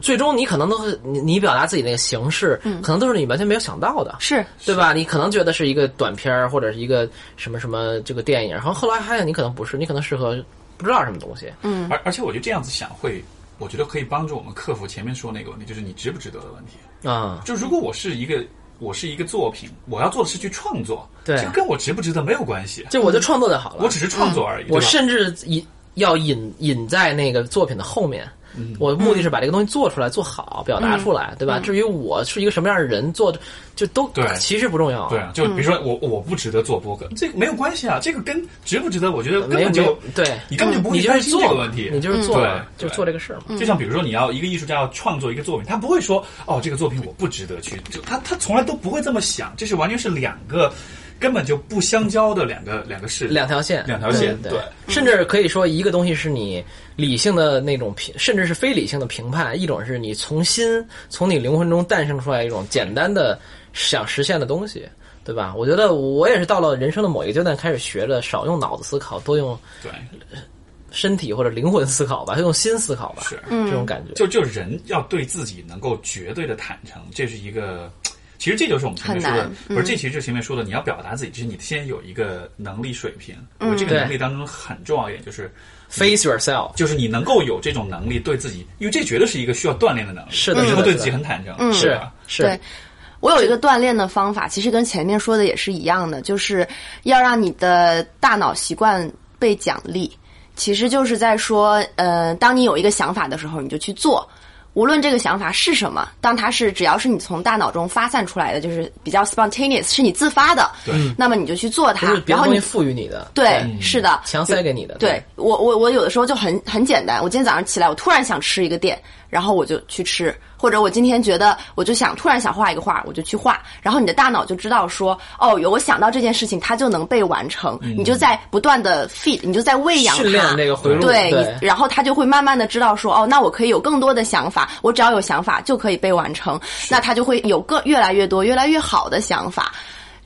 最终你可能都是你你表达自己那个形式，可能都是你完全没有想到的，是对吧？你可能觉得嗯是一个短片儿或者是一个什么什么这个电影，然后后来发现你可能不是，你可能适合不知道什么东西，嗯，而而且我觉得这样子想会，我觉得可以帮助我们克服前面说那个问题，就是你值不值得的问题。啊，就如果我是一个我是一个作品，我要做的是去创作，对啊这个跟我值不值得没有关系，就我就创作就好了，我只是创作而已。我对吧甚至引要引引在那个作品的后面。嗯我的目的是把这个东西做出来、做好、表达出来，对吧？至于我是一个什么样的人，做就都对其实不重要。对啊，就比如说我我不值得做播客，这个没有关系啊，这个跟值不值得，我觉得根呃没有本没有就对，你根本就不会你就担是心这做个嘛问题，你就是做对嘛，就对做这个事儿嘛。就像比如说，你要一个艺术家要创作一个作品，他不会说哦，这个作品我不值得去，就他他从来都不会这么想，这是完全是两个根本就不相交的两个两个事，两条线，两条线，对对，甚至可以说一个东西是你理性的那种评，甚至是非理性的评判；一种是你从心从你灵魂中诞生出来一种简单的想实现的东西，对吧？我觉得我也是到了人生的某一个阶段，开始学着少用脑子思考，多用对，身体或者灵魂思考吧，用心思考吧，是嗯这种感觉。就就人要对自己能够绝对的坦诚，这是一个，其实这就是我们前面说的很，不嗯是、这其实就是前面说的，你要表达自己，就是你先有一个能力水平。我这嗯个对能力当中很重要一点就是， Face yourself，就是你能够有这种能力对自己，因为这绝对是一个需要锻炼的能力，是的你能是的够对是自己的很坦诚，对是吧是，对我有一个锻炼的方法，其实跟前面说的也是一样的，就是要让你的大脑习惯被奖励。其实就是在说，呃，当你有一个想法的时候，你就去做。无论这个想法是什么，当它是只要是你从大脑中发散出来的，就是比较 spontaneous，是你自发的，对那么你就去做它不是，别然的后东西你赋予你的，对，是的，嗯强塞给你的，对我，我我有的时候就很很简单，我今天早上起来，我突然想吃一个店，然后我就去吃，或者我今天觉得我就想突然想画一个画，我就去画，然后你的大脑就知道说，哦，有我想到这件事情，它就能被完成，你就在不断的 feed，你就在喂养它，嗯训练这个回路，对，对你，然后他就会慢慢的知道说，哦，那我可以有更多的想法，我只要有想法就可以被完成，那他就会有更越来越多、越来越好的想法，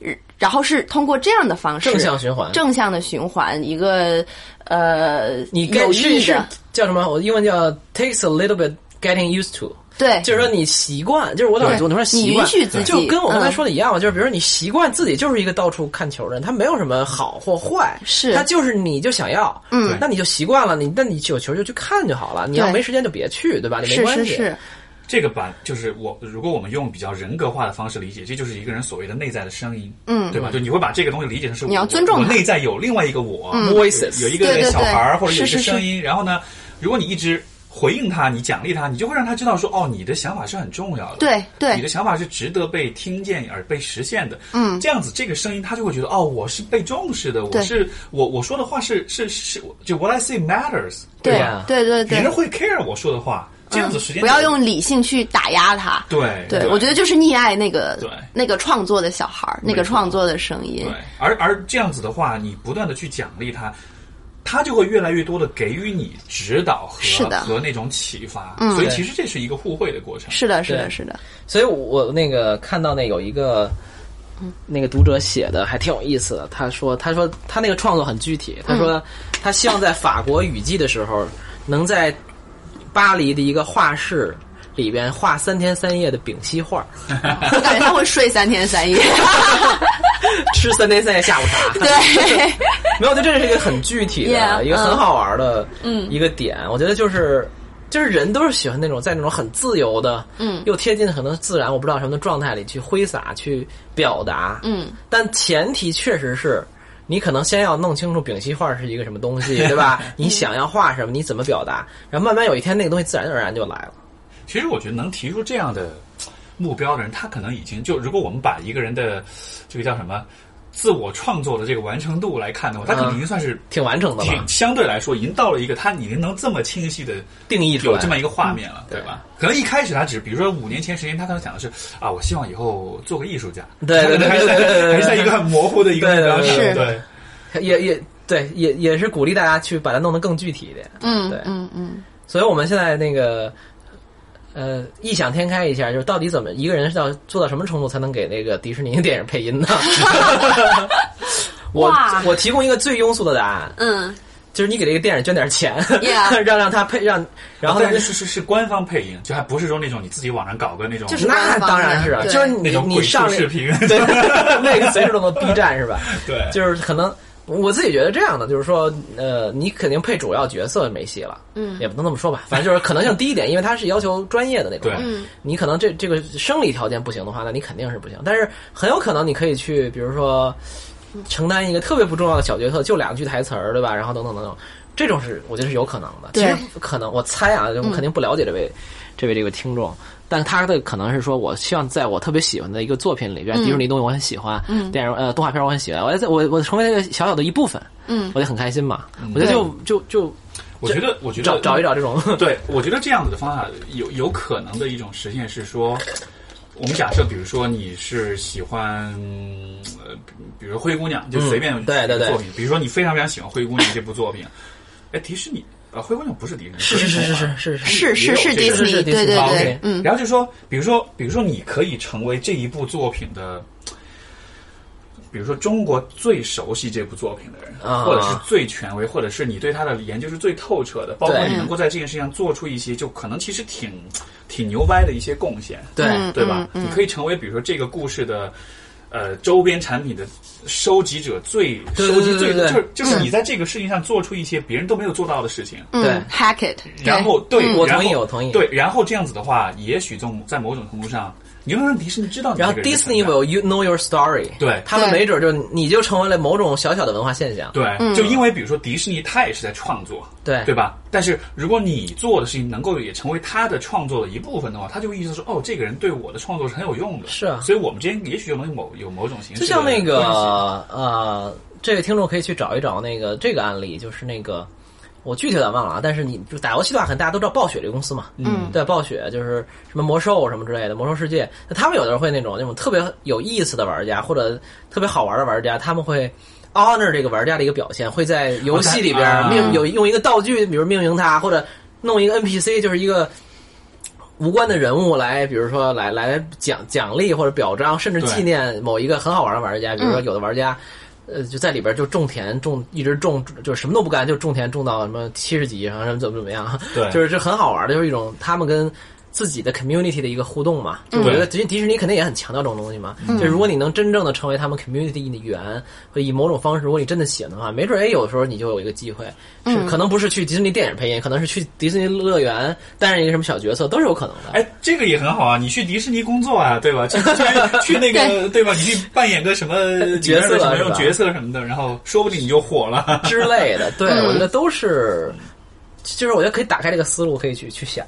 呃然后是通过这样的方式正向循环正向的循环，一个呃你有该是意义是的，叫什么？我英文叫 takes a little bit getting used to。对，就是说你习惯，就是我老哎对我们说习你惯，允许自己就跟我刚才嗯说的一样嘛，就是比如说你习惯自己就是一个到处看球的人，他没有什么好或坏，是他就是你就想要，嗯那你就习惯了，你那你有球就去看就好了，你要对没时间就别去，对吧？你没是关系，是是，这个版就是我，如果我们用比较人格化的方式理解，这就是一个人所谓的内在的声音，嗯对吧？就你会把这个东西理解成是你要我尊重我它内在有另外一个我，嗯 voices 嗯有一个对对对小孩儿或者是有一个是是声音，然后呢，如果你一直回应他，你奖励他，你就会让他知道说，哦，你的想法是很重要的，对对你的想法是值得被听见而被实现的，嗯，这样子这个声音他就会觉得，哦，我是被重视的，我对是我我说的话是是是，就 what I say matters，对吧对对别对嗯人，会 care 我说的话，这样子时间不要用理性去打压他。对对，我觉得就是溺爱那个对那个创作的小孩儿，那个没错创作的声音对。，而而这样子的话，你不断的去奖励他，他就会越来越多的给予你指导和是的嗯和那种启发。所以其实这是一个互惠的过程。是的，是的，对是的，所以我那个看到那有一个。那个读者写的还挺有意思的，他说：“他说他那个创作很具体，他说他希望在法国雨季的时候，能在巴黎的一个画室里边画三天三夜的丙烯画，我感觉他会睡三天 三夜。吃三天三夜下午茶。对，没有，就这是一个很具体的 Yeah，一个很嗯好玩的一个点。我觉得就是就是人都是喜欢那种在那种很自由的，嗯，又贴近可能自然，我不知道什么的状态里去挥洒、去表达，嗯。但前提确实是。你可能先要弄清楚丙烯画是一个什么东西，对吧？你想要画什么，你怎么表达，然后慢慢有一天那个东西自然而然就来了。其实我觉得能提出这样的目标的人，他可能已经就如果我们把一个人的这个叫什么自我创作的这个完成度来看的话，他可能已经算是。挺完整的挺嗯了，相对来说，已经到了一个他已经能这么清晰的定义出有来嗯这。么一个画面了，对吧？可能一开始他只，比如说五年前、十年，他可能想的是啊，我希望以后做个艺术家，对对对还对是对对对对在还是在一个很模糊的一个目标上，对对对对，也也对，也也是鼓励大家去把它弄得更具体一点。嗯对嗯嗯，所以我们现在那个，呃，异想天开一下，就是到底怎么一个人是要做到什么程度才能给那个迪士尼电影配音呢？ 我哇我提供一个最庸俗的答案，嗯，就是你给这个电影捐点钱 Yeah 让让他配让，然后啊但呢是是是是官方配音，就还不是说那种你自己网上搞个那种，就是那当然是啊，对就是那你种你鬼畜上视频，对 那个随时都能 B 站是吧？对就是可能我自己觉得这样的，就是说，呃，你肯定配主要角色没戏了，嗯，也不能这么说吧，反正就是可能性低一点，因为它是要求专业的那种对嘛，嗯你可能这这个生理条件不行的话，那你肯定是不行，但是很有可能你可以去，比如说承担一个特别不重要的小角色，就两句台词儿，对吧？然后等等等等。这种是我觉得是有可能的，其对实可能我猜啊，我肯定不了解这位、这位这个听众，但他的可能是说，我希望在我特别喜欢的一个作品里边，迪士尼东西我很喜欢，电影呃动画片我很喜欢，我要在我我成为那个小小的一部分，嗯，我就很开心嘛。我觉得就就就我觉得我觉得找找一找这种，对，我觉得这样子的方法有有可能的一种实现是说，我们假设，比如说你是喜欢，呃，比比如说《灰姑娘》，就随便嗯对对对作品，比如说你非常非常喜欢《灰姑娘》这部作品，哎，迪士尼啊，呃《灰姑娘》不是迪士尼，是是是是是。是是是也有是是迪士这个是尼，迪对士尼对好对 OK，，嗯，然后就说，比如说，比如说，你可以成为这一部作品的，比如说中国最熟悉这部作品的人，啊或者是最权威，或者是你对他的研究是最透彻的，包括对你能够在这件事情上做出一些，就可能其实挺挺牛掰的一些贡献，对嗯对吧？你可以成为比如说这个故事的。呃，周边产品的收集者最对收集对最对对就是就是你在这个事情上做出一些别人都没有做到的事情，嗯对，Hackett，然后对，我然同意后我同意对，然后这样子的话，也许在在某种程度上，你就能让迪士尼知道你这然个后人的迪士尼存在有 You Know Your Story，对他们对没准就你就成为了某种小小的文化现象，对，就因为比如说迪士尼，它也是在创作，对对吧？但是如果你做的事情能够也成为他的创作的一部分的话，他就会意识到说，哦，这个人对我的创作是很有用的。是啊所以我们之间也许有能某有某种形式就的关系，像那个呃，这位听众可以去找一找那个这个案例，就是那个我具体有点忘了啊，但是你就打游戏的话，可能大家都知道暴雪这个公司嘛，嗯，对，暴雪就是什么魔兽什么之类的，魔兽世界，那他们有的人会那种那种特别有意思的玩家或者特别好玩的玩家，他们会。honor 这个玩家的一个表现，会在游戏里边啊儿他命有用一个道具，比如命名他，或者弄一个 NPC，就是一个无关的人物来，比如说来来奖奖励或者表彰，甚至对纪念某一个很好玩的玩家，比如说有的玩家。呃，就在里边就种田种，一直种，就什么都不干，就种田种到什么七十几，然啊后什么怎么怎么样，对就是这很好玩的，就是一种他们跟自己的 community 的一个互动嘛。就我觉得迪迪士尼肯定也很强调这种东西嘛。就如果你能真正的成为他们 community 的一员，或以某种方式，如果你真的喜欢的话，没准哎，有时候你就有一个机会，是可能不是去迪士尼电影配音，可能是去迪士尼乐园担任一个什么小角色，都是有可能的。哎，这个也很好啊！你去迪士尼工作啊，对吧？去去去 那个对吧？你去扮演个什么角色啊里面的什么是吧种角色什么的，然后说不定你就火了。之类的，对、我觉得都是，就是我觉得可以打开这个思路，可以去去想。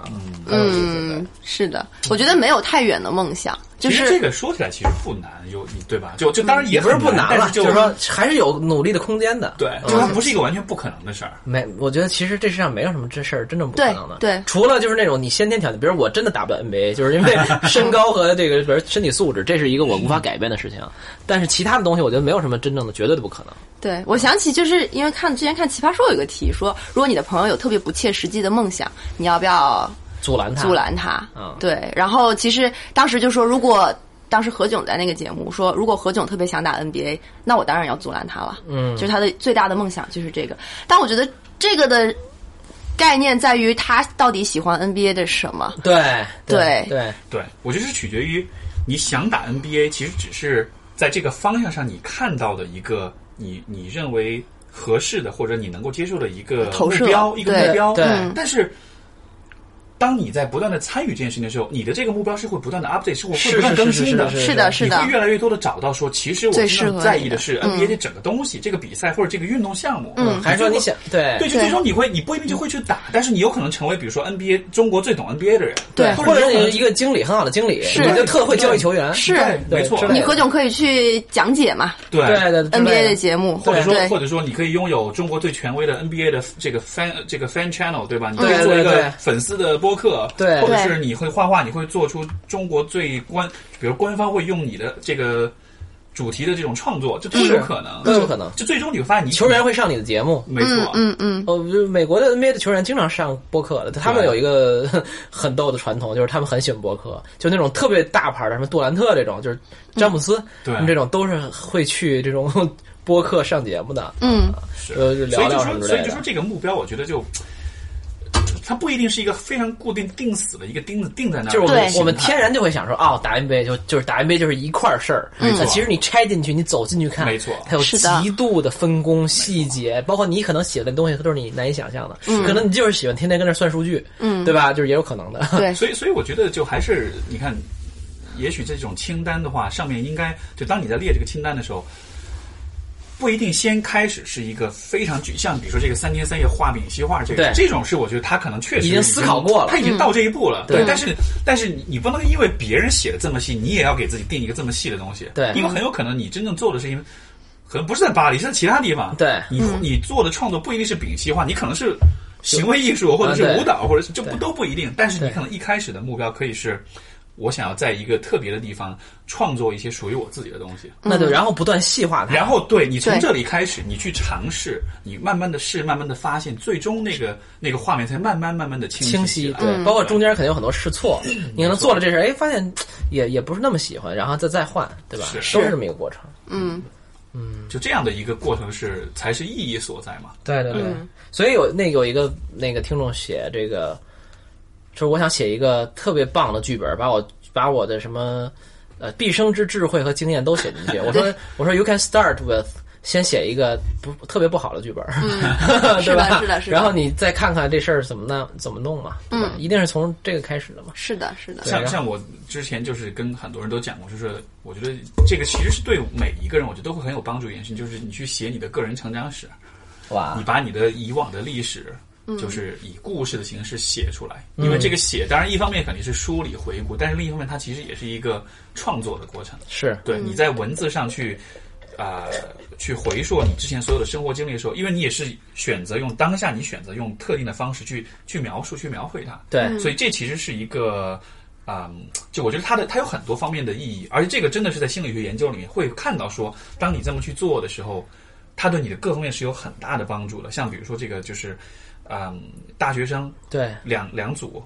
嗯，是的，我觉得没有太远的梦想，就其实这是个说起来其实不难，有你对吧？就就当然也嗯也不是很不难但了，是就就是说嗯还是有努力的空间的。对，就它不是一个完全不可能的事儿。没，我觉得其实这世上没有什么这事儿真正不可能的。对对除了就是那种你先天条件，比如我真的打不了 NBA，就是因为身高和这个比如身体素质，这是一个我无法改变的事情。但是其他的东西，我觉得没有什么真正的绝对的不可能。对我想起，就是因为看之前看《奇葩说》有一个题说，如果你的朋友有特别不切实际的梦想，你要不要阻拦他，阻拦他。嗯对。然后其实当时就说，如果当时何炅在那个节目说，如果何炅特别想打 NBA，那我当然要阻拦他了。嗯，就是他的最大的梦想就是这个。但我觉得这个的概念在于他到底喜欢 NBA 的什么。对对对，对我觉得是取决于你想打 NBA，其实只是在这个方向上你看到的一个你你认为合适的或者你能够接受的一个投目射标一个对目标。对但是。当你在不断的参与这件事情的时候，你的这个目标是会不断的 update，是会是会不断更新的。是是的，是的你会，越来越多的找到说，其实我最真适合正在意你的嗯的是 NBA 这整个东西，这个比赛或者这个运动项目。嗯还是说你想对对，就最终你会，你不一定就会去打，但是你有可能成为，比如说 NBA 中国最懂 NBA 的人，对或或者者有可能你一个经理很好的经理，是你就特会教育球员，是对没错对，你 何炅可以去讲解嘛对对对之类 NBA 的节目，或者说对或者说你可以拥有中国最权威的 NBA 的这个 fan 这个 fan channel，对吧？你可对以做对一个对粉丝的播客，对或者是你会画画，你会做出中国最官，比如官方会用你的这个主题的这种创作，这都有可能，都有可能就最终你会发现你，球员会上你的节目，没错，啊嗯嗯，哦，就是美国的 NBA 的球员经常上播客的，他啊们有一个 很逗的传统，就是他们很喜欢播客，就那种特别大牌的，什么杜兰特这种，就是詹姆斯，嗯对这种都是会去这种 播客上节目的，嗯，呃，就所聊以就聊什么说，之所类以就说的。这个目标，我觉得就。它不一定是一个非常固定、定死的一个钉子钉在那儿，就是我们对我们天然就会想说，哦，打 NBA 就就是打 NBA 就是一块儿事儿，错但其实你拆进去，你走进去看，没错它有是的极度的分工细节，包括你可能写的东西都是你难以想象的，嗯可能你就是喜欢天天跟那儿算数据，嗯，对吧？就是也有可 能的，对，所以，所以我觉得就还是你看，也许这种清单的话，上面应该就当你在列这个清单的时候，不一定先开始是一个非常具象，比如说这个三天三夜画饼西画这个，对这种是我觉得他可能确实已经思考过了他已经到这一步了。对对，但是但是你你不能因为别人写的这么细，你也要给自己定一个这么细的东西。对因为很有可能你真正做的事情。可能不是在巴黎，是在其他地方。对你你做的创作不一定是丙烯画，你可能是行为艺术，或者是啊对舞蹈，或者是就不对都不一定。但是你对可能一开始的目标可以是，我想要在一个特别的地方创作一些属于我自己的东西。那就然后不断细化它，然后对你从对这里开始，你去尝试，你慢慢的试，慢慢的发现，最终那个那个画面才慢慢慢慢的清清晰，晰起来。嗯对，包括中间肯定有很多试错，你可能做了这事，哎，发现也也不是那么喜欢，然后再再换，对吧？是都是这么一个过程。就这样的一个过程是才是意义所在嘛。对对对，嗯所以有那有一个那个听众写这个，就是我想写一个特别棒的剧本，把我把我的什么呃毕生之智慧和经验都写进 去。我说我说 you can start with。先写一个不特别不好的剧本， 对吧？嗯是的是的嗯然后你再看看这事儿怎么弄，怎么弄嘛，对吧？一定是从这个开始的嘛。是的，是的，对像然后像我之前就是跟很多人都讲过，就是我觉得这个其实是对每一个人，我觉得都会很有帮助。一件事情就是你去写你的个人成长史，哇你把你的以往的历史，就是以故事的形式写出来。因为这个写，当然一方面肯定是梳理回顾，但是另一方面它其实也是一个创作的过程。是对，你在文字上去。啊、去回溯你之前所有的生活经历的时候，因为你也是选择用当下，你选择用特定的方式去去描述、去描绘它。对，所以这其实是一个，啊、就我觉得它的它有很多方面的意义，而且这个真的是在心理学研究里面会看到说，当你这么去做的时候，它对你的各方面是有很大的帮助的。像比如说这个就是，嗯、大学生对，两两组，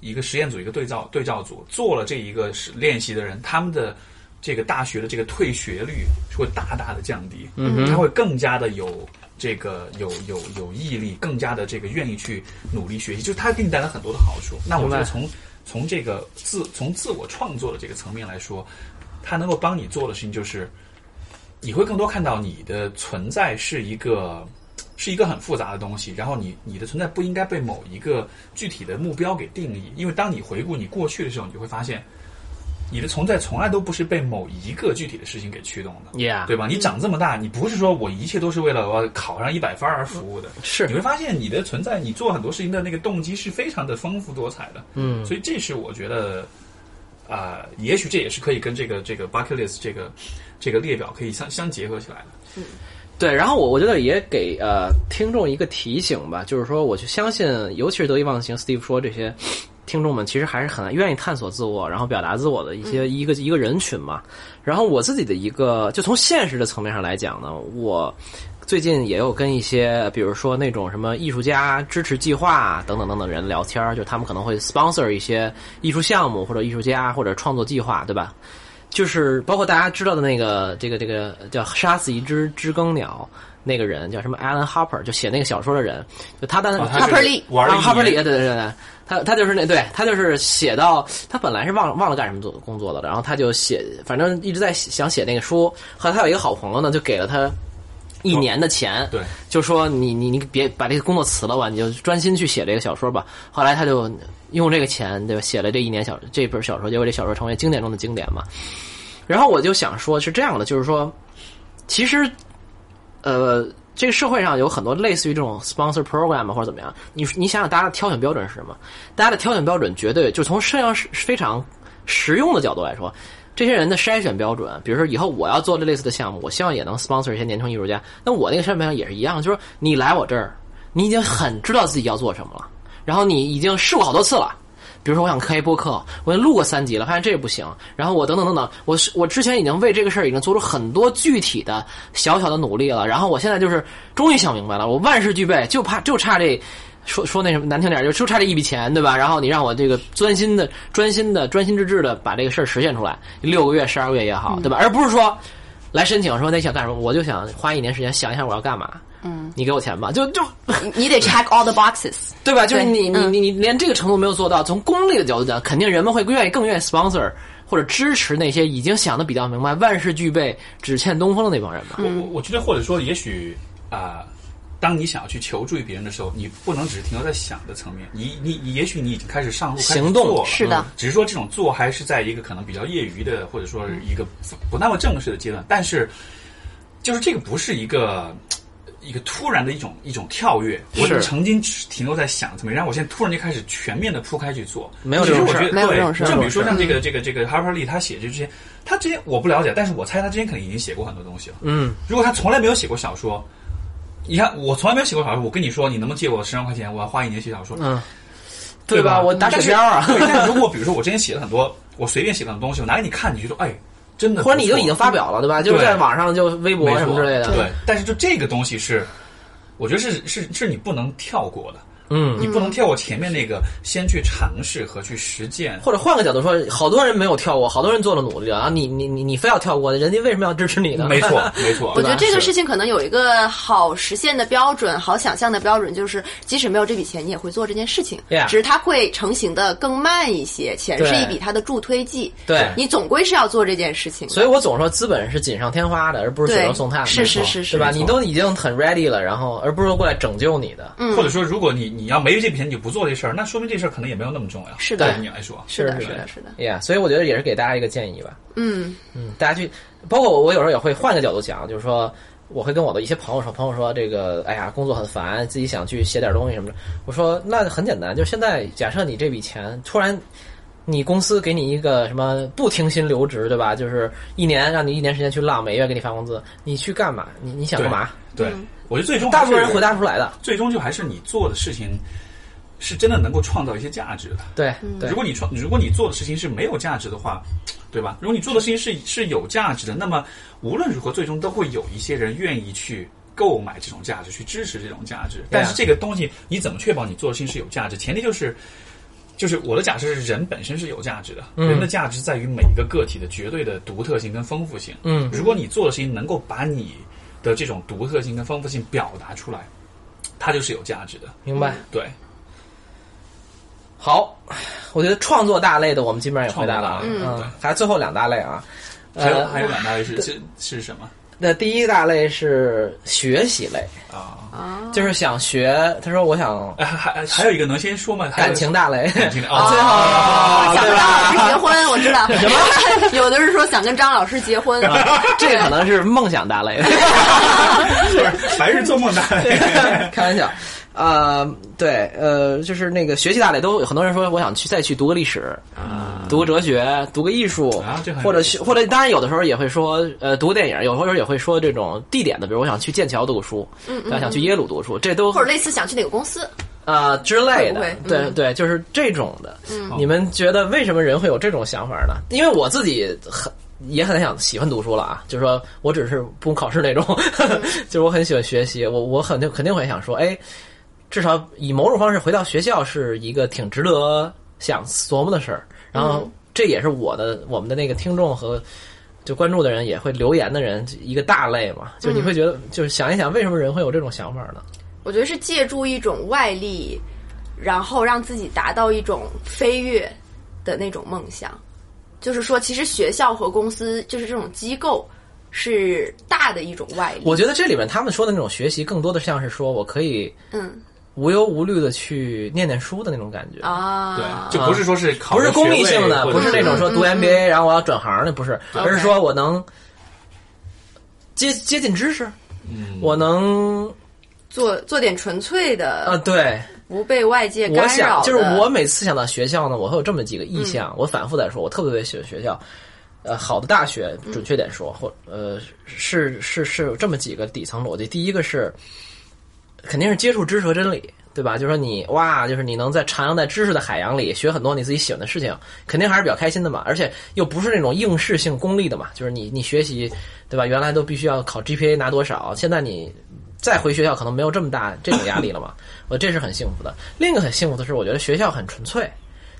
一一个实验组，一个对照对照组，做了这一个实练习的人，他们的这个大学的这个退学率是会大大的降低，嗯，他会更加的有这个有有有毅力，更加的这个愿意去努力学习，就是它给你带来很多的好处。那我觉明白得从从这个自从自我创作的这个层面来说，它能够帮你做的事情就是，你会更多看到你的存在是一个是一个很复杂的东西，然后你你的存在不应该被某一个具体的目标给定义，因为当你回顾你过去的时候，你就会发现，你的存在从来都不是被某一个具体的事情给驱动的。 ，Yeah，对吧？你长这么大，你不是说我一切都是为了我要考上一百分儿而服务的，是你会发现你的存在，你做很多事情的那个动机是非常的丰富多彩的。嗯所以这是我觉得，啊、也许这也是可以跟这个这个 bucket list 这个这个列表可以相相结合起来的。对，然后我我觉得也给呃听众一个提醒吧，就是说，我就相信，尤其是得意忘形，Steve 说这些听众们其实还是很愿意探索自我，然后表达自我的一些、一个一个人群嘛。然后我自己的一个，就从现实的层面上来讲呢，我最近也有跟一些，比如说那种什么艺术家支持计划等等等等人聊天儿，就他们可能会 sponsor 一些艺术项目或者艺术家或者创作计划，对吧？就是包括大家知道的那个这个这个叫杀死一只知更鸟那个人叫什么 Alan Harper，就写那个小说的人，就他当啊他他是 Harper Lee 玩了啊一 Harper Lee，对年对对对，他他就是那对他就是写到他本来是忘忘了干什么做工作的，然后他就写，反正一直在写想写那个书，和他有一个好朋友呢，就给了他一年的钱，哦对，就说你你你别把这个工作辞了吧，你就专心去写这个小说吧。后来他就用这个钱，对吧？写了这一年小这本小说，结果这小说成为经典中的经典嘛。然后我就想说，是这样的，就是说，其实，呃，这个社会上有很多类似于这种 sponsor program 啊或者怎么样，你你想想，大家的挑选标准是什么？大家的挑选标准绝对就从非常非常实用的角度来说，这些人的筛选标准，比如说以后我要做这类似的项目，我希望也能 sponsor 一些年轻艺术家。那我那个筛选标准也是一样，就是你来我这儿，你已经很知道自己要做什么了，然后你已经试过好多次了。比如说，我想开播客，我录过三集了，发现这不行，然后我等等等等，我是我之前已经为这个事儿已经做出很多具体的小小的努力了，然后我现在就是终于想明白了，我万事俱备，就怕就差这说说那什么难听点儿，就就差这一笔钱，对吧？然后你让我这个专心的、专心的、专心致志的把这个事儿实现出来，六个月、十二个月也好，对吧？而不是说来申请说那想干什么，我就想花一年时间想一想我要干嘛。嗯，你给我钱吧，就就你你得 check all the boxes。对吧？就是对你你嗯你你连这个程度没有做到，从功利的角度讲，肯定人们会愿意更愿意 sponsor 或者支持那些已经想的比较明白、万事俱备、只欠东风的那帮人吧。我我我觉得或者说，也许啊、当你想要去求助于别人的时候，你不能只是停留在想的层面，你你你也许你已经开始上路，开始行动做了是的嗯只是说这种做还是在一个可能比较业余的，或者说是一个不那么正式的阶段，但是就是这个不是一个。一个突然的一种一种跳跃，我是曾经只停留在想的层面，然后我现在突然就开始全面的铺开去做，没有其这实种我事觉儿得没有这种对，事儿嗯就比如说像这个这个这个 Harper Lee，他写这之前，他之前我不了解，但是我猜他之前肯定已经写过很多东西了。嗯，如果他从来没有写过小说，你看我从来没有写过小说，我跟你说，你能不能借我十万块钱？我要花一年写小说，嗯，对吧？我打水漂啊，但是 对，但是如果比如说我之前写了很多，我随便写了很多东西，我拿给你看，你觉得哎，真的不 错，或者你就已经发表了，对吧？就是在网上就微博没错什么之类的。对，但是就这个东西是，我觉得是是是你不能跳过的，嗯，你不能跳过前面那个，先去尝试和去实践。或者换个角度说，好多人没有跳过，好多人做了努力了，然后你你你你非要跳过，人家为什么要支持你呢？没错，嗯没错，我觉得这个是事情可能有一个好实现的标准，好想象的标准，就是即使没有这笔钱，你也会做这件事情 Yeah 只是它会成型的更慢一些，钱是对一笔它的助推剂。对你总归是要做这件事情的。所以我总说资本是锦上添花的，而不是雪中送炭的。对是是没错是是对吧？没错你都已经很 ready 了，然后而不是说过来拯救你的。嗯，或者说，如果你你要没有这笔钱，你就不做这事儿，那说明这事儿可能也没有那么重要。是的对你来说，是的，是是的的，是的。 ，Yeah，所以我觉得也是给大家一个建议吧。嗯，嗯，大家去，包括我，我有时候也会换个角度讲，就是说，我会跟我的一些朋友说，朋友说这个，哎呀，工作很烦，自己想去写点东西什么的。我说那很简单，就现在假设你这笔钱突然，你公司给你一个什么不停薪留职，对吧？就是一年让你一年时间去浪，每月给你发工资，你去干嘛？你你想干嘛？对，我觉得最终大部分人回答，答不出来的。最终就还是你做的事情是真的能够创造一些价值的。对对如，果你创，如果你做的事情是没有价值的话，对吧？如果你做的事情是是有价值的，那么无论如何，最终都会有一些人愿意去购买这种价啊值，去支持这种价值。但是这个东西，你怎么确保你做的事情是有价值？前提就是就是我的假设是人本身是有价值的，嗯人的价值在于每一个个体的绝对的独特性跟丰富性。嗯如果你做的事情能够把你的这种独特性跟丰富性表达出来，它就是有价值的。明白。对，好，我觉得创作大类的我们基本上也回答了啊，创作大类嗯，对还有最后两大类啊，还有、呃，还有两大类是是是什么那第一大类是学习类，啊？啊，就是想学，他说我想哎还还还有一个能先说吗？还有感情大类，感情的啊，最后想 对跟张老师吧？结婚，我知道。什么？ 有的是说想跟张老师结婚，这可能是梦想大类，还是做梦大 类。开玩笑。呃，对，呃，就是那个学习大类，都有很多人说我想去再去读个历史，读个哲学，读个艺术，啊这很有或者意去，思或者当然有的时候也会说，呃，读个电影，有时候也会说这种地点的，比如我想去剑桥读书，嗯想去耶鲁读书，这都或者类似想去哪个公司？啊之类会的，不会对嗯对，就是这种的。你们觉得为什么人会有这种想法呢？因为我自己很也很想喜欢读书了啊，就是说我只是不用考试那种， 就是我很喜欢学习，我我肯定肯定会想说，哎，至少以某种方式回到学校是一个挺值得想琢磨的事儿。然后这也是我的我们的那个听众和就关注的人也会留言的人一个大类嘛，就你会觉得就是想一想为什么人会有这种想法呢？我觉得是借助一种外力，然后让自己达到一种飞跃的那种梦想。就是说，其实学校和公司，就是这种机构，是大的一种外力。我觉得这里面他们说的那种学习，更多的像是说我可以嗯无忧无虑的去念念书的那种感哦觉，啊，对，就不是说是考不是个学位功利性的，或不者是那种说读 MBA 然后我要转行的，不是，而是说我能接接近知识，嗯我能做做点纯粹呃的，对，不被外界我干扰想的。嗯就是我每次想到学校呢，我会有这么几个意向，我反复在说，我特别特别喜欢学校。呃，好的大学，嗯准确点说，或呃，是是是有这么几个底层逻辑。第一个是，肯定是接触知识和真理，对吧？就是说你哇，就是你能在徜徉在知识的海洋里学很多你自己喜欢的事情，肯定还是比较开心的嘛。而且又不是那种应试性功利的嘛，就是你你学习，对吧？原来都必须要考 GPA 拿多少，现在你再回学校可能没有这么大这种压力了嘛。我这是很幸福的。另一个很幸福的是，我觉得学校很纯粹，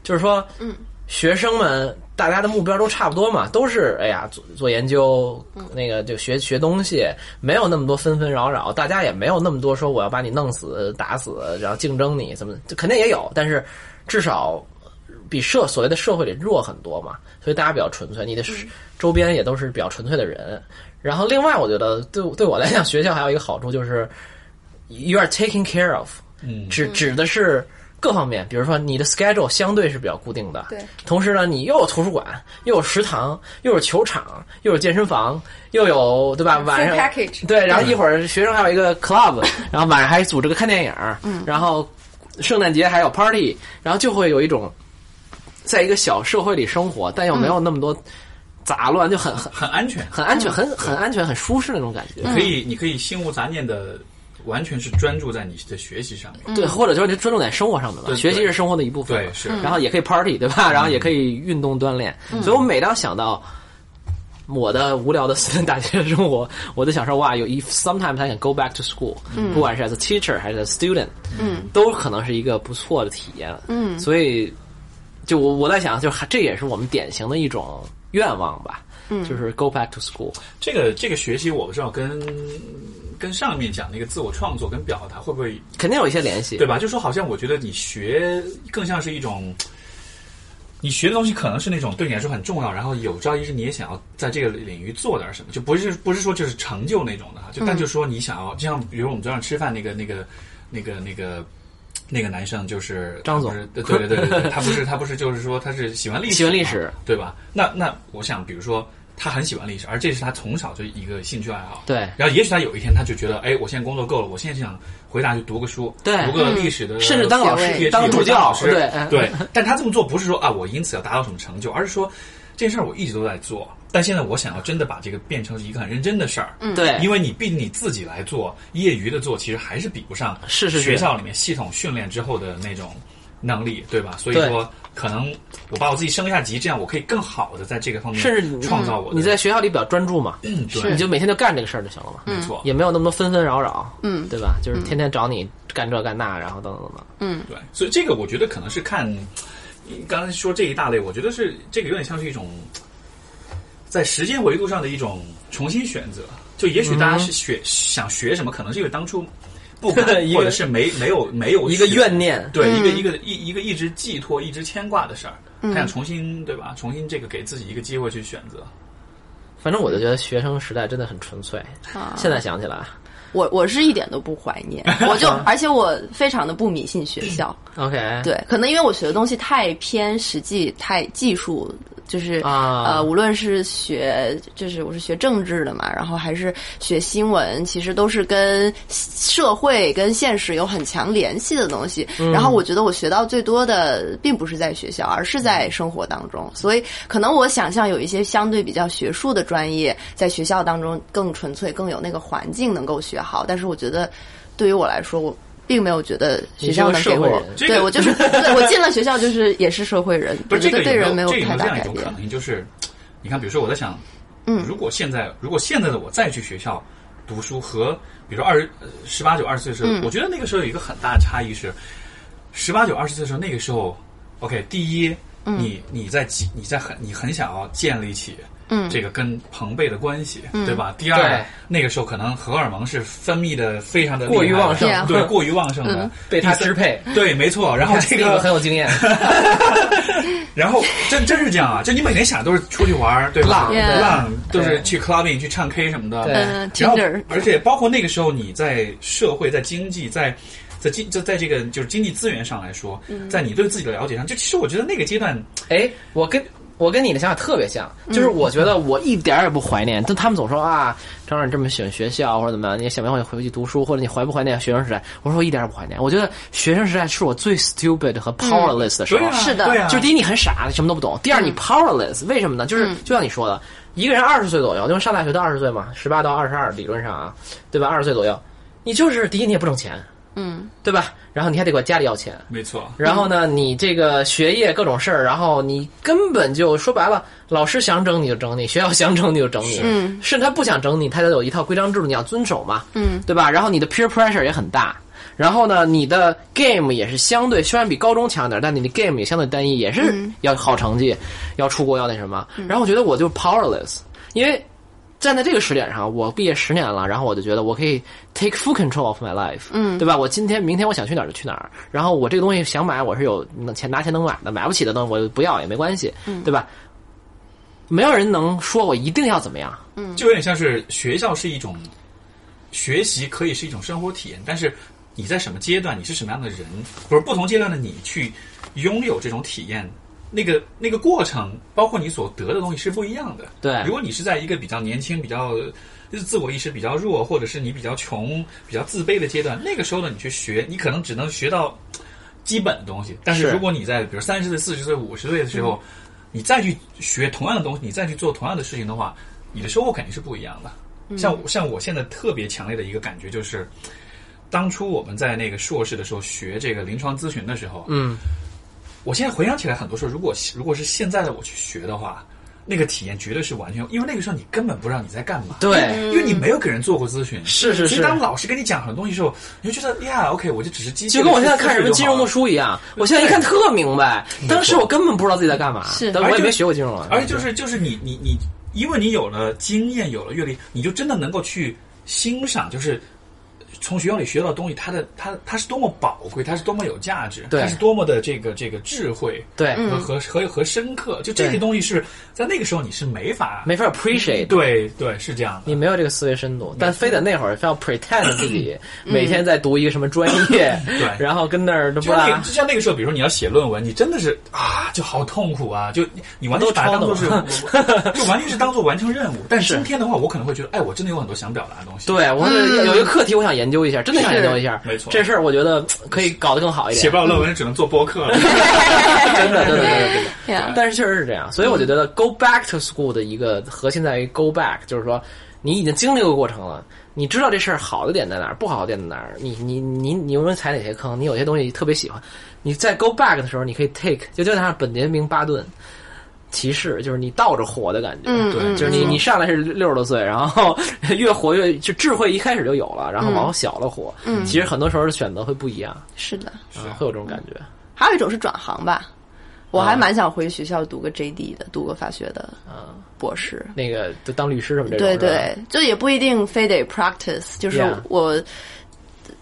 就是说，嗯，学生们大家的目标都差不多嘛，都是哎呀做做研究，那个就学学东西，没有那么多纷纷扰扰，大家也没有那么多说我要把你弄死、打死，然后竞争你怎么，就肯定也有，但是至少。比社所谓的社会里弱很多嘛，所以大家比较纯粹，你的周边也都是比较纯粹的人。然后另外，我觉得对对我来讲，学校还有一个好处就是，you are taken care of，嗯指指的是各方面，比如说你的 schedule 相对是比较固定的，对。同时呢，你又有图书馆，又有食堂，又有球场，又有健身房，又有对吧？晚上嗯 package 对，然后一会儿学生还有一个 club，然后晚上还组织个看电影，嗯，然后圣诞节还有 party，然后就会有一种在一个小社会里生活，但又没有那么多杂乱，就很很很安全，很安全，很很安全，很舒适那种感觉。可以你可以心无杂念的，完全是专注在你的学习上面。对，或者就是专注在生活上面吧，对学习是生活的一部分嘛，对是嗯然后也可以 party，对吧？然后也可以运动锻炼，所以我每当想到我的无聊的私人大学生活，我就想说，哇，有一 sometimes I can go back to school，、不管是 as a teacher 还是 as a student，嗯，都可能是一个不错的体验，嗯，所以就我我在想，就还这也是我们典型的一种愿望吧，嗯，就是 go back to school，这个这个学习，我不知道跟跟上面讲那个自我创作跟表达会不会肯定有一些联系，对吧？就说好像我觉得你学更像是一种，你学的东西可能是那种对你来说很重要，然后有朝一日你也想要在这个领域做点什么，就不是不是说就是成就那种的哈，就嗯但就说你想要，就像比如我们昨晚吃饭那个那个那个那个。那个男生就是张总他不是对对对对对，他不是他不是就是说他是喜欢历史嘛，喜欢历史对吧？那那我想，比如说他很喜欢历史，而这是他从小就一个兴趣爱好，对然后也许他有一天他就觉得，哎，我现在工作够了，我现在想回答就读个书，对读个历史的，甚至当老师也许当助教当老师对嗯对。但他这么做不是说啊，我因此要达到什么成就，而是说这件事儿我一直都在做，但现在我想要真的把这个变成一个很认真的事儿，嗯，对，因为你毕竟你自己来做，业余的做其实还是比不上是是是学校里面系统训练之后的那种能力，嗯对吧？所以对说，可能我把我自己升一下级，这样我可以更好的在这个方面嗯甚至你创造我的你在学校里比较专注嘛，嗯对你就每天就干这个事儿就行了嘛，没错也没有那么多纷纷扰扰，嗯，对吧？就是天天找你干这干那，然后等等等等。对，所以这个我觉得可能是看刚才说这一大类，我觉得是这个有点像是一种在时间维度上的一种重新选择。就也许嗯大家是学、想学什么，可能是因为当初不 敢一，个或者是没没有没有一个学怨念，嗯对，一个一个一一个一直寄托、一直牵挂的事儿，他想重新对吧？重新这个给自己一个机会去选择。反正我就觉得学生时代真的很纯粹。现在想起来我我是一点都不怀 念，我就而且我非常的不迷信学校， ，OK，对，可能因为我学的东西太偏实际、太技术，就是、啊呃，无论是学，就是我是学政治的嘛，然后还是学新闻，其实都是跟社会、跟现实有很强联系的东西。嗯然后我觉得我学到最多的，并不是在学校，而是在生活当中。所以可能我想象有一些相对比较学术的专业，在学校当中更纯粹、更有那个环境能够学好。但是我觉得，对于我来说，我。并没有觉得学校能给你是个社会我人，这个对我就是对我进了学校就是也是社会人， 不是我觉这个得对有人没有这个有太没有这大样一改种变可。能性？就是你看，比如说我在想，嗯，如果现在如果现在的我再去学校读书，和比如说二呃十八九二十岁的时嗯候，我觉得那个时候有一个很大的差异是，十八九二十岁的时候，那个时候，OK，第一，嗯你你在急你在很你很想要建立起。嗯，这个跟朋辈的关系，嗯对吧？第二对，那个时候可能荷尔蒙是分泌的非常的过于旺盛 Yeah 对，过于旺盛的，被他支配。对，没错。然后这你个们很有经 验，然后真真是这样啊，就你每天想都是出去玩儿，对吧？浪对浪都是对去 clubbing 去唱 K 什么的。对嗯哎然后，Tinder，而且包括那个时候你在社会、在经济、在在经就在这个就是经济资源上来说，嗯在你对自己的了解上，就其实我觉得那个阶段，哎，我跟我跟你的想法特别像，就是我觉得我一点儿也不怀念。但他们总说啊，张老师你这么喜欢学校或者怎么样，你想不想回去读书，或者你怀不怀念学生时代？我说我一点儿也不怀念。我觉得学生时代是我最 stupid 和 powerless 的时对候。啊，是的对啊，嗯就是第一，你很傻，你什么都不懂；第二，你 powerless，为什么呢？就是就像你说的，一个人二十岁左右，因为上大学到二十岁嘛，十八到二十二，理论上啊，对吧？二十岁左右，你就是第一，你也不挣钱，嗯，对吧？然后你还得管家里要钱，没错，然后呢，你这个学业各种事儿，然后你根本就说白了，老师想整你就整你，学校想整你就整你，嗯，甚至他不想整你，他就有一套规章制度你要遵守嘛，嗯，对吧？然后你的 peer pressure 也很大，然后呢，你的 game 也是相对虽然比高中强点儿，但你的 game 也相对单一，也是要好成绩，要出国要那什么。然后我觉得我就 powerless，因为站在这个时点上，我毕业十年了，然后我就觉得我可以 take full control of my life，嗯，对吧？我今天、明天我想去哪儿就去哪儿，然后我这个东西想买，我是有能钱拿钱能买的，买不起的东西我就不要也没关系，对吧？没有人能说我一定要怎么样，就有点像是学校是一种学习，可以是一种生活体验，但是你在什么阶段，你是什么样的人，或者不同阶段的你去拥有这种体验，那个那个过程，包括你所得的东西是不一样的。对如果你是在一个比较年轻、比较就是自我意识比较弱，或者是你比较穷、比较自卑的阶段，那个时候的你去学，你可能只能学到基本的东西。但是是如果你在比如三十岁、四十岁、五十岁的时候，你再去学同样的东西，你再去做同样的事情的话，你的收获肯定是不一样的。像我像我现在特别强烈的一个感觉就是，当初我们在那个硕士的时候学这个临床咨询的时候，嗯，我现在回想起来很多时候，如果如果是现在的我去学的话，那个体验绝对是完全，因为那个时候你根本不知道你在干嘛，对，因为你没有给人做过咨询，嗯是是所以是。当老师跟你讲很多东西的时候，你就觉得呀，OK，我就只是机械就地去跟做我事现就好在了，看什么金融的书一样，我现在一看特明白，当时我根本不知道自己在干嘛，是但我也没学过金融啊，而且就是就是你你你，因为你有了经验，有了阅历，你就真的能够去欣赏，就是从学校里学到的东西，它的它它是多么宝贵，它是多么有价值，对它是多么的这个这个智慧对，和和和和深刻，就这些对东西是在那个时候你是没法没法 appreciate，对对是这样你的。没有这个思维深度，但非得那会儿非要 pretend 自己每天在读一个什么专业， 对然后跟那儿都就不像那个，拉就。像那个时候，比如说你要写论文，你真的是啊，就好痛苦啊！就你你完全都是把它当抄做的是，我就完全是当做完成任务。但是今天的话，我可能会觉得，哎，我真的有很多想表达的东西。对，我有有一个课题，我想研究一下，真的想研究一下。是没错这事儿我觉得可以搞得更好一写点不。了论文，只能做播客了。真的，真的，真的，真的。 Yeah 但是确实是这样，所以我就觉得 go back to school 的一个核心在于 go back，就是说你已经经历过过程了，你知道这事儿好的点在哪儿，不好的点在哪儿，你你你你有没有踩哪些坑，你有些东西特别喜欢，你在 go back 的时候，你可以 take，就就像本杰明巴顿。骑士就是你倒着活的感觉，对，就是你你上来是六十多岁，然后 越活越就智慧一开始就有了，然后往小了活。嗯，其实很多时候选择会不一样，是的，啊会有这种感觉。还有一种是转行吧。我啊还蛮想回学校读个 JD 的，读个法学的博士。那个就当律师什么这种，对是吧对，就也不一定非得 practice，就是 Yeah 我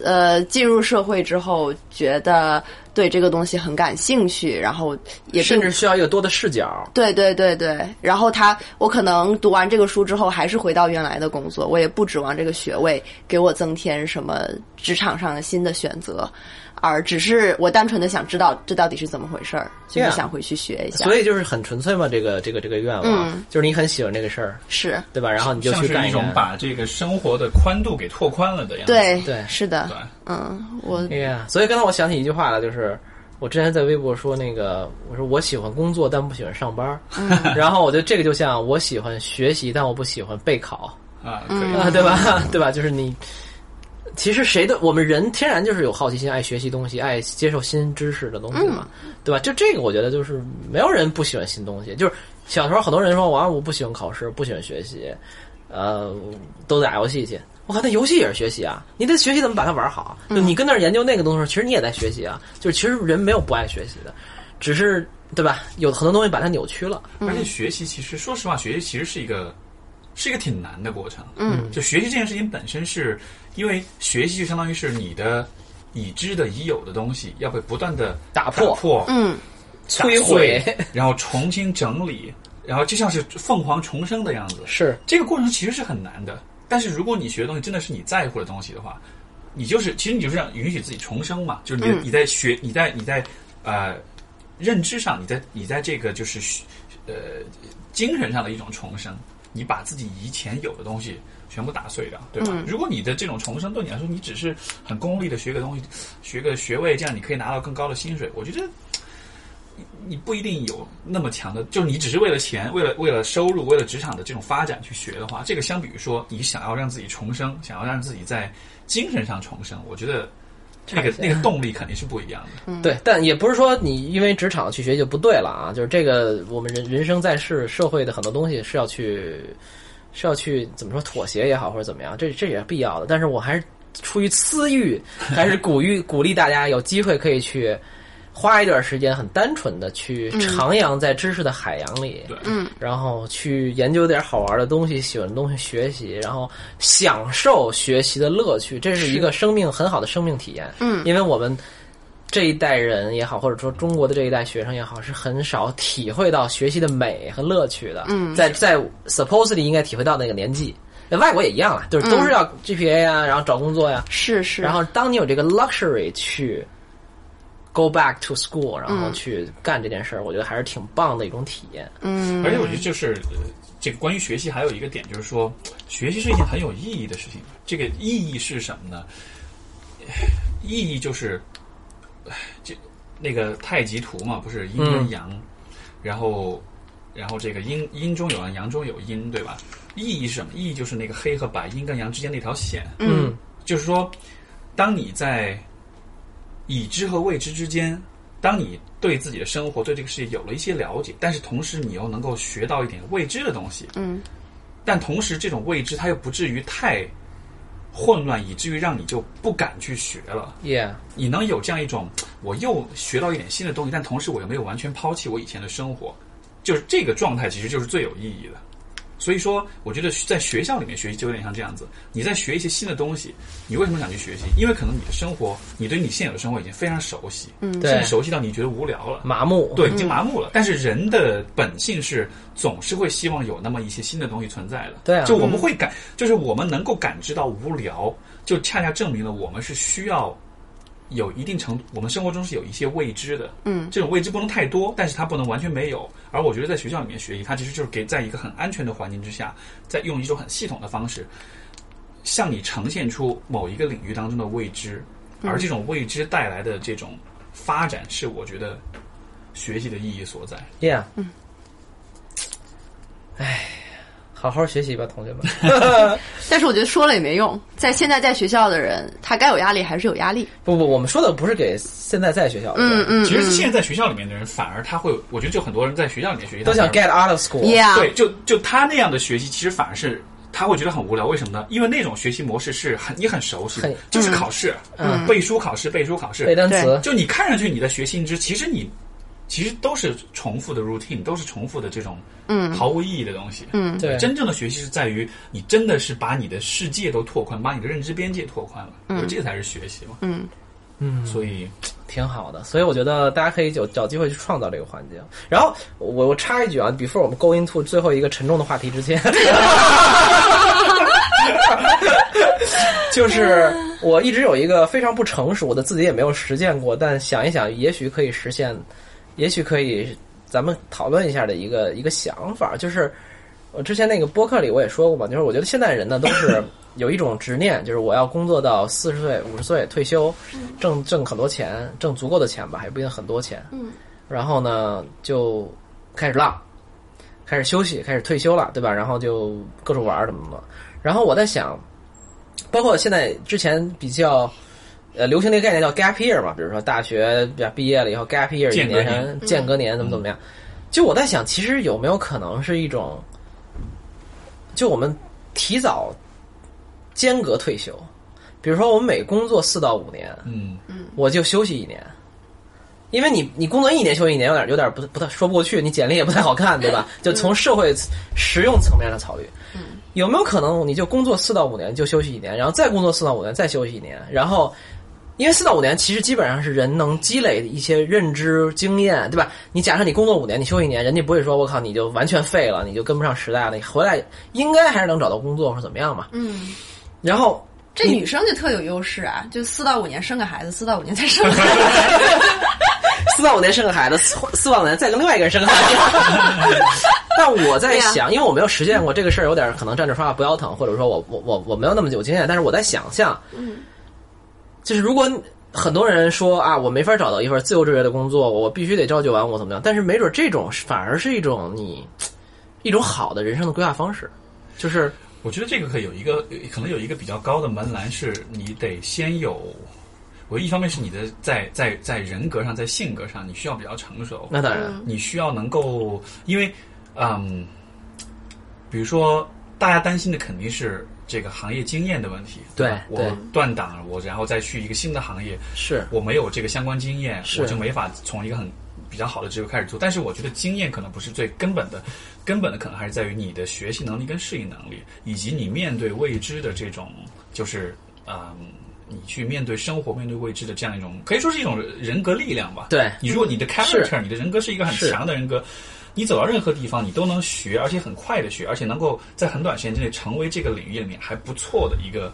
呃进入社会之后，觉得对这个东西很感兴趣，然后也甚并至需要一个多的视角。对对对对，然后他我可能读完这个书之后，还是回到原来的工作，我也不指望这个学位给我增添什么职场上的新的选择，而只是我单纯的想知道这到底是怎么回事儿，就是 Yeah 想回去学一下。啊所以以就是很纯粹嘛，这个这个这个愿望，嗯就是你很喜欢这个事儿，是对吧？然后你就像去是干一种干。把这个生活的宽度给拓宽了的样子。对对是的对，，嗯，我哎呀，所以刚才我想起一句话了，就是我之前在微博说那个，我说我喜欢工作，但不喜欢上班儿。然后我觉得这个就像我喜欢学习，但我不喜欢备考，啊，可以。 啊，对吧？对吧？就是你，其实谁都，我们人天然就是有好奇心，爱学习东西，爱接受新知识的东西嘛，对吧？就这个，我觉得就是没有人不喜欢新东西。就是小时候很多人说，我我不喜欢考试，不喜欢学习，呃，都打游戏去。我靠，那游戏也是学习啊！你得学习怎么把它玩好。啊就你跟那儿研究那个东西的时候，其实你也在学习啊。就是其实人没有不爱学习的，只是对吧？有很多东西把它扭曲了。而且学习其实，说实话，学习其实是一个是一个挺难的过程。嗯，就学习这件事情本身是，因为学习就相当于是你的已知的、已有的东西要被不断的打破破、嗯打摧毁碎，然后重新整理，然后就像是凤凰重生的样子。是这个过程其实是很难的，但是如果你学的东西真的是你在乎的东西的话，你就是其实你就是让允许自己重生嘛，就是你、你在学，你在你在呃认知上，你在你在这个就是学呃精神上的一种重生，你把自己以前有的东西全部打碎掉，对吧？如果你的这种重生对你来说，你只是很功利的学个东西，学个学位，这样你可以拿到更高的薪水，我觉得。你不一定有那么强的，就是你只是为了钱、为了为了收入、为了职场的这种发展去学的话，这个相比于说你想要让自己重生，想要让自己在精神上重生，我觉得那个差一些那个动力肯定是不一样的。对，但也不是说你因为职场去学就不对了啊，就是这个我们人人生在世，社会的很多东西是要去是要去怎么说妥协也好，或者怎么样，这这也是必要的。但是我还是出于私欲，还是鼓励鼓励大家有机会可以去花一段时间，很单纯的去徜徉在知识的海洋里。对，然后去研究点好玩的东西，喜欢的东西学习，然后享受学习的乐趣，这是一个生命很好的生命体验。嗯，因为我们这一代人也好，或者说中国的这一代学生也好，是很少体会到学习的美和乐趣的。嗯，在在 supposedly 应该体会到那个年纪，那外国也一样啊，就是都是要 GPA 啊，然后找工作呀、是是，然后当你有这个 luxury 去 go back to school，然后去干这件事儿，我觉得还是挺棒的一种体验。而且我觉得就是、呃、这个关于学习还有一个点就是说，学习是一件很有意义的事情。这个意义是什么呢？ 意义就是，唉这那个太极图嘛，不是阴跟阳，然后然后这个阴阴中有阳，阳中有阴，对吧？意义是什么？意义就是那个黑和白，阴跟阳之间那条线。嗯就是说，当你在已知和未知之间，当你对自己的生活、对这个世界有了一些了解，但是同时你又能够学到一点未知的东西，嗯，但同时这种未知它又不至于太混乱，以至于让你就不敢去学了。 ，Yeah，你能有这样一种，我又学到一点新的东西，但同时我又没有完全抛弃我以前的生活，就是这个状态其实就是最有意义的。所以说，我觉得在学校里面学习就有点像这样子，你在学一些新的东西，你为什么想去学习？因为可能你的生活，你对你现有的生活已经非常熟悉，嗯，对，熟悉到你觉得无聊了。麻木，对，已经麻木了。但是人的本性是总是会希望有那么一些新的东西存在的。对啊就我们会感，就是我们能够感知到无聊，就恰恰证明了我们是需要有一定程度，我们生活中是有一些未知的。嗯，这种未知不能太多，但是它不能完全没有。而我觉得在学校里面学习，它其实就是给在一个很安全的环境之下，在用一种很系统的方式，向你呈现出某一个领域当中的未知，嗯而这种未知带来的这种发展，是我觉得学习的意义所在。 ，Yeah，嗯，哎，好好学习吧，同学们。 但是我觉得说了也没用，在现在在学校的人，他该有压力还是有压力。不不，我们说的不是给现在在学校的，嗯嗯，其实现在在学校里面的人，反而他会，我觉得就很多人在学校里面学习，都想他反 get out of school。而 Yeah，对，就就他那样的学习，其实反而是他会觉得很无聊。为什么呢？因为那种学习模式是很你很熟悉的很，嗯就是考试，嗯，背书考试，背书考试，背单词对就你看上去你在学新知，其实你其实都是重复的 routine，都是重复的这种嗯毫无意义的东西。嗯，对真正的学习是在于你真的是把你的世界都拓宽，把你的认知边界拓宽了，嗯，这才是学习嘛。嗯嗯，所以挺好的，所以我觉得大家可以有找机会去创造这个环境。然后我我插一句啊，before 我们 go into 最后一个沉重的话题之前， 就是我一直有一个非常不成熟，我的自己也没有实践过，但想一想，也许可以实现，也许可以，咱们讨论一下的一个一个想法，就是我之前那个播客里我也说过嘛，就是我觉得现代人呢都是有一种执念，就是我要工作到四十岁、五十岁退休，挣挣很多钱，挣足够的钱吧，还不一定很多钱。嗯，然后呢就开始浪，开始休息，开始退休了，对吧？然后就各种玩儿怎么怎么。然后我在想，包括现在之前比较。呃，流行的一个概念叫 gap year 嘛，比如说大学比较毕业了以后 gap year 一间隔年年间间隔年怎么怎么样，就我在想，其实有没有可能是一种，就我们提早间隔退休，比如说我们每工作四到五年，嗯，我就休息一年，因为你你工作一年休息一年有点有点不不太说不过去，你简历也不太好看，对吧？就嗯从社会实用层面上考虑，有没有可能你就工作四到五年就休息一年，然后再工作四到五年再休息一年，然后。因为四到五年其实基本上是人能积累一些认知经验，对吧？你假设你工作五年，你休息一年，人家不会说我靠你就完全废了，你就跟不上时代了，你回来应该还是能找到工作或者怎么样嘛。嗯，然后这你女生就特有优势啊，就四到五年生个孩子，四到五年再 生个孩子。四到五年生个孩子，四四到五年再跟另外一个人生个孩 子。但我在想，因为我没有实践过这个事儿，有点可能站着说话不腰疼，或者说我我我我没有那么有经验，但是我在想象，就是如果很多人说啊，我没法找到一份自由职业的工作，我必须得朝九晚五，怎么样？但是没准这种反而是一种你一种好的人生的规划方式，就是我觉得这个可以有一个可能有一个比较高的门槛，是你得先有。我一方面是你的在在在人格上，在性格上，你需要比较成熟，那当然，你需要能够，因为，嗯，比如说大家担心的肯定是这个行业经验的问题，对吧对我断档了，我然后再去一个新的行业，是我没有这个相关经验，是我就没法从一个很比较好的职位开始做。但是我觉得经验可能不是最根本的，根本的可能还是在于你的学习能力跟适应能力，以及你面对未知的这种，就是嗯。你去面对生活、面对未知的这样一种，可以说是一种人格力量吧。对你如果你的 character，你的人格是一个很是强的人格，你走到任何地方，你都能学，而且很快的学，而且能够在很短时间之内成为这个领域里面还不错的一个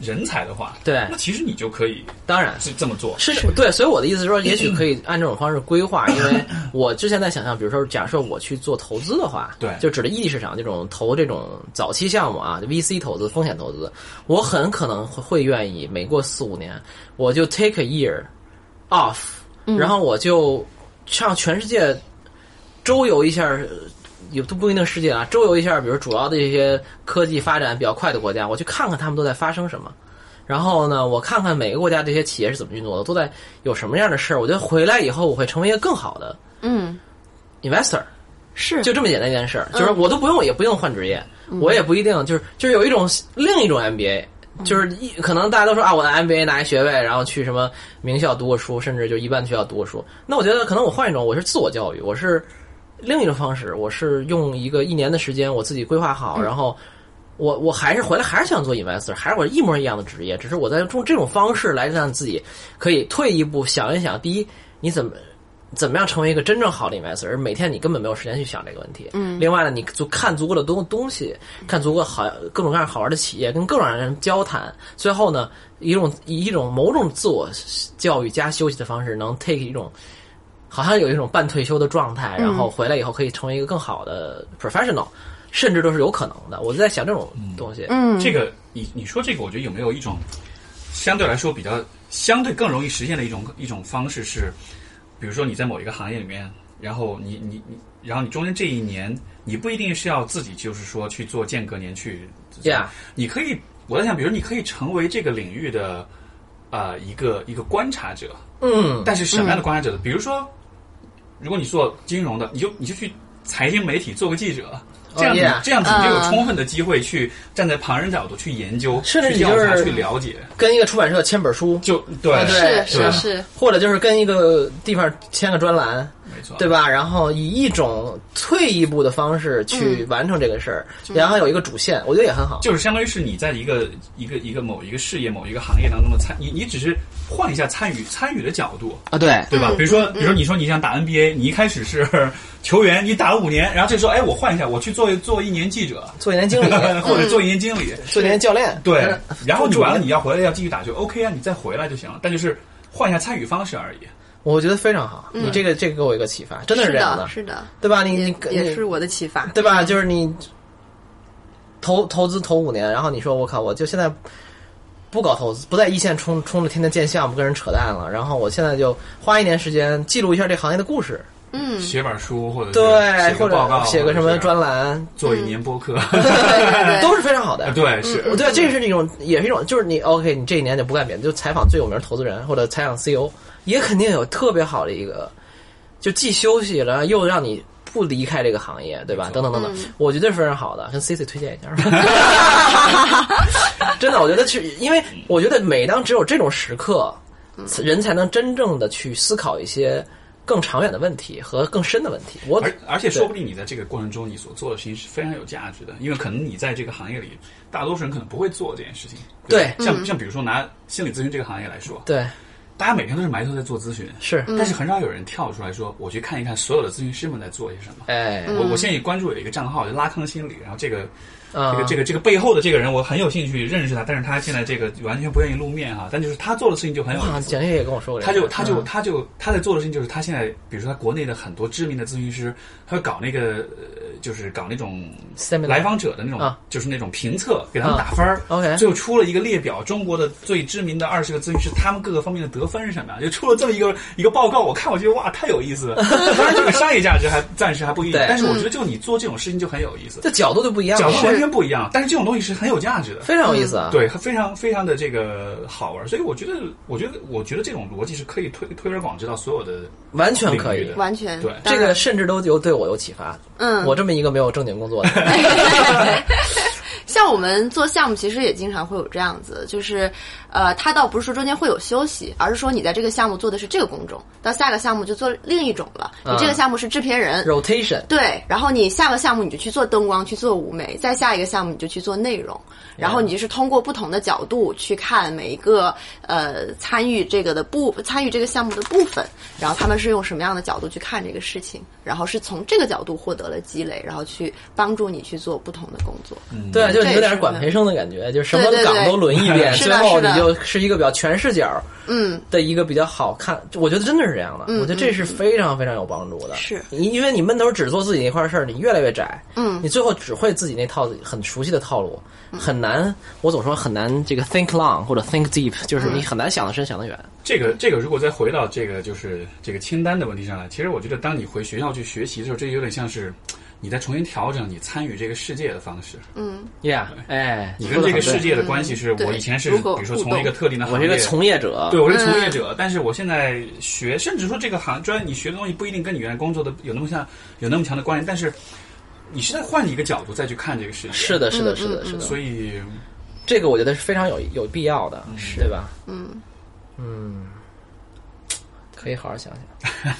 人才的话，对那其实你就可以当然这这么做。是对，所以我的意思是说， 也许可以按这种方式规划，因为我之前在想象，比如说，假设我去做投资的话，对就指的异地市场这种投这种早期项目啊，VC 投资、风险投资，我很可能会会愿意每过四五年，我就 take a year off，然后我就上全世界周游一下。呃也都不一定世界啊，周游一下，比如主要的这些科技发展比较快的国家，我去看看他们都在发生什么。然后呢，我看看每个国家这些企业是怎么运作的，都在有什么样的事儿。我觉得回来以后，我会成为一个更好的嗯， investor，是就这么简单一件事儿。嗯就是我都不用，也不用换职业，我也不一定就是就是有一种另一种 MBA，就是一可能大家都说啊，我的 MBA 拿一学位，然后去什么名校读过书，甚至就一般学校读过书。那我觉得可能我换一种，我是自我教育，我是另一种方式，我是用一个一年的时间，我自己规划好，然后我我还是回来还是想做 investor，还是我一模一样的职业，只是我在用这种方式来让自己可以退一步想一想，第一，你怎么怎么样成为一个真正好的 investor，而每天你根本没有时间去想这个问题。嗯。另外呢，你足看足够的东东西，看足够好各种各样好玩的企业，跟各种各样的人交谈，最后呢，一种以一种某种自我教育加休息的方式，能 take 一种。好像有一种半退休的状态，然后回来以后可以成为一个更好的 professional，、甚至都是有可能的。我就在想这种东西，嗯，这个你你说这个，我觉得有没有一种相对来说比较相对更容易实现的一种一种方式是，比如说你在某一个行业里面，然后你你你，然后你中间这一年，你不一定是要自己就是说去做间隔年去 Yeah 你可以我在想，比如你可以成为这个领域的呃一个一个观察者，嗯，但是什么样的观察者？比如说，如果你做金融的，你就你就去财经媒体做个记者。这样子 yeah 这样子你就有充分的机会去站在旁人角度去研究、甚至去你就调查、是去了解，跟一个出版社签本书，就对啊对是是是，或者就是跟一个地方签个专栏，没错，对吧？然后以一种退一步的方式嗯去完成这个事儿，然后有一个主线，我觉得也很好。就是相当于是你在一个一个一个某一个事业、某一个行业当中的参，你你只是换一下参与参与的角度，啊，对，对吧？嗯比如说，比如说你说你想打 NBA，你一开始是 球员，你打了五年，然后这时候哎，我换一下，我去做做一年记者，呃做一年经 理，或者做一年经理，做一年教练，对，然后你完了你要回来要继续打球，OK 啊，你再回来就行了，但就是换一下参与方式而已。我觉得非常好。你这个这个给我一个启发，真的是这样的，嗯是的，对吧？你也你也你是我的启发。对吧？就是你投投资投五年，然后你说我靠，我就现在不搞投资，不在一线冲冲着天天建项目跟人扯淡了，然后我现在就花一年时间记录一下这行业的故事，嗯，写本书或者是对，写或个报者告，写个什或者么是专栏，做一年播客，对对对， 都是非常好的。 对，是我对，这是一种，也是一种，就是你 OK，你这一年就不干别的，就采访最有名的投资人或者采访 CEO，也肯定有特别好的一个，就既休息了又让你不离开这个行业，对吧？等等等等，我觉得是非常好的，跟 C C 推荐一下。真的，我觉得去，因为我觉得每当只有这种时刻，人才能真正的去思考一些更长远的问题和更深的问题。我而而且说不定你在这个过程中，你所做的事情是非常有价值的，因为可能你在这个行业里，大多数人可能不会做这件事情。吧对嗯像像比如说拿心理咨询这个行业来说，对大家每天都是埋头在做咨询，是，但是很少有人跳出来说，我去看一看所有的咨询师们在做些什么。哎，我我现在也关注有一个账号叫拉康心理，然后这个啊这个这个这个背后的这个人，我很有兴趣认识他，但是他现在这个完全不愿意露面哈、但就是他做的事情就很有意啊，思。蒋爷也跟我说过这他个事就儿，他就他就他在做的事情就是他现在，比如说他国内的很多知名的咨询师，他会搞那个呃，就是搞那种 Seminar 来访者的那种啊，就是那种评测，给他们打分儿。 OK 最后出了一个列表，中国的最知名的二十个咨询师，他们各个方面的得分是什么呀？就出了这么一个一个报告，我看我觉得哇，太有意 思了。当然，这个商业价值还暂时还不一定对，嗯但是我觉得就你做这种事情就很有意思，这角度就不一样了，角度完全嗯不一样。但是这种东西是很有价值的。非常有意思啊。对，非常非常的这个好玩，所以我觉得，我觉得，我觉得这种逻辑是可以推推而广之到所有的完全可领域以的。完全对当这然个甚至都有对我有启发。嗯我这么一个没有正经工作的人， 像我们做项目，其实也经常会有这样子，就是，呃，他倒不是说中间会有休息，而是说你在这个项目做的是这个工种，到下个项目就做另一种了。你这个项目是制片人， rotation 对，然后你下个项目你就去做灯光，去做舞美，再下一个项目你就去做内容，然后你就是通过不同的角度去看每一个呃参与这个的部参与这个项目的部分，然后他们是用什么样的角度去看这个事情，然后是从这个角度获得了积累，然后去帮助你去做不同的工作。嗯对，啊就这也有点是管的培生的感觉，就什么对对岗对都轮一遍， 是最的后是你的就是一个比较全视角嗯，的一个比较好看。我觉得真的是这样的，我觉得这是非常非常有帮助的。是你因为你闷头只做自己那块事儿，你越来越窄，嗯你最后只会自己那套很熟悉的套路，很难。我总说很难这个 think long 或者 think deep，就是嗯你很难想得深想得远。这个这个，如果再回到这个就是这个清单的问题上来，其实我觉得，当你回学校去学习的时候，这有点像是你在重新调整你参与这个世界的方式。 Yeah，哎，你说得很跟这个对世界的关系是我以前嗯是，对比如果如说互从动嗯一个特定的行业，我是一个从业者，对，我是从业者，但是我现在学，甚至说这个行专业你学的东西不一定跟你原来工作的有那么像有那么强的关联，但是你是在换一个角度再去看这个世界。是，的，是的，是的，是的。所以这个我觉得是非常有有必要的，对吧？嗯可以好好想想。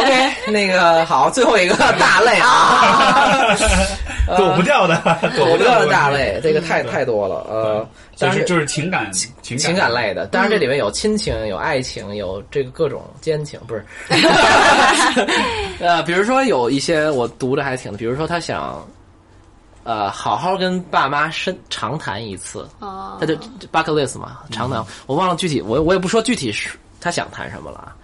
OK，那个好，最后一个 大类啊，躲不掉的，躲我不觉得的大。 类这个太太多了，呃，所但以是说就是情感嗯情情感类的，当然这里面有亲情、有爱情、有这个各种奸情，不是？ 呃，比如说有一些我读的还挺，比如说他想，呃，好好跟爸妈深长谈一次，哦他就 bucket list 嘛，嗯长谈。我忘了具体，我我也不说具体是他想谈什么了啊。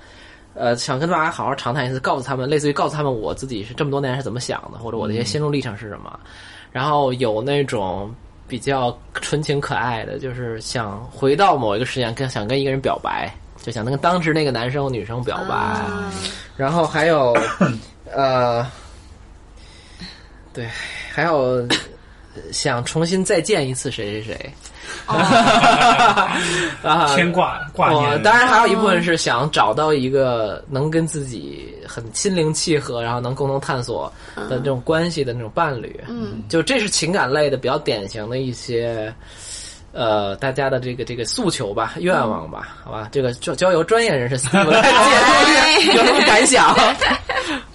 呃，想跟爸妈好好长谈一次，告诉他们，类似于告诉他们我自己是这么多年是怎么想的，或者我的一嗯些心路历程是什么。然后有那种比较纯情可爱的，就是想回到某一个时间，跟想跟一个人表白，就想跟当时那个男生或女生表白。然后还有，呃，对，还有想重新再见一次谁谁谁。啊，牵挂挂我念，当然还有一部嗯分是想找到一个能跟自己很心灵契合，然后能共同探索的这种关系的那种伴侣。嗯，就这是情感类的比较典型的一些呃大家的这个这个诉求吧、愿望吧，好吧，这个交交由专业人士 Steve 来解 读这个有什么感想？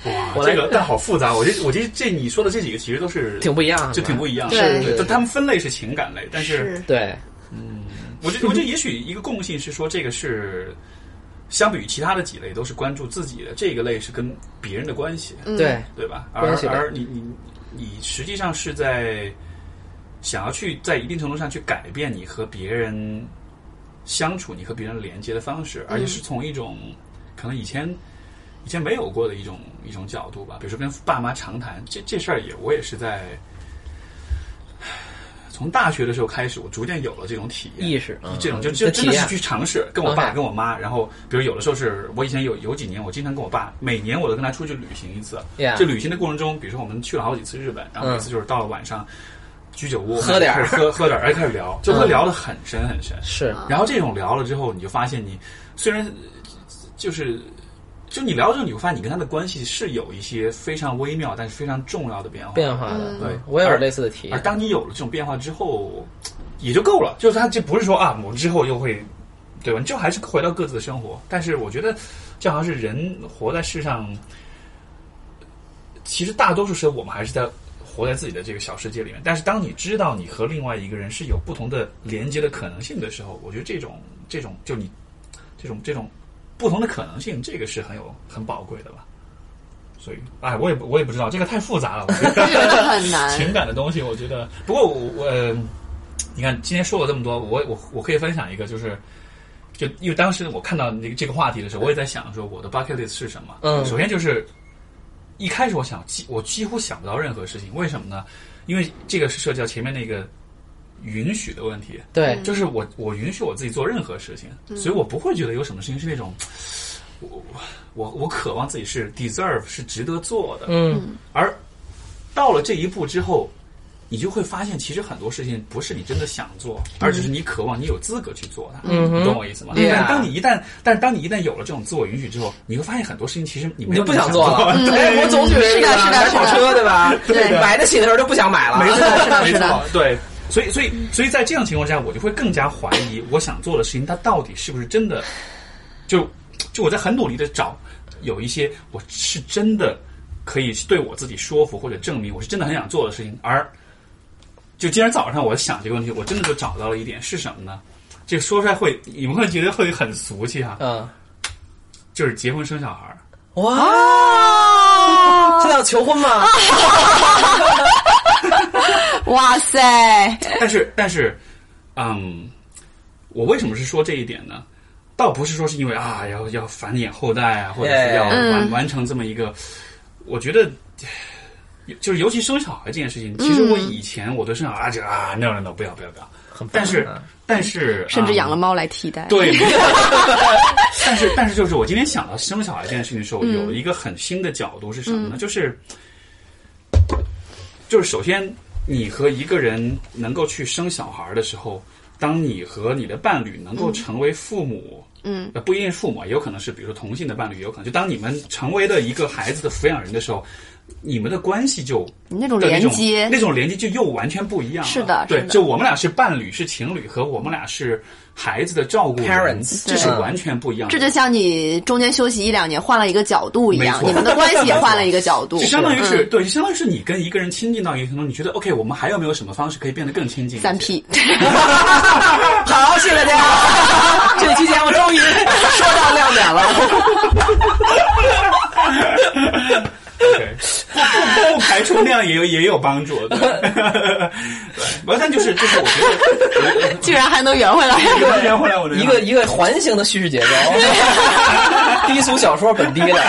哇，我这来个但好复杂。我觉得，我觉得这你说的这几个其实都是挺不一样的，就挺不一样。是对对，就他们分类是情感类，但 是是对，我觉得，我觉得也许一个共性是说，这个是相比于其他的几类都是关注自己的，这个类是跟别人的关系，嗯嗯对，对吧？而关系类而你你你实际上是在想要去在一定程度上去改变你和别人相处、你和别人连接的方式，而且是从一种可能以前以前没有过的一种一种角度吧。比如说跟爸妈长谈，这这事儿也我也是在 唉从大学的时候开始，我逐渐有了这种体验意识嗯这种就嗯就的真的体是验去尝试，跟我爸 OK 跟我妈，然后比如有的时候是我以前有有几年，我经常跟我爸，每年我都跟他出去旅行一次。 Yeah 嗯这旅行的过程中，比如说我们去了好几次日本，然后每次就是到了晚上。居酒屋喝点儿开始喝喝点儿，哎，开始聊，就嗯会聊得很深很深。是然后这种聊了之后，你就发现你虽然就是就你聊了之后，你会发现你跟他的关系是有一些非常微妙，但是非常重要的变化。变化的，嗯对我也有类似的体而验，当你有了这种变化之后，也就够了。就是他这不是说啊，我们之后又会，对吧？你就还是回到各自的生活。但是我觉得，这好像是人活在世上，其实大多数时候我们还是在活在自己的这个小世界里面。但是当你知道你和另外一个人是有不同的连接的可能性的时候，我觉得这种这种就你这种这种不同的可能性，这个是很有很宝贵的吧。所以，哎，我也不我也不知道，这个太复杂了。我觉得这个很难。情感的东西，我觉得。不过我我、呃你看今天说了这么多，我我我可以分享一个，就是就因为当时我看到这个这个话题的时候，我也在想说我的 bucket list 是什么。嗯首先就是一开始我想几我几乎想不到任何事情，为什么呢？因为这个是涉及到前面那个允许的问题。嗯对，就是我我允许我自己做任何事情，所以我不会觉得有什么事情是那种。我我我渴望自己是 deserve 是值得做的，嗯，而到了这一步之后，你就会发现，其实很多事情不是你真的想做，而只是你渴望，你有资格去做它。嗯哼你懂我意思吗？ Yeah 但当你一旦，但是当你一旦有了这种自我允许之后，你会发现很多事情其实你你没有就不想做做了， 哎，我总觉得是的是的买是的跑车对吧？对的买得起的时候就不想买了，没错，没啊是的是错的，对。所以，所以，所以在这样情况下，我就会更加怀疑我想做的事情，它到底是不是真的？就就我在很努力的找有一些我是真的可以对我自己说服或者证明我是真的很想做的事情，而就今天早上我想这个问题，我真的就找到了一点是什么呢？这说出来会你们会觉得会很俗气哈、嗯，就是结婚生小孩儿。哇，现在要求婚吗？哇塞， 但是，但是，嗯，我为什么是说这一点呢？倒不是说是因为啊，要要繁衍后代啊，或者是要 Yeah. 完、嗯完成这么一个，我觉得。就是尤其生小孩这件事情，其实我嗯以前我对生小孩啊，这个啊，no no no，不要不要不要。但是嗯啊但是，甚至嗯养了猫来替代。对，没错 但是但是就是我今天想到生小孩这件事情的时候，嗯有一个很新的角度是什么呢？就是就是首先你和一个人能够去生小孩的时候，当你和你的伴侣能够成为父母。嗯呃，不一定是父母，也有可能是比如说同性的伴侣，也有可能就当你们成为了一个孩子的抚养人的时候，你们的关系就你那种对那连种接那，种连接就又完全不一样了。是的对是，的就我们俩是伴侣，是情侣，和我们俩是孩子的照顾人 Parents，这是对完全不一样的。这就像你中间休息一两年，换了一个角度一没样，错你们的关系也换了一个角度，就 相当于是嗯对，就相当于是你跟一个人亲近到一个程度，你觉得 OK，我们还有没有什么方式可以变得更亲近？三 P。 好，谢谢大家， 这期节目终于说到亮点了。对，不不不排除那样也有也有帮助。 对，对，不但就是就是我 觉得我居然还能圆回来。 我完全回来我的一个一个环形的叙事结构，低俗小说本低的，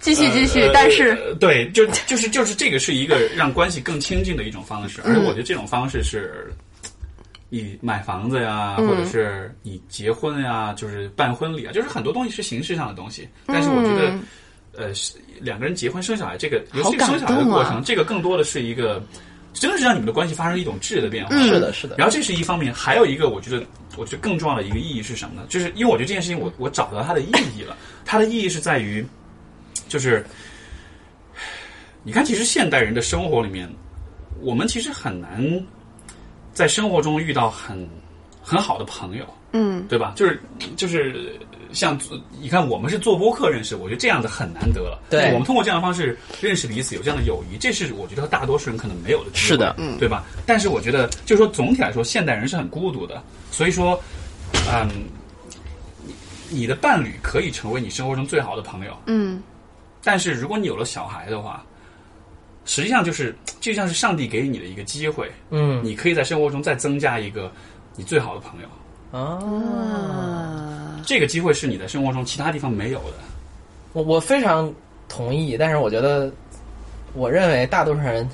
继续继续呃，但是呃对，就就是就是这个是一个让关系更亲近的一种方式，嗯而且我觉得这种方式是。你买房子呀，嗯或者是你结婚呀，就是办婚礼啊，就是很多东西是形式上的东西。但是我觉得，呃，是两个人结婚生小孩，这个尤嗯好其是感生小孩的动啊过程，这个更多的是一个，真的是让你们的关系发生一种质的变化。嗯是的，是的，然后这是一方面，还有一个我觉得，我觉得更重要的一个意义是什么呢？就是因为我觉得这件事情我，我找到它的意义了。它的意义是在于，就是你看，其实现代人的生活里面，我们其实很难在生活中遇到很很好的朋友，嗯，对吧？就是就是像你看，我们是做播客认识，我觉得这样的很难得了。对我们通过这样的方式认识彼此，有这样的友谊，这是我觉得大多数人可能没有的机会。是的嗯，对吧？但是我觉得，就是说总体来说，现代人是很孤独的，所以说，嗯，你你的伴侣可以成为你生活中最好的朋友，嗯，但是如果你有了小孩的话，实际上就是就像是上帝给你的一个机会，嗯你可以在生活中再增加一个你最好的朋友。啊，这个机会是你在生活中其他地方没有的。我我非常同意，但是我觉得，我认为大多数人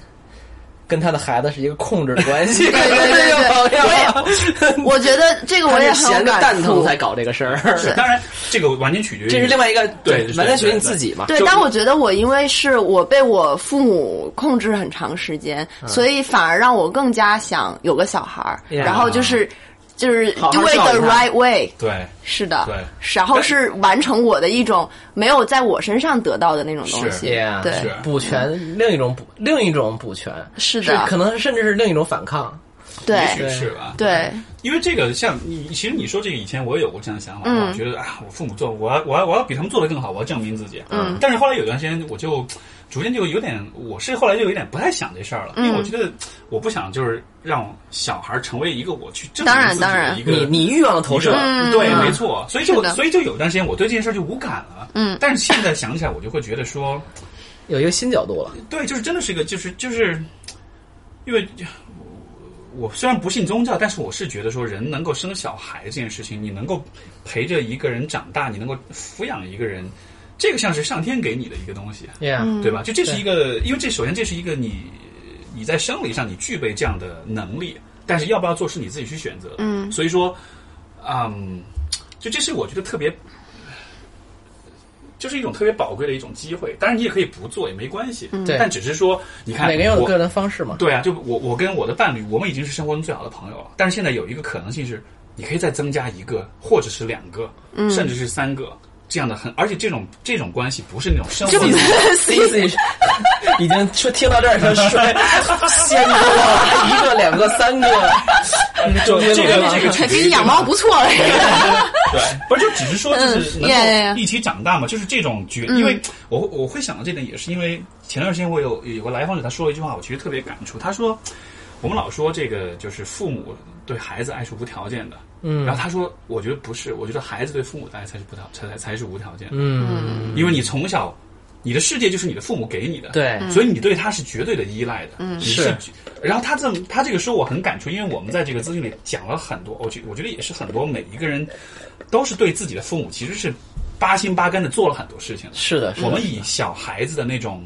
跟他的孩子是一个控制的关系， 对对对对 我觉得这个我也很有闲着感蛋疼触。才搞这个事儿，当然，这个完全取决于这是另外一个对对完全取决于对对你自己嘛。对，但我觉得我因为是我被我父母控制很长时间，所以反而让我更加想有个小孩儿，嗯呀然后就是就是好好 do it 照 the 顾他 right way，对是的，对是然后是完成我的一种没有在我身上得到的那种东是西， Yeah，对是补全另一种补另一种补全，是是啊的，可能甚至是另一种反抗。对也许是吧。，对，因为这个像你，其实你说这个以前我也有过这样的想法，嗯我觉得啊，我父母做，我要我要我要比他们做的更好，我要证明自己。嗯，但是后来有段时间，我就逐渐就有点，我是后来就有点不太想这事儿了，因为嗯我觉得我不想就是让小孩成为一个我去证明当然自己的当然一个你你欲望的投射，嗯对，嗯没错。所以就是的所以就有段时间我对这件事儿就无感了。嗯但是现在想起来，我就会觉得说，有一个新角度了。对，就是真的是一个，就是就是，因为我我虽然不信宗教，但是我是觉得说，人能够生小孩这件事情，你能够陪着一个人长大，你能够抚养一个人，这个像是上天给你的一个东西，啊 Yeah，对吧？就这是一个，因为这首先这是一个你你在生理上你具备这样的能力，但是要不要做是你自己去选择的。嗯所以说，嗯，就这是我觉得特别。就是一种特别宝贵的一种机会，当然你也可以不做也没关系，嗯对但只是说，你看每个人有我个人方 式嘛。对啊，就我我跟我的伴侣，我们已经是生活中最好的朋友了。但是现在有一个可能性是，你可以再增加一个，或者是两个，嗯甚至是三个这样的很，而且这种这种关系不是那种生活中 Cici 已经说听到这儿就摔，先过一个、两个、三个，就这个中间怎么这个还给你养猫不错了，对，不是就只是说就是嗯，yeah, yeah, 能 yeah 够一起长大嘛，就是这种觉，因为我我会想到这点，也是因为前段时间我有有个来访者，他说了一句话，我其实特别感触。他说，我们老说这个就是父母对孩子爱是无条件的，嗯，然后他说，我觉得不是，我觉得孩子对父母的爱才是不条才才才是无条件的，嗯，因为你从小。你的世界就是你的父母给你的，对所以你对他是绝对的依赖的，嗯，是。然后他这么，他这个说我很感触，因为我们在这个资讯里讲了很多，我觉我觉得也是很多每一个人都是对自己的父母其实是八心八肝的做了很多事情的。是的，是我的们以小孩子的那种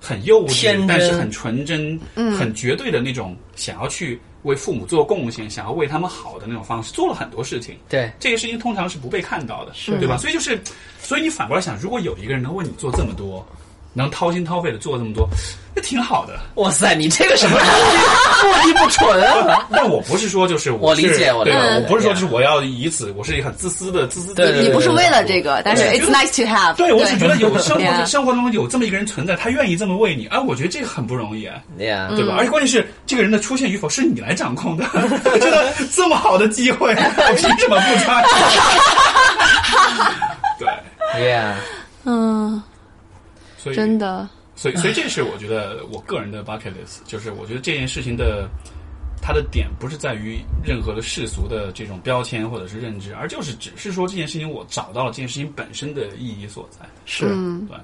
很幼天稚真，嗯但是很纯真、很绝对的那种想要去为父母做贡献、想要为他们好的那种方式，做了很多事情。对这个事情通常是不被看到的，对吧？所以就是，所以你反过来想，如果有一个人能为你做这么多，能掏心掏肺的做这么多，那挺好的。哇塞，你这个 什么目的目的不纯啊？但我不是说就是我是理解我理对解吧嗯我不是说就是我要以此，我是一个很自私的自私自利对对的你对不是为了这我个，但是对 it's nice to have，对，我只觉得有生活中 Yeah 生活中有这么一个人存在，他愿意这么为你，哎，我觉得这个很不容易，啊呀，对吧？而且关键是这个人的出现与否是你来掌控的， 我觉得这么好的机会，我凭什么不抓住？ 对，呀，嗯，所以真的，所以所以这是我觉得我个人的 bucket list，就是我觉得这件事情的它的点不是在于任何的世俗的这种标签或者是认知，而就是只是说这件事情我找到了这件事情本身的意义所在。是，嗯对，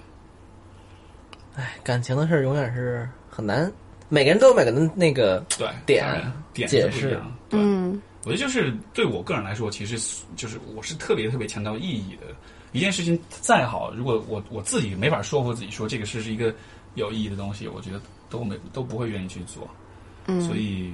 哎，感情的事儿永远是很难，每个人都有每个人的那个对，点当然点解是不一释样。对，嗯我觉得就是对我个人来说，其实就是我是特别特别强调意义的。一件事情再好，如果我我自己没法说服自己说这个事是一个有意义的东西，我觉得都没都不会愿意去做。嗯，所以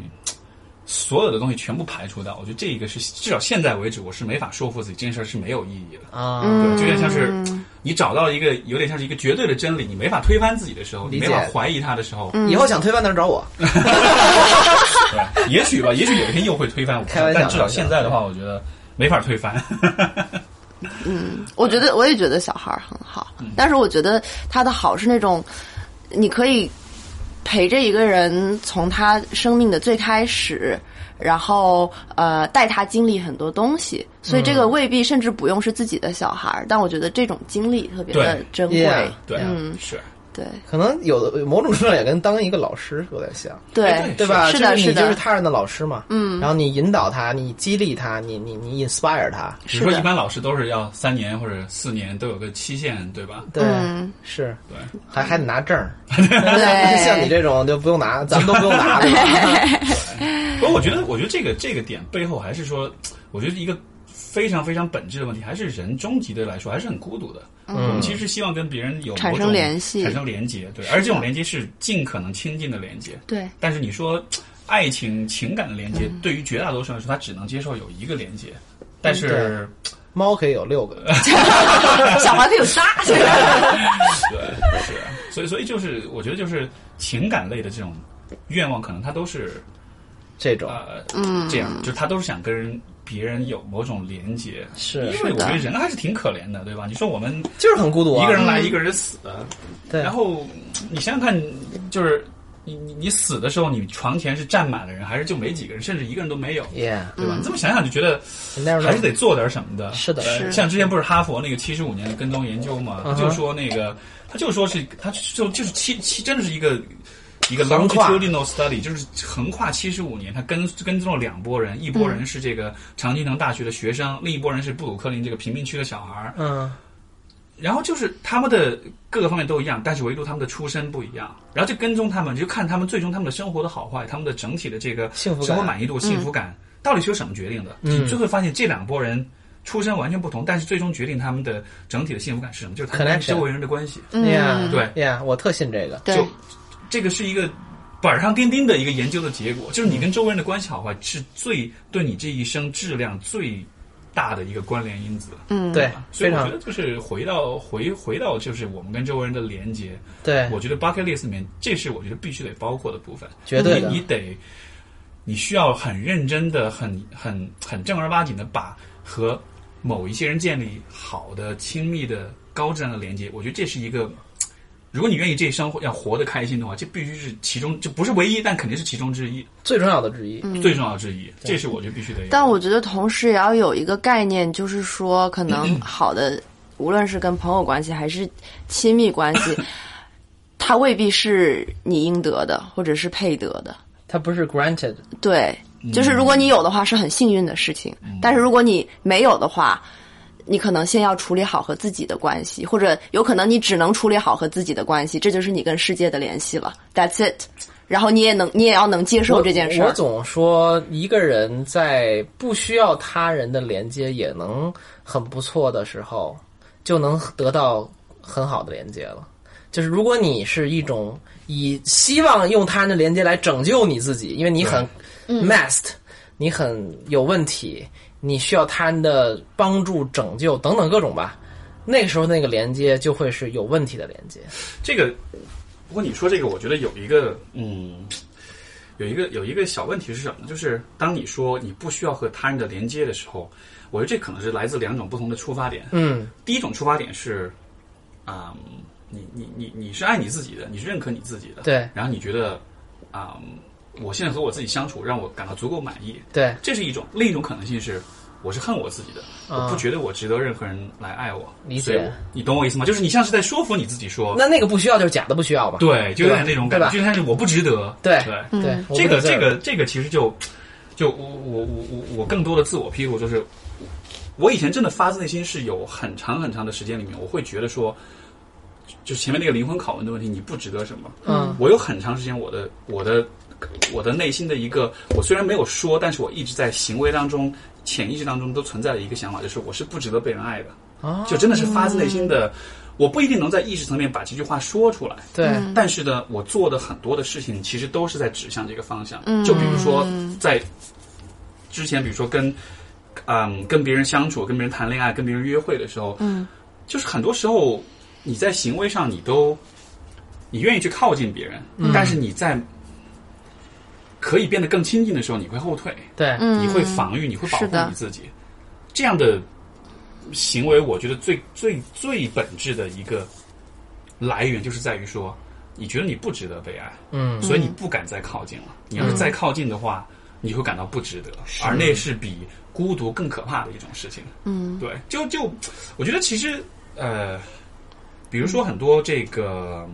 所有的东西全部排除掉。我觉得这一个是至少现在为止，我是没法说服自己这件事儿是没有意义的。啊，对，就有点像是嗯你找到一个有点像是一个绝对的真理，你没法推翻自己的时候，你理解嗯没法怀疑它的时候，以后想推翻的人找我。对，也许吧，也许有一天又会推翻我。开玩笑但至少现在的话，我觉得没法推翻。我觉得我也觉嗯得小孩儿很好，但是我觉得他的好是那种，你可以陪着一个人从他生命的最开始，然后呃带他经历很多东西，所以这嗯个未必甚至不用是自己的小孩儿，但我觉得这种经历特别的对珍贵。 Yeah 对，嗯是，对可能有的某种程度上也跟当一个老师有点像，哎对对对吧？是就的，是是你就是的，他人的老师嘛，嗯，然后你引导他，你激励他，你你你 inspire 他，你说一般老师都是要三年或者四年都有个期限，对吧？对，嗯是，对，还还得拿证 儿，对，像你这种就不用拿，咱们都不用 拿，对吧？不过我觉得，我觉得这个这个点背后还是说，我觉得一个非常非常本质的问题，还是人终极的来说还是很孤独的。我们其实是希望跟别人有产某生种联系产生连接，对，而这种连接是尽可能亲近的连接。对但是你说爱情情感的连接，对于绝大多数人来说，他只能接受有一个连接。但是，猫可以有六个，啊小孩可以有仨， 对，是，所以，所以就是，我觉得就是情感类的这种愿望，可能他都是这种呃，这样，就他都是想跟别人有某种连接，是因为我觉得人还是挺可怜的，对吧？你说我们就是很孤独啊，一个人来，一个人死，对，然后你想想看，就是你你你死的时候，你床前是站满了人，还是就没几个人，甚至一个人都没有， yeah，嗯对吧？你这么想想就觉得 you never 还是 know，得做点什么的。是的呃是像之前不是哈佛那个七十五年的跟踪研究嘛，他嗯哼就说那个，他就说是，他就就是七七，真的是一个一个横跨 longitudinal study，就是横跨七十五年，他跟跟踪了两拨人，一嗯拨人是这个常青藤大学的学生，另一拨人是布鲁克林这个贫民区的小孩儿。嗯，然后就是他们的各个方面都一样，但是唯独他们的出身不一样。然后就跟踪他们，你就看他们最终他们的生活的好坏，他们的整体的这个幸福感生活满意度、幸福感，嗯到底是由什么决定的？嗯你就会发现这两拨人出身完全不同，但是最终决定他们的整体的幸福感是什么，就是他们跟 Connection 周围人的关系。嗯 yeah，对，yeah，我特信这个，对就这个是一个板上钉钉的一个研究的结果，就是你跟周围人的关系好坏是最对你这一生质量最大的一个关联因子。嗯，对，啊所以非我觉常得就是回到回回到就是我们跟周围人的连接，对，我觉得 bucket list 里面这是我觉得必须得包括的部分，绝对的你你得你需要很认真的、很很很正儿八经的把和某一些人建立好的、亲密的、高质量的连接。我觉得这是一个，如果你愿意这一生要活得开心的话，这必须是其中，这不是唯一，但肯定是其中之一，最重要的之一，嗯最重要之一。这是我觉得必须得有。但我觉得同时也要有一个概念，就是说，可能好的，无论是跟朋友关系还是亲密关系，它未必是你应得的，或者是配得的。它不是 granted，对，就是如果你有的话，是很幸运的事情；但是如果你没有的话，你可能先要处理好和自己的关系，或者有可能你只能处理好和自己的关系，这就是你跟世界的联系了。That's it。然后你也能，你也要能接受哦这件事我。我儿。总说，一个人在不需要他人的连接也能很不错的时候，就能得到很好的连接了。就是如果你是一种以希望用他人的连接来拯救你自己，因为你很嗯 messed，、你很有问题，你需要他人的帮助、拯救等等各种吧。那个时候，那个连接就会是有问题的连接。这个，不过你说这个，我觉得有一个，嗯，有一个有一个小问题是什么呢？就是当你说你不需要和他人的连接的时候，我觉得这可能是来自两种不同的出发点。嗯，第一种出发点是，啊、你你你你是爱你自己的，你是认可你自己的，对然后你觉得，啊、我现在和我自己相处，让我感到足够满意，对，这是一种；另一种可能性是，我是恨我自己的，我不觉得我值得任何人来爱我。啊理解所以我你懂我意思吗？就是你像是在说服你自己说，那那个不需要就是假的不需要嘛。对，就有点那种感对吧觉，就像是我不值得。对对，对，我嗯这不个知道这个这个其实就就我我我我我更多的自我批评就是，我以前真的发自内心是有很长很长的时间里面，我会觉得说，就前面那个灵魂拷问的问题，你不值得什么？嗯，我有很长时间我的我的我的内心的一个，我虽然没有说，但是我一直在行为当中、潜意识当中都存在的一个想法，就是我是不值得被人爱的。就真的是发自内心嗯的，我不一定能在意识层面把这句话说出来。对，但是呢，我做的很多的事情其实都是在指向这个方向。嗯嗯就比如说在之前，比如说跟嗯跟别人相处、跟别人谈恋爱、跟别人约会的时候，嗯，就是很多时候你在行为上你都你愿意去靠近别人，嗯嗯但是你在可以变得更亲近的时候，你会后退。对，你会防御，你会保嗯是的护你自己。这样的行为，我觉得最最最本质的一个来源就是在于说，你觉得你不值得被爱，嗯所以你不敢再靠近了。你要是再靠近的话，你会感到不值得，而那嗯是比孤独更可怕的一种事情。嗯，对，就就我觉得其实呃，比如说很多这个。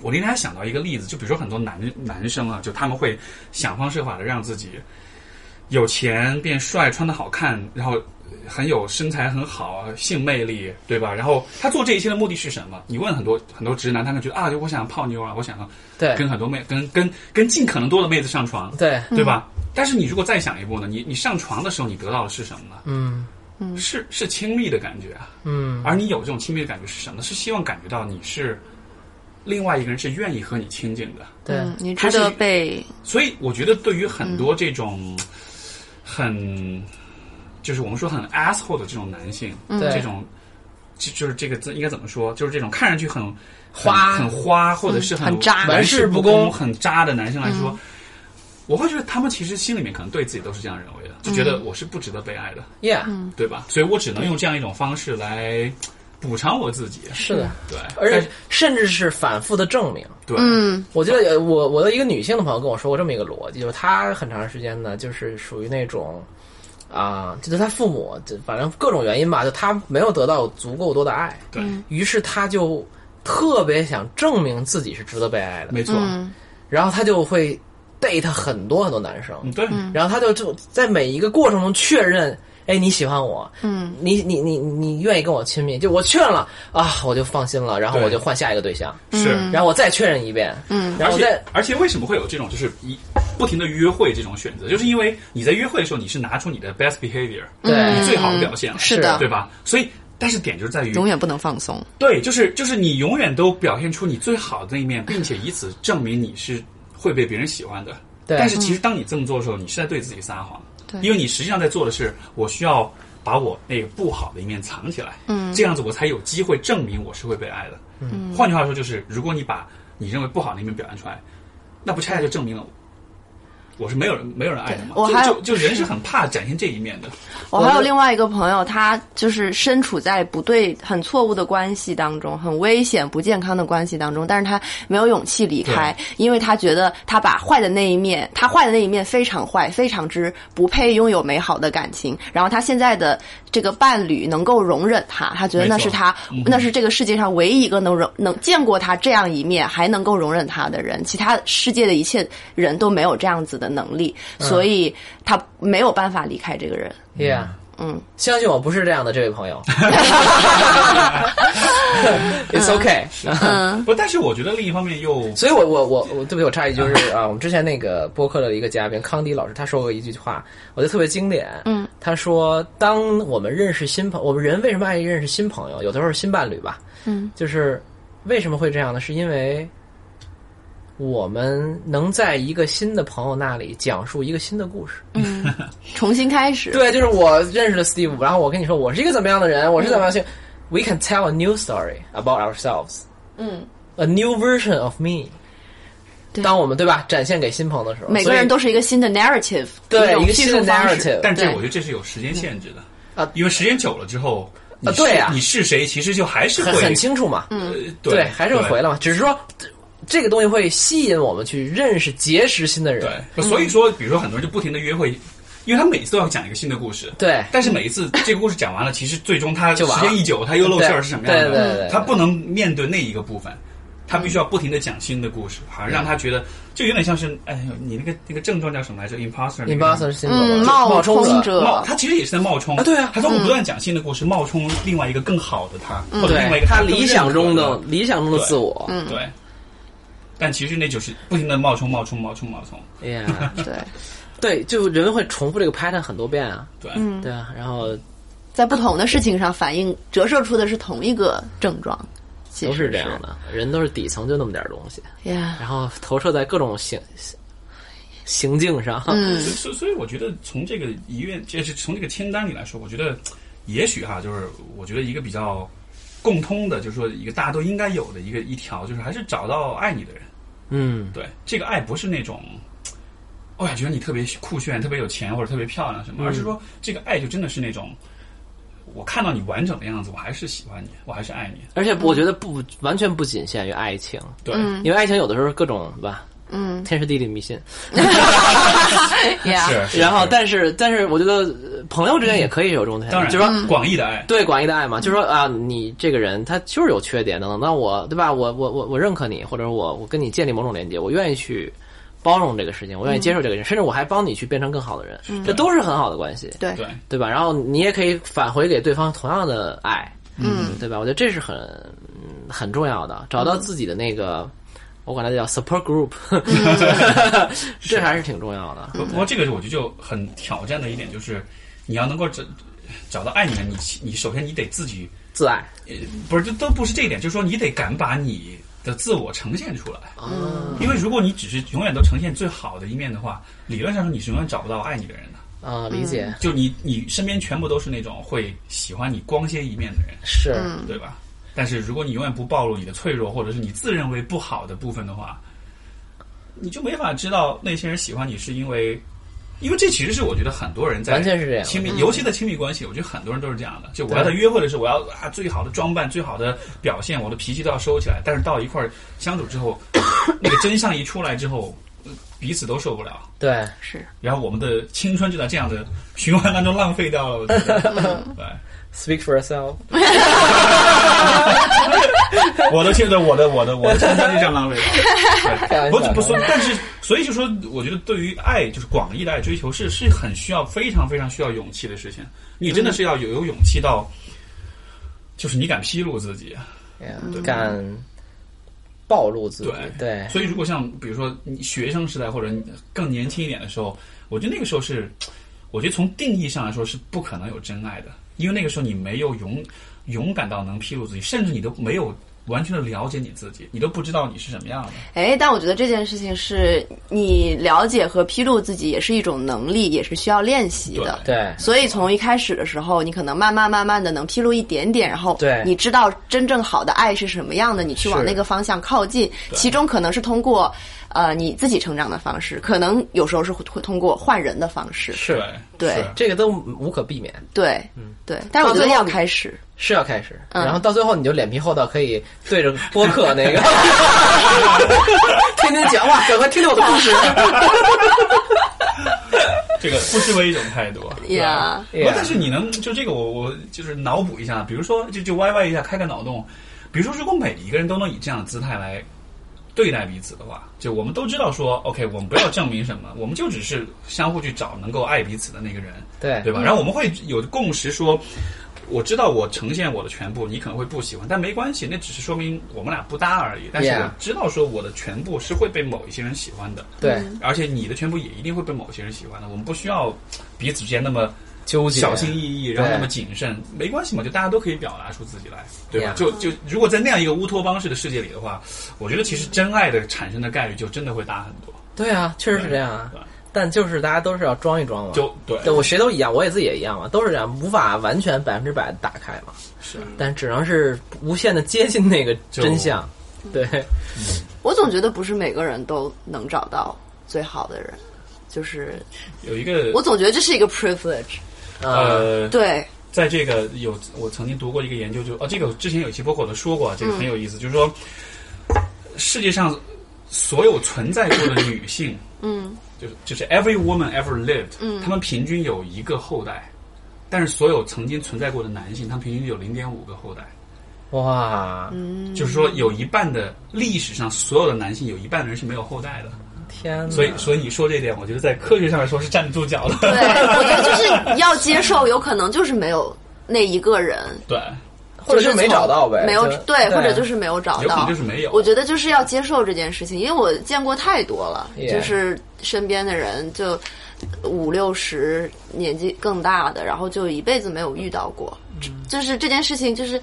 我那天还想到一个例子，就比如说很多男男生啊，就他们会想方设法的让自己有钱变帅，穿的好看，然后很有身材很好，性魅力，对吧？然后他做这一切的目的是什么？你问很多很多直男，他们觉得啊，就我想泡妞啊，我想对跟很多妹，跟跟跟尽可能多的妹子上床，对，对吧？但是你如果再想一步呢，你你上床的时候，你得到的是什么呢？嗯是是亲密的感觉啊，嗯而你有这种亲密的感觉是什么？是希望感觉到你是另外一个人是愿意和你亲近的。对，嗯，你它值是得被所以我觉得对于很多这种、很就是我们说很 asshole 的这种男性，对这种就就是这个字应该怎么说？就是这种看上去很花很很花，或者是很渣玩世不恭、玩世不恭很渣的男生来说。我会觉得他们其实心里面可能对自己都是这样认为的，就觉得我是不值得被爱的， ，Yeah，对吧？所以我只能用这样一种方式来补偿我自己。是的，对，而且但是甚至是反复的证明。对，嗯我记得呃我我的一个女性的朋友跟我说过这么一个逻辑，就是她很长时间呢，就是属于那种啊、就是她父母，就反正各种原因吧，就她没有得到足够多的爱，对，于是她就特别想证明自己是值得被爱的，没错，嗯然后她就会 date 很多很多男生，嗯，对，然后她就就在每一个过程中确认。哎，你喜欢我，嗯，你你你你愿意跟我亲密，就我确认了啊，我就放心了，然后对我就换下一个对象，是。然后我再确认一遍，嗯，然嗯嗯而后我且再而且为什么会有这种就是一不停的约会这种选择，就是因为你在约会的时候你是拿出你的 best behavior，对你最好的表现了，嗯是的对吧？所以。但是点就是在于，永远不能放松。对，就是就是你永远都表现出你最好的那一面，并且以此证明你是会被别人喜欢的。对但是其实当你这么做的时候，你是在对自己撒谎，对因为你实际上在做的是，我需要把我那个不好的一面藏起来，嗯，这样子我才有机会证明我是会被爱的。嗯，换句话说，就是如果你把你认为不好的一面表现出来，那不恰恰就证明了我是没有人没有人爱的嘛？对我就还有就就人是很怕展现这一面的，我还有另外一个朋友，他就是身处在不对、很错误的关系当中，很危险、不健康的关系当中，但是他没有勇气离开，因为他觉得他把坏的那一面，他坏的那一面非常坏，非常之不配拥有美好的感情。然后他现在的这个伴侣能够容忍他，他觉得那没错是嗯他，那是这个世界上唯一一个能容能见过他这样一面还能够容忍他的人，其他世界的一切人都没有这样子的能力，嗯所以他没有办法离开这个人。 Yeah，嗯，相信我不是这样的，这位朋友。It's okay。嗯不？但是我觉得另一方面又所以我，我我我对不起，我插一句，就是啊，我们之前那个播客的一个嘉宾康迪老师，他说过一句话，我觉得特别经典。嗯，他说，当我们认识新朋，我们人为什么爱认识新朋友？有的时候是新伴侣吧。嗯，就是为什么会这样呢？是因为我们能在一个新的朋友那里讲述一个新的故事。重新开始。对，就是我认识了 Steve，然后我跟你说我是一个怎么样的人，我是怎么样性。We can tell a new story about ourselves. 嗯 A new version of me. 对当我们对吧展现给新朋友的时候，每个人都是一个新的 narrative，所以对种一个叙新述的方式 narrative。但这对我觉得这是有时间限制的啊因为时间久了之后，你啊对是啊你是谁，其实就还是很会很清楚嘛，呃对，还是会回来。来嘛，只是说这个东西会吸引我们去认识、结识新的人。嗯对，所以说，比如说很多人就不停的约会，因为他每次都要讲一个新的故事。对但是每一次这个故事讲完了，其实最终他时就完了间一久，他又露馅儿是什么样的？对对对对对他不能面对那一个部分，他必须要不停的讲新的故事，好像让他觉得就有点像是，哎呦，你那个那个症状叫什么来着？imposter 那个 i m p o s t e r 新的嗯，冒充者，冒，者，他其实也是在冒充啊对啊他通过不断讲新的故事，冒充另外一个更好的他，或者另嗯对外一嗯个他更理想中认的可的理想中的自我。嗯他，对。但其实那就是不停的冒充、冒充、冒充、冒充， Yeah，对，对，就人会重复这个 pattern 很多遍啊。对，对啊，然后在不同的事情上反映折射出的是同一个症状，其都实是这样的，人都是底层就那么点儿东西，是呀，然后投射在各种行行行径上。嗯所以所以我觉得从这个遗愿，就是从这个清单里来说，我觉得也许哈，就是我觉得一个比较共通的，就是说一个大家都应该有的一个一条，就是还是找到爱你的人。 嗯，对，这个爱不是那种，哦嗯呀，觉得你特别酷炫、特别有钱或者特别漂亮什么，而是说这个爱就真的是那种，我看到你完整的样子，我还是喜欢你，我还是爱你。而且我觉得不完全不仅限于爱情，对，因为爱情有的时候各种吧，嗯，天时地利迷信。 Yeah，啊是。然后，但是但是，我觉得呃朋友之间也可以有这种态度，当然，就是说。广义的爱，对广义的爱嗯嘛，就是说啊，你这个人他就是有缺点等等，那我对吧？我我我我认可你，或者我我跟你建立某种连接，我愿意去包容这个事情，我愿意接受这个人，甚至我还帮你去变成更好的人，这都是很好的关系。嗯对对，对吧？然后你也可以返回给对方同样的爱，嗯，对吧？我觉得这是很嗯很重要的，找到自己的那个，我管它叫 support group，、这嗯 还是挺重要的。不不过这个我觉得就很挑战的一点就是，你要能够找找到爱你的，你你首先你得自己，自爱，呃不是这都不是这一点，就是说你得敢把你的自我呈现出来。嗯因为如果你只是永远都呈现最好的一面的话，理论上说你是永远找不到爱你的人的。啊、理解、嗯就你你身边全部都是那种会喜欢你光鲜一面的人，是、嗯对吧？但是如果你永远不暴露你的脆弱，或者是你自认为不好的部分的话，你就没法知道那些人喜欢你是因为，因为这其实是我觉得很多人在完全嗯是这样的亲密，尤其在亲密关系，我觉得很多人都是这样的。就我要在约会的时候，我要啊最好的装扮、最好的表现，我的脾气都要收起来。但是到一块儿相处之后，那个真相一出来之后，彼此都受不了。对。是然后我们的青春就在这样的循环当中浪费掉了。我觉得对， Speak for yourself，我都觉得我的我的我的青春就这样浪费掉。开玩对不笑不说，但是所以就说，我觉得对于爱就是广义的爱追求是是很需要非常非常需要勇气的事情。你真的是要有有勇气到，就是你敢披露自己。 Yeah，敢暴露自己，对对所以如果像比如说你学生时代或者你更年轻一点的时候，我觉得那个时候是，我觉得从定义上来说是不可能有真爱的，因为那个时候你没有勇勇敢到能披露自己，甚至你都没有完全的了解你自己，你都不知道你是什么样的。哎，但我觉得这件事情是你了解和披露自己也是一种能力，也是需要练习的。对所以从一开始的时候，你可能慢慢慢慢的能披露一点点，然后对你知道真正好的爱是什么样的，你去往是那个方向靠近。其中可能是通过呃你自己成长的方式，可能有时候是会通过换人的方式。是对是这个都无可避免，对，对。但是我觉得要开始，是要开始，嗯然后到最后你就脸皮厚到可以对着播客那个， 天天讲哇，赶快听听我的故事。这个不失为一种态度。啊 呀对 Yeah 不但是你能就这个我，我就是脑补一下，比如说就就歪歪一下，开个脑洞。比如说，如果每一个人都能以这样的姿态来对待彼此的话，就我们都知道说，OK，我们不要证明什么，我们就只是相互去找能够爱彼此的那个人，对对吧？然后我们会有共识说。我知道我呈现我的全部，你可能会不喜欢，但没关系，那只是说明我们俩不搭而已。但是 Yeah 我知道说我的全部是会被某一些人喜欢的，对，而且你的全部也一定会被某些人喜欢的。我们不需要彼此之间那么纠结小心翼翼，然后对那么谨慎，没关系嘛，就大家都可以表达出自己来，对吧 Yeah 就就如果在那样一个乌托邦式的世界里的话，我觉得其实真爱的产生的概率就真的会大很多。对啊，确实是这样啊对对。但就是大家都是要装一装嘛，就对，对我谁都一样，我也自己也一样嘛，都是这样，无法完全百分之百打开嘛，是但只能是无限的接近那个真相。对，我总觉得不是每个人都能找到最好的人，就是有一个我总觉得这是一个 privilege。呃，呃，对，在这个有我曾经读过一个研究就，哦，这个之前有一期播客我都说过啊，这个很有意思，就是说世界上所有存在过的女性，嗯，就是就是 every woman ever lived，嗯，她们平均有一个后代，但是所有曾经存在过的男性，他们平均有零点五个后代，哇，就是说有一半的历史上所有的男性有一半的人是没有后代的，天哪！所以所以你说这一点，我觉得在科学上来说是站得住脚的，对，我觉得就是要接受，有可能就是没有那一个人， 对，或者就就是没从找到呗，没有就对，或者就是没有找有可到能就。是没有，我觉得就是要接受这件事情，因为我见过太多了 Yeah 就是身边的人就五六十年纪更大的，然后就一辈子没有遇到过，嗯就是这件事情就是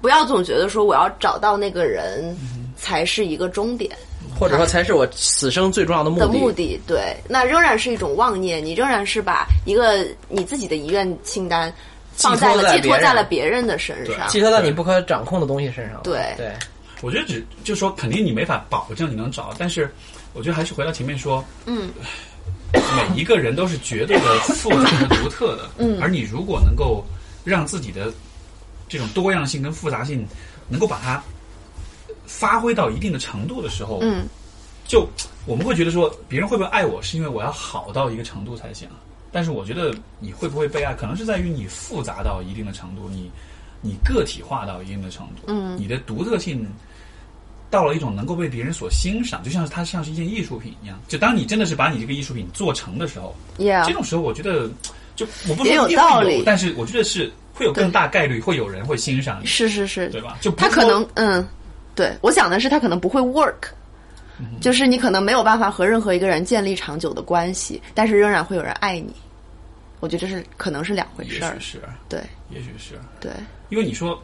不要总觉得说我要找到那个人嗯才是一个终点，或者说才是我此生最重要的目的的。目的，对，那仍然是一种妄念，你仍然是把一个你自己的遗愿清单放在了寄托在寄托在别人了别人的身上，寄托到你不可掌控的东西身上。啊对对，我觉得只就说肯定你没法保证你能找，但是我觉得还是回到前面说，嗯，每一个人都是绝对的复杂和独特的，嗯，而你如果能够让自己的这种多样性跟复杂性能够把它发挥到一定的程度的时候，嗯，就我们会觉得说，别人会不会爱我，是因为我要好到一个程度才行。啊但是我觉得你会不会被爱，可能是在于你复杂到一定的程度，你你个体化到一定的程度，嗯，你的独特性到了一种能够被别人所欣赏，就像是它像是一件艺术品一样。就当你真的是把你这个艺术品做成的时候，这 Yeah，种时候，我觉得就我不说也有一定会道理但是我觉得是会有更大概率会有人会欣赏你，是是是，对吧？就不他是可说能嗯，对我想的是他可能不会 work，就是嗯你可能没有办法和任何一个人建立长久的关系，但是仍然会有人爱你。我觉得这是可能是两回也事儿许，是，对也许是，对，因为你说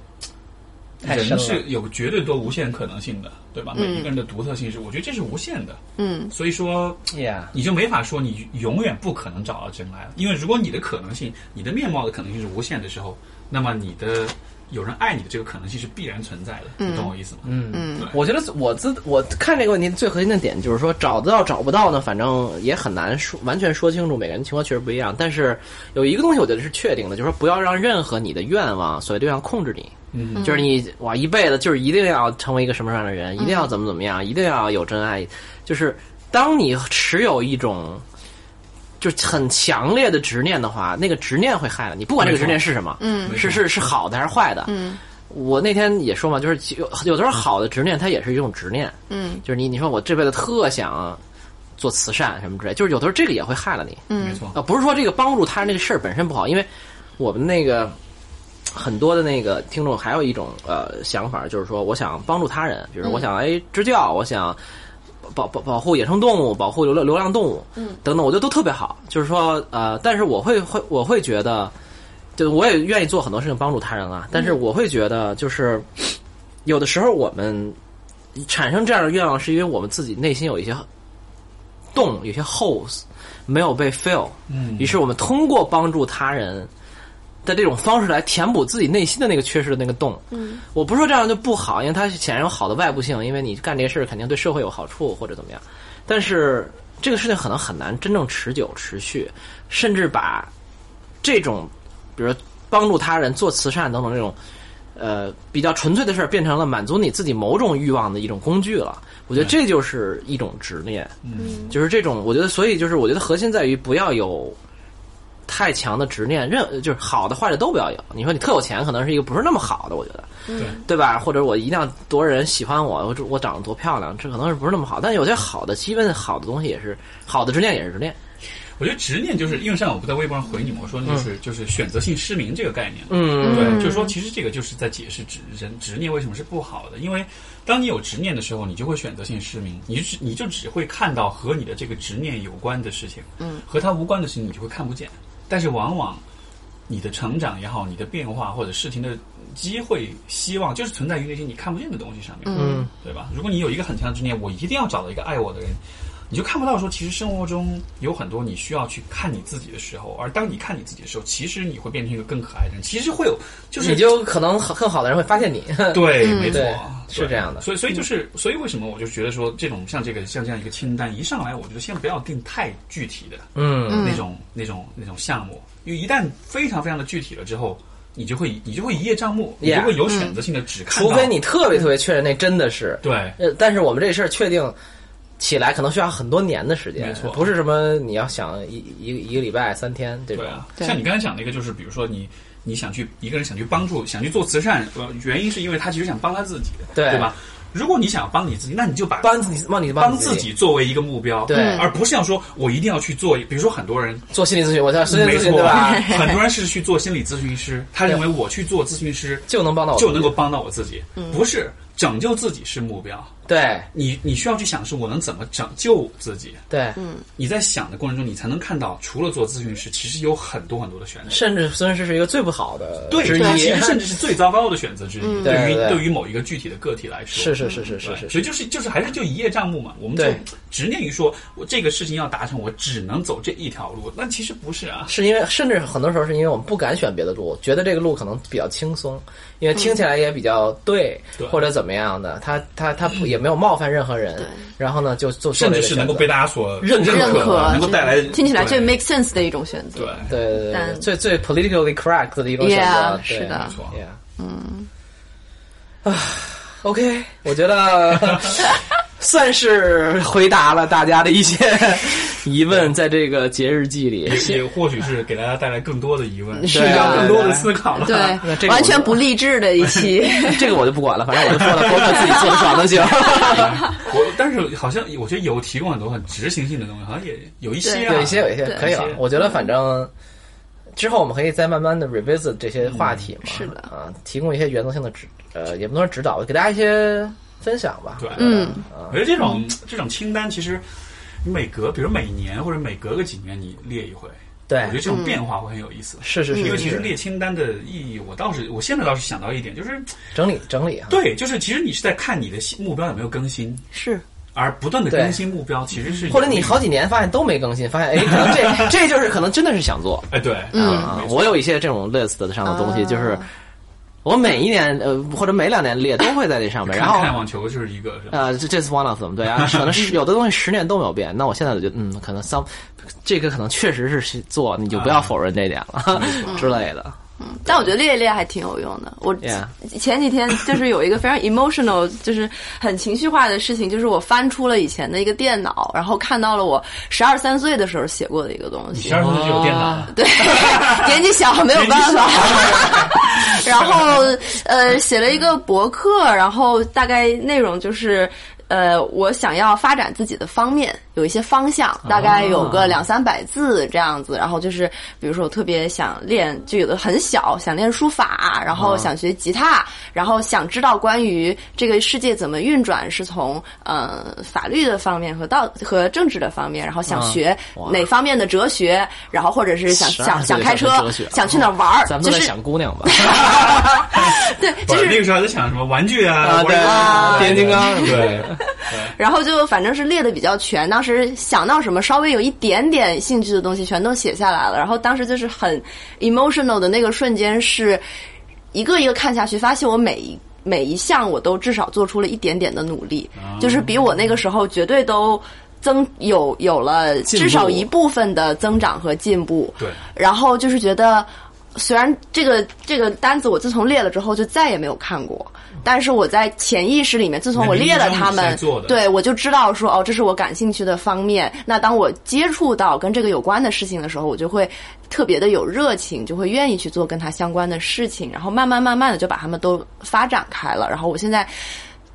太深了人是有绝对多无限可能性的，对吧？每一个人的独特性是，我觉得这是无限的，嗯，所以说呀，你就没法说你永远不可能找到真爱了，因为如果你的可能性、你的面貌的可能性是无限的时候，那么你的有人爱你的这个可能性是必然存在的，你懂我意思吗？嗯，嗯，我觉得我自我看这个问题最核心的点就是说，找得到找不到呢，反正也很难说完全说清楚，每个人情况确实不一样。但是有一个东西我觉得是确定的，就是说不要让任何你的愿望所谓对象控制你。嗯，就是你哇，一辈子就是一定要成为一个什么样的人，一定要怎么怎么样，一定要有真爱。就是当你持有一种就很强烈的执念的话，那个执念会害了你，不管这个执念是什么，嗯没错是是是好的还是坏的，嗯。我那天也说嘛，就是有有的时候好的执念，它也是一种执念，嗯，就是你你说我这辈子特想做慈善什么之类，就是有的时候这个也会害了你，嗯，没错啊，，不是说这个帮助他人这个事儿本身不好，因为我们那个很多的那个听众还有一种呃想法，就是说我想帮助他人，比如说我想、哎支教，我想保保保护野生动物，保护流浪流浪动物，嗯，等等，我觉得都特别好。就是说呃，但是我会会我会觉得，就我也愿意做很多事情帮助他人啊，但是我会觉得就是有的时候我们产生这样的愿望，是因为我们自己内心有一些洞，有些 holes 没有被 fill，嗯于是我们通过帮助他人的这种方式来填补自己内心的那个缺失的那个洞。嗯，我不是说这样就不好，因为它显然有好的外部性，因为你干这个事儿肯定对社会有好处或者怎么样。但是这个事情可能很难真正持久持续，甚至把这种，比如说帮助他人、做慈善等等这种。呃，比较纯粹的事儿变成了满足你自己某种欲望的一种工具了。我觉得这就是一种执念，嗯，就是这种。我觉得，所以就是我觉得核心在于不要有太强的执念，任就是好的坏的都不要有。你说你特有钱，可能是一个不是那么好的，我觉得，对，对吧？或者我一定要多人喜欢我，我我长得多漂亮，这可能是不是那么好。但有些好的，基本好的东西也是好的执念，也是执念。我觉得执念就是，因为上我不在微博上回你们，我说就是、就是选择性失明这个概念，嗯对，就是说其实这个就是在解释执人执念为什么是不好的，因为当你有执念的时候，你就会选择性失明，你只你就只会看到和你的这个执念有关的事情，嗯，和它无关的事情你就会看不见，但是往往你的成长也好，你的变化或者事情的机会、希望，就是存在于那些你看不见的东西上面，嗯，对吧？如果你有一个很强的执念，我一定要找到一个爱我的人，你就看不到说，其实生活中有很多你需要去看你自己的时候，而当你看你自己的时候，其实你会变成一个更可爱的人，其实会有，就是你就可能好更好的人会发现你。对，没对，错对是这样的所以，所以就是，所以为什么我就觉得说，这种像这个像这样一个清单，一上来，我觉得先不要定太具体的嗯那种、那种那种项目，因为一旦非常非常的具体了之后，你就会你就会一叶障目，你就 Yeah，嗯会有选择性的只看到，除非你特别特别确认那真的是，对呃，但是我们这事儿确定起来可能需要很多年的时间，没错不是什么你要想一一一个礼拜三天这种对。啊，对像你刚才讲那个，就是比如说你你想去一个人想去帮助，想去做慈善，呃，原因是因为他其实想帮他自己，对吧？如果你想帮你自己，那你就把帮自己，帮你帮自自己作为一个目标，对嗯而不是要说我一定要去做，比如说很多人做心理咨询，我叫心理没咨询错，对吧？ 很多人是去做心理咨询师，他认为我去做咨询师就能帮到我，就能够帮到我自己，不是拯救自己是目标。对你你需要去想是我能怎么拯救自己。对，你在想的过程中，你才能看到，除了做咨询师，其实有很多很多的选择。甚至孙师是一啊个最不好的对，之一，它其实甚至是最糟糕的选择之一。对对于对对于某一个具体的个体来说，是是是是是对是所以就是就是还是就一叶障目嘛，我们就对执念于说我这个事情要达成，我只能走这一条路。那其实不是啊，是因为甚至很多时候是因为我们不敢选别的路，觉得这个路可能比较轻松，因为听起来也比较对，嗯对或者怎么么样的，他他他不也没有冒犯任何人，然后呢就做做甚了一至个是能选够择。被大家所认认可可的，，能够带来听起来最对 make sense 的一种选择。对，对对对对，但最最 politically correct 的一种选 Yeah，择，是的没错 y e 嗯，啊，OK，我觉 得算是回答了大家的一些疑问，在这个节日季 里，也也或许是给大家带来更多的疑问，需是要的更多的思考 了。那这 个对，完我全不励志的一期。这个我就不管了，反正我就说了，播客自己做的爽就行。我但是好像我觉得有提供很多很执行性的东西，好像也有一些啊，有一些有一些 对可以了有一些，我觉得反正之后我们可以再慢慢的 revisit 这些话题嘛，嗯是的啊，提供一些原则性的指呃，也不能说指导，给大家一些分享吧。对，嗯，我觉得这种这种清单其实。你每隔，比如每年或者每隔个几年，你列一回，我觉得对，这种变化会很有意思。是是因为是其实列是，清单的意义，我倒是我现在倒是想到一点，就是整理整理哈。啊对，就是其实你是在看你的新目标有没有更新，是，而不断的对更新目标其实是有或者你利好几年发现都没更新，发现哎，可能这这就是可能真的是想做哎对，啊。我有一些这种 list 上的东西，就是我每一年呃或者每两年列都会在这上面，看然后看网球就是一个是吧呃，这这是 one of them，对 啊，可能是有的东西十年都没有变，那我现在就觉得嗯，可能 some 这个可能确实是做，你就不啊要否认这一点了、嗯 之类的。但我觉得列一列还挺有用的。我 Yeah 前几天就是有一个非常 emotional，就是 很情绪化的事情，就是我翻出了以前的一个电脑，然后看到了我十二三岁的时候写过的一个东西。你 十二岁就有电脑哦了，对，年纪小没有办法。 然后呃，写了一个博客，然后大概内容就是。呃，我想要发展自己的方面有一些方向，大概有个两三百字这样子。然后就是，比如说我特别想练，就有的很小，想练书法，然后想学吉他，然后想知道关于这个世界怎么运转，是从呃法律的方面和道和政治的方面，然后想学哇哪方面的哲学，然后或者是想12想想岁开就车想哲学，想去哪儿玩儿，咱们就都在是想姑娘吧，对，不就是是那个时候还在想什么玩具啊，啊，对，玩具啊变形金刚什么的，对，然后就反正是列的比较全，当时想到什么稍微有一点点兴趣的东西全都写下来了，然后当时就是很 emotional 的那个瞬间是一个一个看下去，发现我每一。每一项我都至少做出了一点点的努力，啊就是比我那个时候绝对都增有有了进步至少一部分的增长和进步。对然后就是觉得，虽然这个这个单子我自从列了之后就再也没有看过，但是我在潜意识里面，自从我列了他你的们名字是在做的，对我就知道说哦，这是我感兴趣的方面。那当我接触到跟这个有关的事情的时候，我就会特别的有热情，就会愿意去做跟它相关的事情，然后慢慢慢慢的就把它们都发展开了。然后我现在。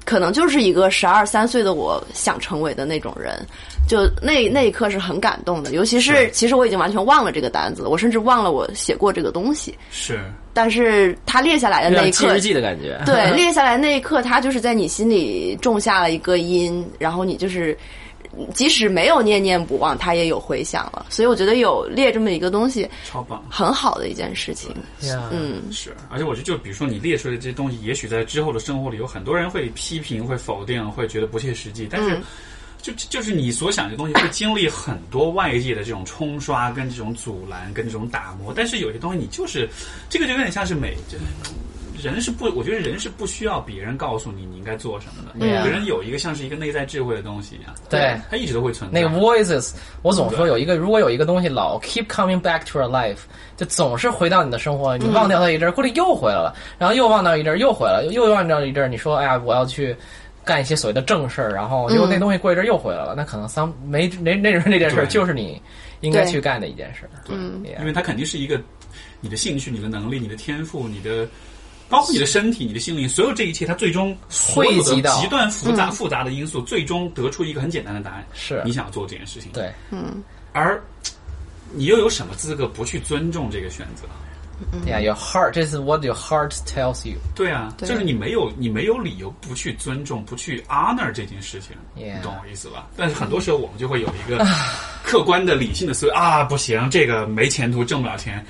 可能就是一个十啊二三岁的我想成为的那种人，就那那一刻是很感动的。尤其是，其实我已经完全忘了这个单子，我甚至忘了我写过这个东西。是但是他列下来啊的有那点一记刻日，记的感觉。 对，列下来那一刻，他就是在你心里种下了一个因，然后你就是即使没有念念不忘，他也有回响了。所以我觉得有列这么一个东西，超棒。很好的一件事情。嗯，是，而且我觉得，就比如说你列出来的这些东西，也许在之后的生活里，有很多人会批评、会否定、会觉得不切实际。但是，就就是你所想的东西，会经历很多外界的这种冲刷、跟这种阻拦、跟这种打磨。但是有些东西，你就是这个，就有点像是美。这人是不，我觉得人是不需要别人告诉你你应该做什么的。每对啊个人有一个像是一个内在智慧的东西一样，对它一直都会存在。那个 voices，我总说有一个，如果有一个东西老 keep coming back to your life，就总是回到你的生活，你忘掉它一阵儿，或者又回来了，然后又忘掉一阵儿，又回来了，又又忘掉一阵儿。你说，哎呀，我要去干一些所谓的正事儿，然后嗯结果那东西过一阵儿又回来了，那可能三没没那那件事儿对就是你应该对去干的一件事儿。嗯因为它肯定是一个你的兴趣、你的能力、你的天赋、你的包括你的身体、你的心灵，所有这一切，它最终所有汇集的到嗯极端复杂、复杂的因素，最终得出一个很简单的答案：是你想要做这件事情。，对，而你又有什么资格不去尊重这个选择？ yeah, your heart. This is what your heart tells you. 对啊，就是你没有你没有理由不去尊重、不去 honor 这件事情 Yeah 你懂我意思吧？但是很多时候我们就会有一个客观的、理性的思维啊，不行，这个没前途，挣不了钱。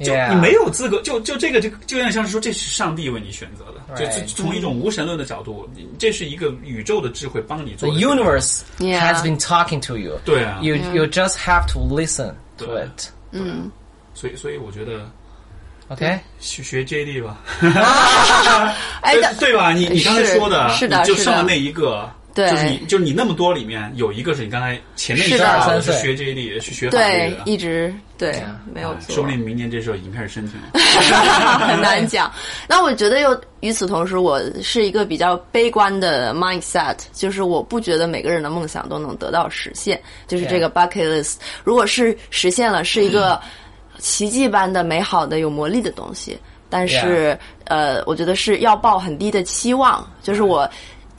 就 Yeah. 你没有资格，就就这个就就有点像是说，这是上帝为你选择的，就 Right. 嗯就从一种无神论的角度，你这是一个宇宙的智慧帮你 The 做的。 universe Yeah. has been talking to you. 对啊 You you just have to listen to 对。 it. 所以所以我觉得 OK，学学 JD 吧， 哎，但对吧？你你刚才是说的，是的你就是的上了那一个，对就是你就是你那么多里面有一个是你刚才前面一是的半儿三是岁学 JD 去学法律对，的，一直对啊没有做，说不定明年这时候已经开始申请了。 很难讲。那我觉得又与此同时，我是一个比较悲观的 mindset，就是我不觉得每个人的梦想都能得到实现。就是这个 bucket list，如果是实现了，是一个奇迹般的美好的、有魔力的东西。但是呃，我觉得是要抱很低的期望，就是我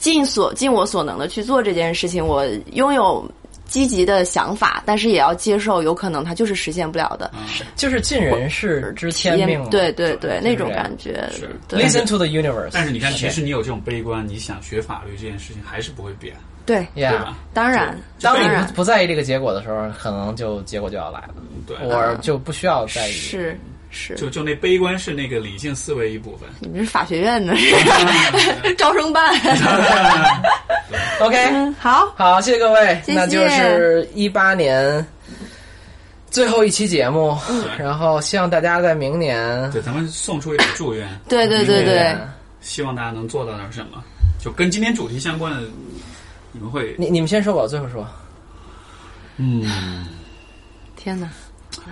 尽所尽我所能的去做这件事情，我拥有。积极的想法，但是也要接受，有可能它就是实现不了的。就是尽人事知天命嘛。对对对，那是种这样感觉。是对，Listen to the universe。但是你看，即使你有这种悲观，你想学法律这件事情还是不会变，对，对啊 Yeah，吧？当然，当你当然不不在意这个结果的时候，可能就结果就要来了，对，我就不需要在意。是是，就就那悲观是那个理性思维一部 分。你们是法学院 的，是吧招生办。 OK，嗯， 好，好，谢谢各位，谢谢那就是一八年最后一期节目，然后希望大家在明年对，咱们送出一点祝愿，对对对对，希望大家能做到点什么，就跟今天主题相关的，你们会，你你们先说吧，我最后说。嗯，天哪，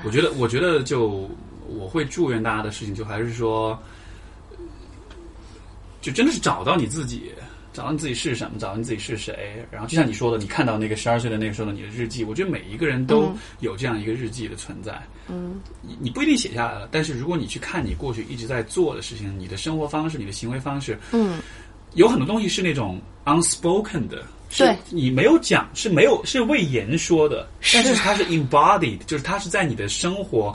我觉得，我觉得就我会祝愿大家的事情，就还是说，就真的是找到你自己，找到你自己是什么，找到你自己是谁。然后就像你说的，你看到那个十二岁的那个时候的你的日记，我觉得每一个人都嗯有这样一个日记的存在。嗯，你你不一定写下来了，但是如果你去看你过去一直在做的事情，你的生活方式、你的行为方式，嗯，有很多东西是那种 unspoken 的。是对你没有讲，是没有是未言说的，但是它是 embodied，就是它是在你的生活、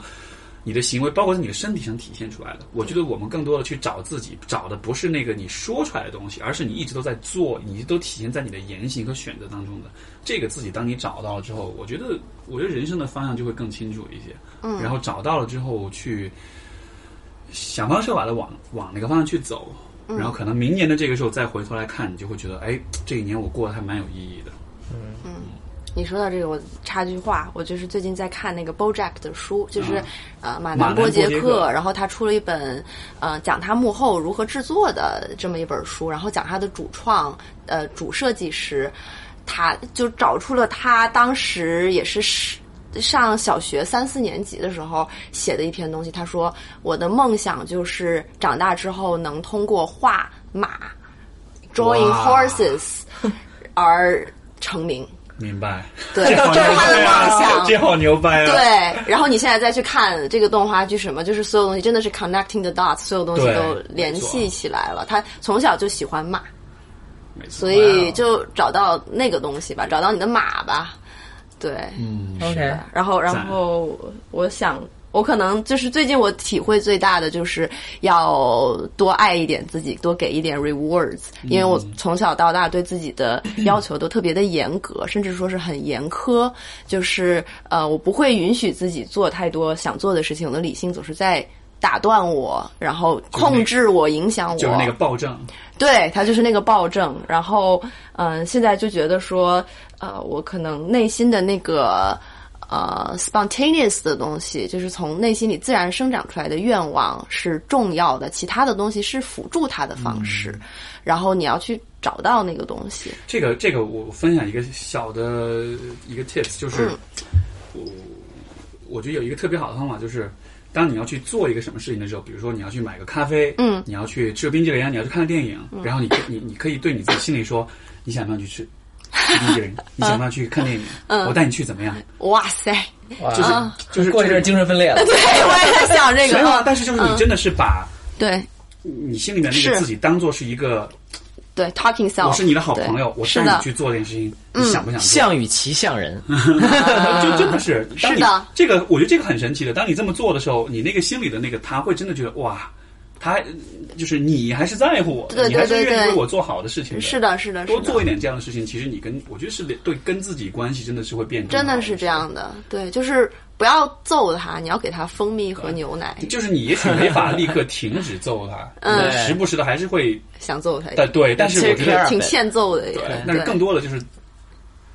你的行为，包括在你的身体上体现出来的。我觉得我们更多的去找自己，找的不是那个你说出来的东西，而是你一直都在做，你都体现在你的言行和选择当中的。这个自己，当你找到了之后，我觉得，我觉得人生的方向就会更清楚一些。嗯，然后找到了之后，去想方设法的往往哪个方向去走。嗯然后可能明年的这个时候再回头来看，你就会觉得，哎，这一年我过得还蛮有意义的。你说到这个，我插句话，我就是最近在看那个 BoJack 的书，就是呃马马南南波波杰杰克，克然后他出了一本呃讲他幕后如何制作的这么一本书，然后讲他的主创呃主设计师，他就找出了他当时也是十上小学三四年级的时候写的一篇东西，他说我的梦想就是长大之后能通过画马 drawing 哇 horses 而成名。明 白，对，这好这是牛他的掰梦啊！想。这好牛掰啊！对，然后你现在再去看这个动画剧什么，就是所有东西真的是 connecting the dots，所有东西对都联系起来了。他从小就喜欢马，没错，所以就找到那个东西吧，找到你的马吧。对，嗯， OK，然后然赞后我想，我可能就是最近我体会最大的就是要多爱一点自己，多给一点 rewards，因为我嗯从小到大对自 己的要求都特别的严格，甚至说是很严苛，就是呃，我不会允许自己做太多想做的事情，我的理性总是在。打断我，然后控制我，影响我，就是那个暴政，对他就是那个暴政，然后嗯、呃现在就觉得说，呃，我可能内心的那个呃 spontaneous 的东西，就是从内心里自然生长出来的愿望是重要的，其他的东西是辅助它的嗯方式，然后你要去找到那个东西，这个这个我分享一个小的一个 tips，就是、嗯我我觉得有一个特别好的方法，就是当你要去做一个什么事情的时候，比如说你要去买个咖啡，嗯你要去吃个冰激凌，你要去看个电影，然后你你你可以对你自己心里说，你想不想去吃吃冰激凌？你想不想去看电影？嗯我带你去怎么样？哇塞，哇就是就是过一阵精神分裂了。对我也 在想这没有啊个，但是就是你真的是把哦嗯对你心里面那是个自己当做是一个，对，talking self，我是你的好朋友，对我是带你的，嗯去做这件事情，你想不想做？项羽骑象人，嗯就真的是，当啊是你的这个我觉得这个很神奇的。当你这么做的时候，你那个心里的那个他会真的觉得哇，他就是你还是在乎我的，对对你还是对愿意对为我做好的事情是。的，是的，是多的做一点这样的事情，其实你跟我觉得是对跟自己关系真的是会变更真好的是这。样的，对，就是不要揍他，你要给他蜂蜜和牛奶，就是你也许没法立刻停止揍他， 嗯呃你时不时的还是会，想揍他一下。但对，但是我 Take 觉呃 care 得挺欠揍的也对，但是更多的就是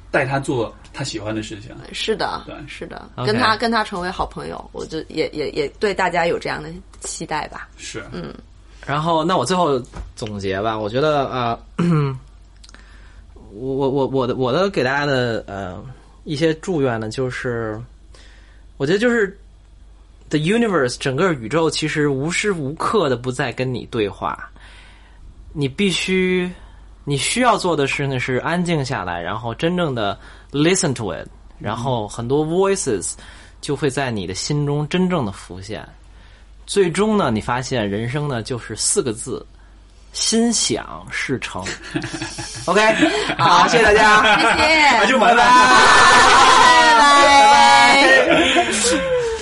带他做他喜欢的事情。是的对，是的， OK 跟他跟他成为好朋友，我就也也也对大家有这样的期待吧。是，嗯然后，那我最后总结吧，我觉得啊、呃 我我我我的我的给大家的呃一些祝愿呢，就是我觉得就是 the universe 整个宇宙其实无时无刻的不在跟你对话，你必须你需要做的事情是安静下来，然后真正的 listen to it，然后很多 voices 就会在你的心中真正的浮现。最终呢，你发现人生呢就是四个字：心想事 成。OK，好，谢谢大家，谢那谢，就完了。拜拜。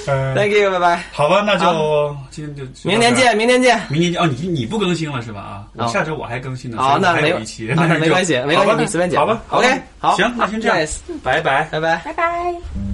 呃， ，Thank you，拜拜，好吧，那就今天就嗯明年。见，明年见。明年见哦，你你不更新了是吧？啊，我哦下周我还更新呢，好所以我那还没有一期，啊 那没关系就没关系好吧你随便讲好吧 OK，好行，那先这样 Nice，拜拜。拜拜。拜拜。